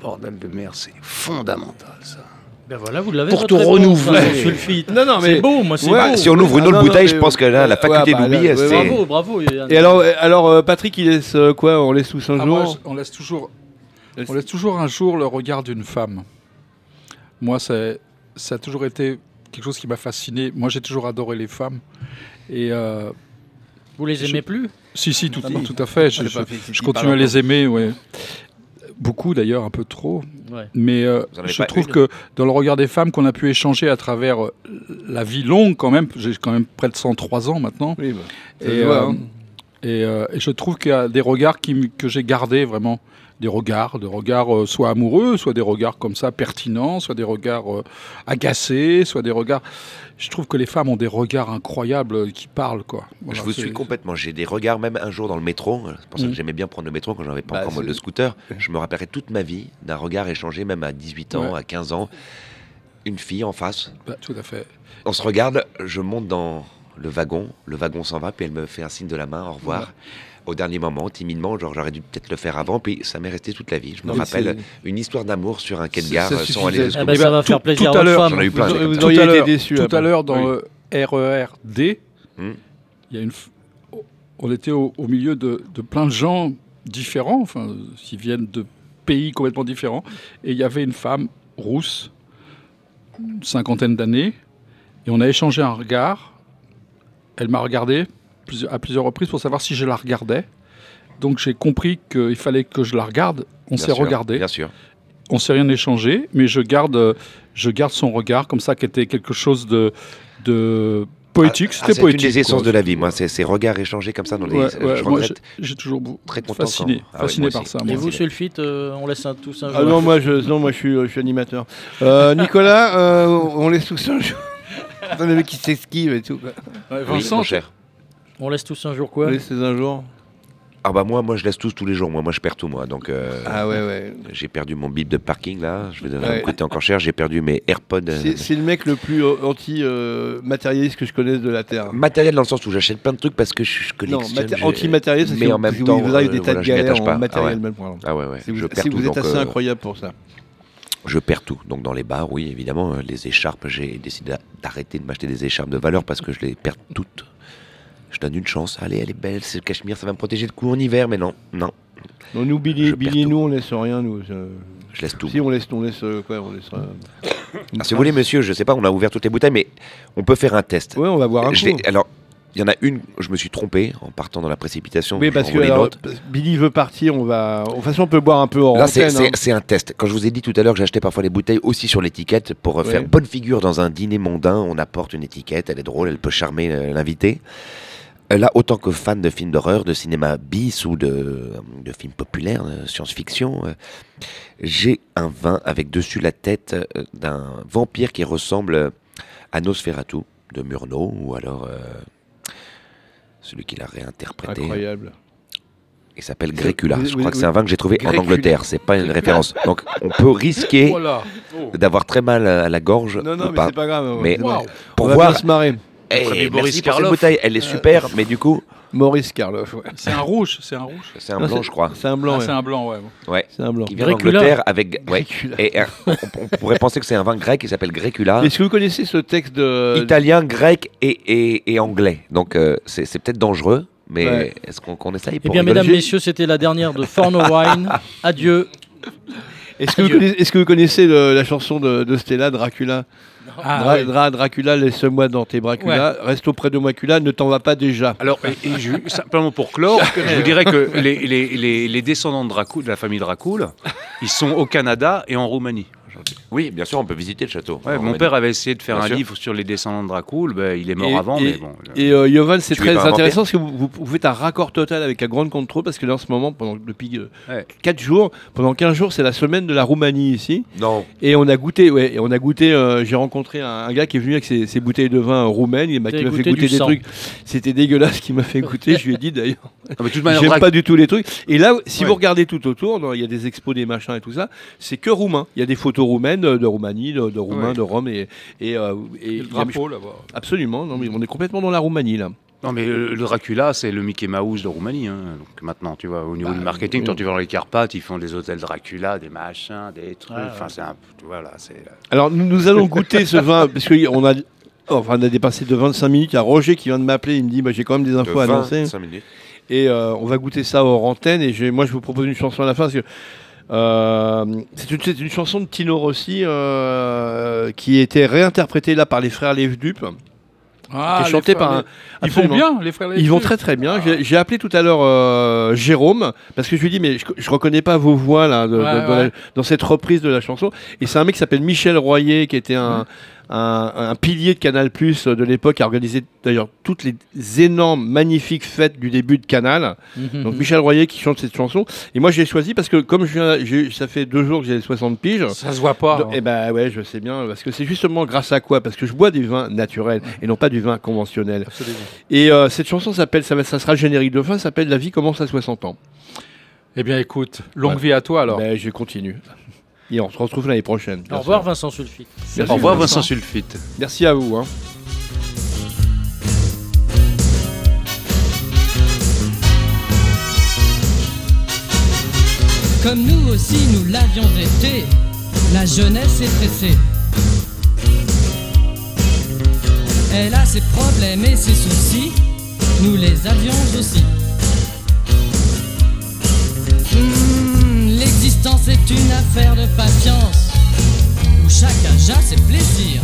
D: bordel de merde, c'est fondamental ça.
B: Ben voilà, vous l'avez.
D: Pour
B: votre
D: te
B: réponse,
D: renouveler.
B: hein, Sulfite.
A: Non, non, mais
B: C'est beau, moi, c'est
A: Ouais,
B: beau.
E: Si on ouvre une
A: Ah,
E: autre
A: non, non,
E: bouteille,
A: mais-
E: je pense que là, la
A: Ouais,
E: faculté
A: bah, là,
E: d'oublier,
A: ouais,
E: c'est.
B: Bravo, bravo. Yann.
A: Et alors, euh, alors euh, Patrick, il laisse euh, quoi On laisse tous un
C: Ah,
A: jour
C: moi, je- on laisse toujours, on laisse toujours un jour le regard d'une femme. Moi, c'est- ça a toujours été quelque chose qui m'a fasciné. Moi, j'ai toujours adoré les femmes. Et euh,
B: Vous les aimez
C: je-
B: plus
C: Si, si, tout,
B: Ah bon.
C: tout à fait. Je,
B: Ah,
C: je-
B: j'ai pas fait-
C: je
B: j'ai pas
C: continue à
B: longtemps.
C: les aimer, ouais. Beaucoup d'ailleurs, un peu trop.
B: Ouais.
C: Mais euh,
E: Vous en avez
C: je
E: pas
C: trouve
E: une
C: que dans le regard des femmes qu'on a pu échanger à travers euh, la vie longue, quand même, j'ai quand même près de 103 ans maintenant.
A: Oui, bah, ça
C: et,
A: se voit,
C: euh,
A: hein.
C: et, euh, et je trouve qu'il y a des regards qui, m- que j'ai gardés vraiment. Des regards, des regards euh, soit amoureux, soit des regards comme ça pertinents, soit des regards euh, agacés, soit des regards. Je trouve que les femmes ont des regards incroyables euh, qui parlent, quoi. Voilà,
E: je vous
C: c'est-
E: suis complètement. J'ai des regards, même un jour dans le métro. euh, C'est pour ça que
C: Mm.
E: j'aimais bien prendre le métro quand j'avais pas
C: Bah,
E: encore moi,
C: c'est-
E: de scooter. Je me rappellerai toute ma vie d'un regard échangé, même à 18 ans,
C: Ouais.
E: à 15 ans. Une fille en face.
C: Bah, tout à fait.
E: On se regarde, je monte dans le wagon, le wagon s'en va, puis elle me fait un signe de la main, au revoir. Au dernier moment, timidement, genre j'aurais dû peut-être le faire avant, puis ça m'est resté toute la vie. Je me
A: Oui,
E: rappelle une histoire d'amour sur un quai de gare euh, sans aller
C: Eh
E: jusqu'au
C: ben,
E: bout.
B: Eh ben, va faire
C: tout-
B: plaisir
C: tout
B: à
C: à
B: votre
C: l'heure.
B: femme.
E: J'en ai eu plein,
C: Vous-
E: des comme
C: vous
E: ça.
C: auriez
A: Tout à
C: été
A: l'heure-
C: déçus
A: tout
C: après.
A: à l'heure dans
C: le RERD,
E: Hmm.
C: il y a une f- on était au, au milieu de, de plein de gens différents, enfin, qui viennent de pays complètement différents, et il y avait une femme rousse, une cinquantaine d'années, et on a échangé un regard. Elle m'a regardé plusieurs- à plusieurs reprises pour savoir si je la regardais. Donc j'ai compris qu'il fallait que je la regarde. On
E: Bien
C: s'est
E: sûr,
C: regardé.
E: Bien sûr.
C: On s'est rien échangé, mais je garde, euh, je garde son regard comme ça, qui était quelque chose de, de poétique.
E: Ah,
C: C'était
E: c'est
C: poétique.
E: une des essences
C: quoi.
E: de la vie, moi, c'est ces regards échangés comme ça dans les.
C: Ouais,
E: je
C: ouais, moi,
E: regrette.
C: j'ai- j'ai toujours beau-
E: Très content
C: fasciné,
E: quand- Ah ouais,
C: fasciné
E: moi
C: par
E: aussi.
C: ça.
B: Et
C: moi.
B: vous, Sulfite, euh, on laisse un, tous un jour.
A: Ah non, moi je, non, moi je suis, euh, je suis animateur. Euh, Nicolas, euh, on laisse tous un jour. Attends, le mec qui s'esquive et tout. quoi.
C: Ouais,
E: Oui, mon cher.
B: On laisse tous un jour
A: On
B: quoi
A: laisse tous un jour.
E: Ah bah moi, moi je laisse tous tous les jours. Moi, moi je perds tout moi. Donc euh,
A: Ah ouais, ouais.
E: J'ai perdu mon bip de parking là. Je vais donner
A: Ouais.
E: un côté encore cher. J'ai perdu mes AirPods. euh,
A: C'est c'est le mec le plus euh, anti-matérialiste que je connaisse de la Terre.
E: Matériel dans le sens où j'achète plein de trucs parce que je, je
A: Non,
E: collectionne.
A: maté-
E: j'ai-
A: anti-matérialiste, c'est
E: mais
A: si
E: en
A: vous-
E: même
A: si
E: temps,
A: vous arrivez des
E: euh,
A: tas de
E: voilà, je m'y
A: galères
E: attache
A: en
E: pas. Ah ouais.
A: matériel même. Voilà.
E: Ah ouais, ouais.
A: Si vous,
E: je
A: si
E: perds tout,
A: vous êtes
E: donc,
A: assez
E: euh,
A: incroyable pour ça.
E: Je perds tout. Donc dans les bars, oui, évidemment, euh, les écharpes, j'ai décidé d'a- d'arrêter de m'acheter des écharpes de valeur parce que je les perds toutes. Je donne une chance. Allez, elle est belle, c'est le cachemire, ça va me protéger de coups en hiver, mais non, non.
A: Non, nous, Billy, Billy nous, on laisse rien. Nous, euh,
E: Je laisse tout.
A: Si, on laisse, on laisse, euh, quoi, on laisse, euh, une
E: Alors, si vous voulez,
A: trace.
E: monsieur, je sais pas, on a ouvert toutes les bouteilles, mais on peut faire un test.
A: Oui, on va voir un
E: Je vais-
A: coup.
E: Alors, il y en a une, je me suis trompé en partant dans la précipitation.
A: Oui,
E: je
A: parce que
E: renvoie les
A: alors,
E: notes.
A: parce- Billy veut partir, on va. De toute façon, on peut boire un peu en
E: Là, c'est-
A: antenne, hein.
E: c'est c'est un test. Quand je vous ai dit tout à l'heure que j'achetais parfois les bouteilles aussi sur l'étiquette pour euh,
A: Ouais.
E: faire bonne figure dans un dîner mondain, on apporte une étiquette, elle est drôle, elle peut charmer euh, l'invité. Euh, Là, autant que fan de films d'horreur, de cinéma bis ou de, euh, de films populaires, de science-fiction, euh, j'ai un vin avec dessus la tête euh, d'un vampire qui ressemble euh, à Nosferatu de Murnau ou alors euh, celui qui l'a réinterprété.
A: Incroyable.
E: Il s'appelle
A: C'est-
E: Grécula.
A: vous-
E: Je
A: vous-
E: crois que
A: vous-
E: c'est un vin que j'ai trouvé
A: Grécula.
E: en Angleterre. C'est pas une
A: Grécula.
E: référence. Donc on peut risquer
A: Oh là. Oh.
E: d'avoir très mal à la gorge.
A: Non, non,
E: ou
A: mais c'est pas grave, ouais,
E: Mais
A: c'est vrai.
E: pour
A: On va
E: voir.
A: bien se marrer.
E: Eh,
A: Notre ami
E: merci
A: Boris
E: pour cette
A: Karloff.
E: bouteille. Elle est super, mais du coup.
A: Maurice Karloff, ouais.
C: C'est Euh, un rouge, c'est un rouge.
E: C'est un blanc, je crois.
A: C'est un blanc.
C: Ah,
A: ouais.
C: c'est un blanc, ouais.
E: Ouais.
A: C'est un blanc.
E: Qui vient
A: Grécula.
E: d'Angleterre avec. Ouais. Et euh, on, on pourrait penser que c'est un vin grec qui s'appelle Grécula.
A: Est-ce que vous connaissez euh, ce texte de.
E: Italien, grec et, et- et anglais. Donc euh, c'est c'est peut-être dangereux, mais
B: Ouais.
E: est-ce qu'on qu'on essaye
B: Eh
E: pour
B: bien,
E: rigoler
B: mesdames, messieurs, c'était la dernière de For No Wine. Adieu.
A: Est-ce que, vous connaissez- est-ce que vous connaissez le- la chanson de, de Stella, Dracula
C: Ah,
A: Dra-
C: oui.
A: Dra- Dracula, laisse-moi dans tes bracula, reste auprès de moi, cula, ne t'en va pas déjà.
D: Alors, et, et je- simplement pour clore, je vous dirais que les, les- les- les descendants de, Dracul, de la famille Dracul, ils sont au Canada et en Roumanie.
E: Oui, bien sûr, on peut visiter le château.
D: Ouais,
E: en
D: mon
E: Roumanie.
D: père avait essayé de faire
E: Bien
D: un
E: sûr.
D: livre sur les descendants de Dracul. ben, il est mort
A: et,
D: avant,
A: et-
D: mais bon.
A: Et euh, Jovan, c'est
D: Tu es
A: très
D: pas un
A: intéressant
D: vampire
A: parce que vous, vous- vous faites un raccord total avec la Grande Contrôle parce que là, en ce moment, pendant, depuis euh,
D: Ouais.
A: 4 jours, pendant 15 jours, c'est la semaine de la Roumanie ici.
E: Non.
A: Et on a goûté, ouais, et on a goûté, euh, j'ai rencontré un, un gars qui est venu avec ses, ses bouteilles de vin roumaines, il m'a
D: T'as
A: qui m'a fait
D: goûté
A: goûter
D: du
A: des
D: sang.
A: trucs. C'était dégueulasse qu'il m'a fait goûter, je lui ai dit d'ailleurs.
D: Ah, mais de toute manière,
A: J'aime
D: Drac-
A: pas du tout les trucs. Et là, si
D: Ouais.
A: vous regardez tout autour, dans- il y a des expos, des machins et tout ça, c'est que roumain. Il y a des photos roumaines euh, de Roumanie, de, de Roumains,
D: Ouais.
A: de Rome et. et, euh, et-
C: le drapeau, là-bas.
A: Absolument, non, mais on est complètement dans la Roumanie là.
D: Non, mais euh, le Dracula, c'est le Mickey Mouse de Roumanie. hein. Donc maintenant, tu vois, au
E: Bah
D: niveau du marketing,
A: oui.
D: quand tu vas dans les Carpates, ils font des hôtels Dracula, des machins, des trucs.
A: Ah,
D: enfin,
A: ouais.
D: c'est un. tu vois, là, c'est. euh,
A: Alors nous, nous allons goûter ce vin parce qu'on a, enfin, on a dépassé de 25 minutes. Il y a Roger qui vient de m'appeler, il me dit bah, j'ai quand même des infos à annoncer.
E: 25 minutes.
A: Et euh, on va goûter ça hors antenne. Et j'ai- moi je vous propose une chanson à la fin parce que euh, c'est une, c'est une chanson de Tino Rossi euh, qui était réinterprétée là par les frères Lévdup.
C: Ah,
A: qui est
C: les
A: chanté
C: frères
A: par un-
C: Lev- Ils
A: absolument.
C: vont bien, les Ah. frères Lev-
A: Ils vont très très bien. J'ai- J'ai appelé tout à l'heure euh, Jérôme parce que je lui dis mais je, je reconnais pas vos voix là de- de-
C: Ouais,
A: dans,
C: ouais.
A: la- dans cette reprise de la chanson. Et c'est un mec qui s'appelle Michel Royer qui était un, un- un pilier de Canal Plus euh, de l'époque, qui a organisé d'ailleurs toutes les énormes magnifiques fêtes du début de Canal.
C: Mhm.
A: Donc Michel Royer qui chante cette chanson. Et moi j'ai choisi parce que comme je viens- j'ai- ça fait deux jours que j'ai 60 piges.
C: Ça se voit pas, hein.
A: Et ben ouais je sais bien parce que c'est justement grâce à quoi Parce que je bois des vins naturels et non pas du vin conventionnel.
C: Absolument.
A: Et euh, cette chanson s'appelle, ça, va- ça sera le générique de fin, s'appelle La vie commence à 60 ans.
C: Eh bien, écoute, longue vie à toi alors.
A: Ben, je continue. Et on se retrouve l'année prochaine.
B: Au revoir, Vincent Sulfi.
A: Merci,
D: Au revoir, Vincent Sulfite.
A: Merci à vous. hein.
M: Comme nous aussi nous l'avions été, la jeunesse est pressée. Elle a ses problèmes et ses soucis, nous les avions aussi. Hmm, L'existence est une affaire de patience, où chacun jase ses plaisirs.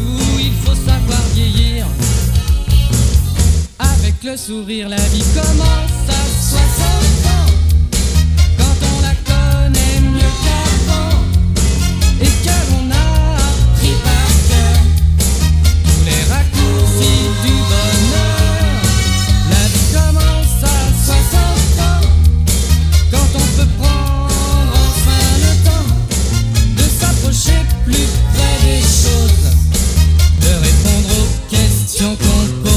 M: Où il faut savoir vieillir, avec le sourire, la vie commence à 60 ans. Quand on la connaît mieux qu'avant et que l'on a appris par cœur tous les raccourcis du bonheur. La vie commence à 60 ans. Quand on peut prendre enfin le temps de s'approcher plus près des choses, de répondre aux questions qu'on pose.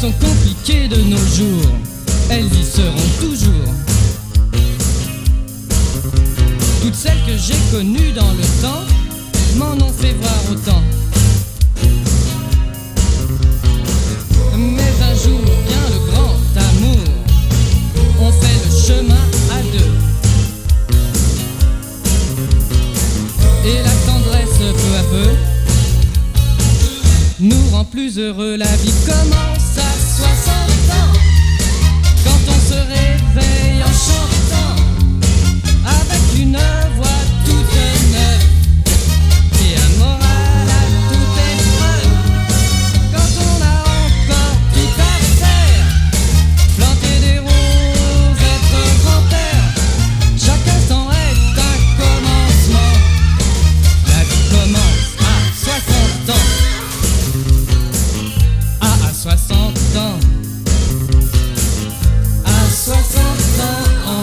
M: sont compliquées de nos jours. Elles y seront toujours. Toutes celles que j'ai connues dans le temps m'en ont fait voir autant. Mais un jour vient le grand amour. On fait le chemin à deux. Et la tendresse peu à peu nous rend plus heureux. La vie commence à 60 ans. Quand on se réveille en chantant avec une voix toute neuve et un moral à toute épreuve. Quand on a encore tout à faire, planter des roses, être grand-père, chaque instant est un commencement. La vie commence à 60 ans. Ah, à 60 ans. À 60 ans.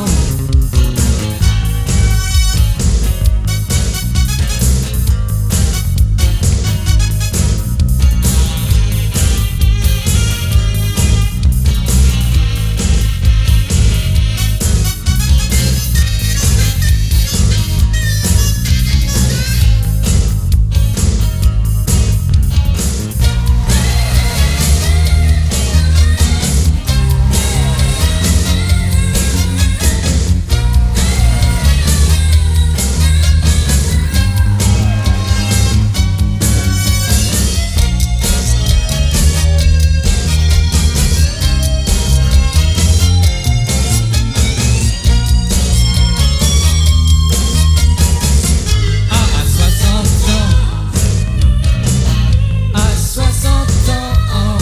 M: Ah, à 60 ans. À 60 ans.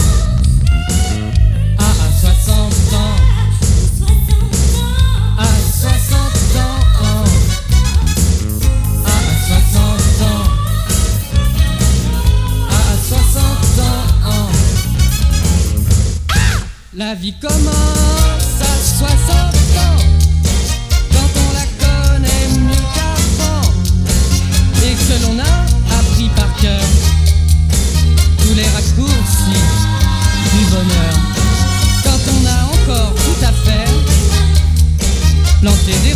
M: Ah, à 60 ans. À 60 ans. Ah, à 60 ans. Ah, à 60 ans. La vie commence à 60 ans. Quand on la connaît mieux qu'avant et que l'on a appris par cœur tous les raccourcis du bonheur. Quand on a encore tout à faire, planter des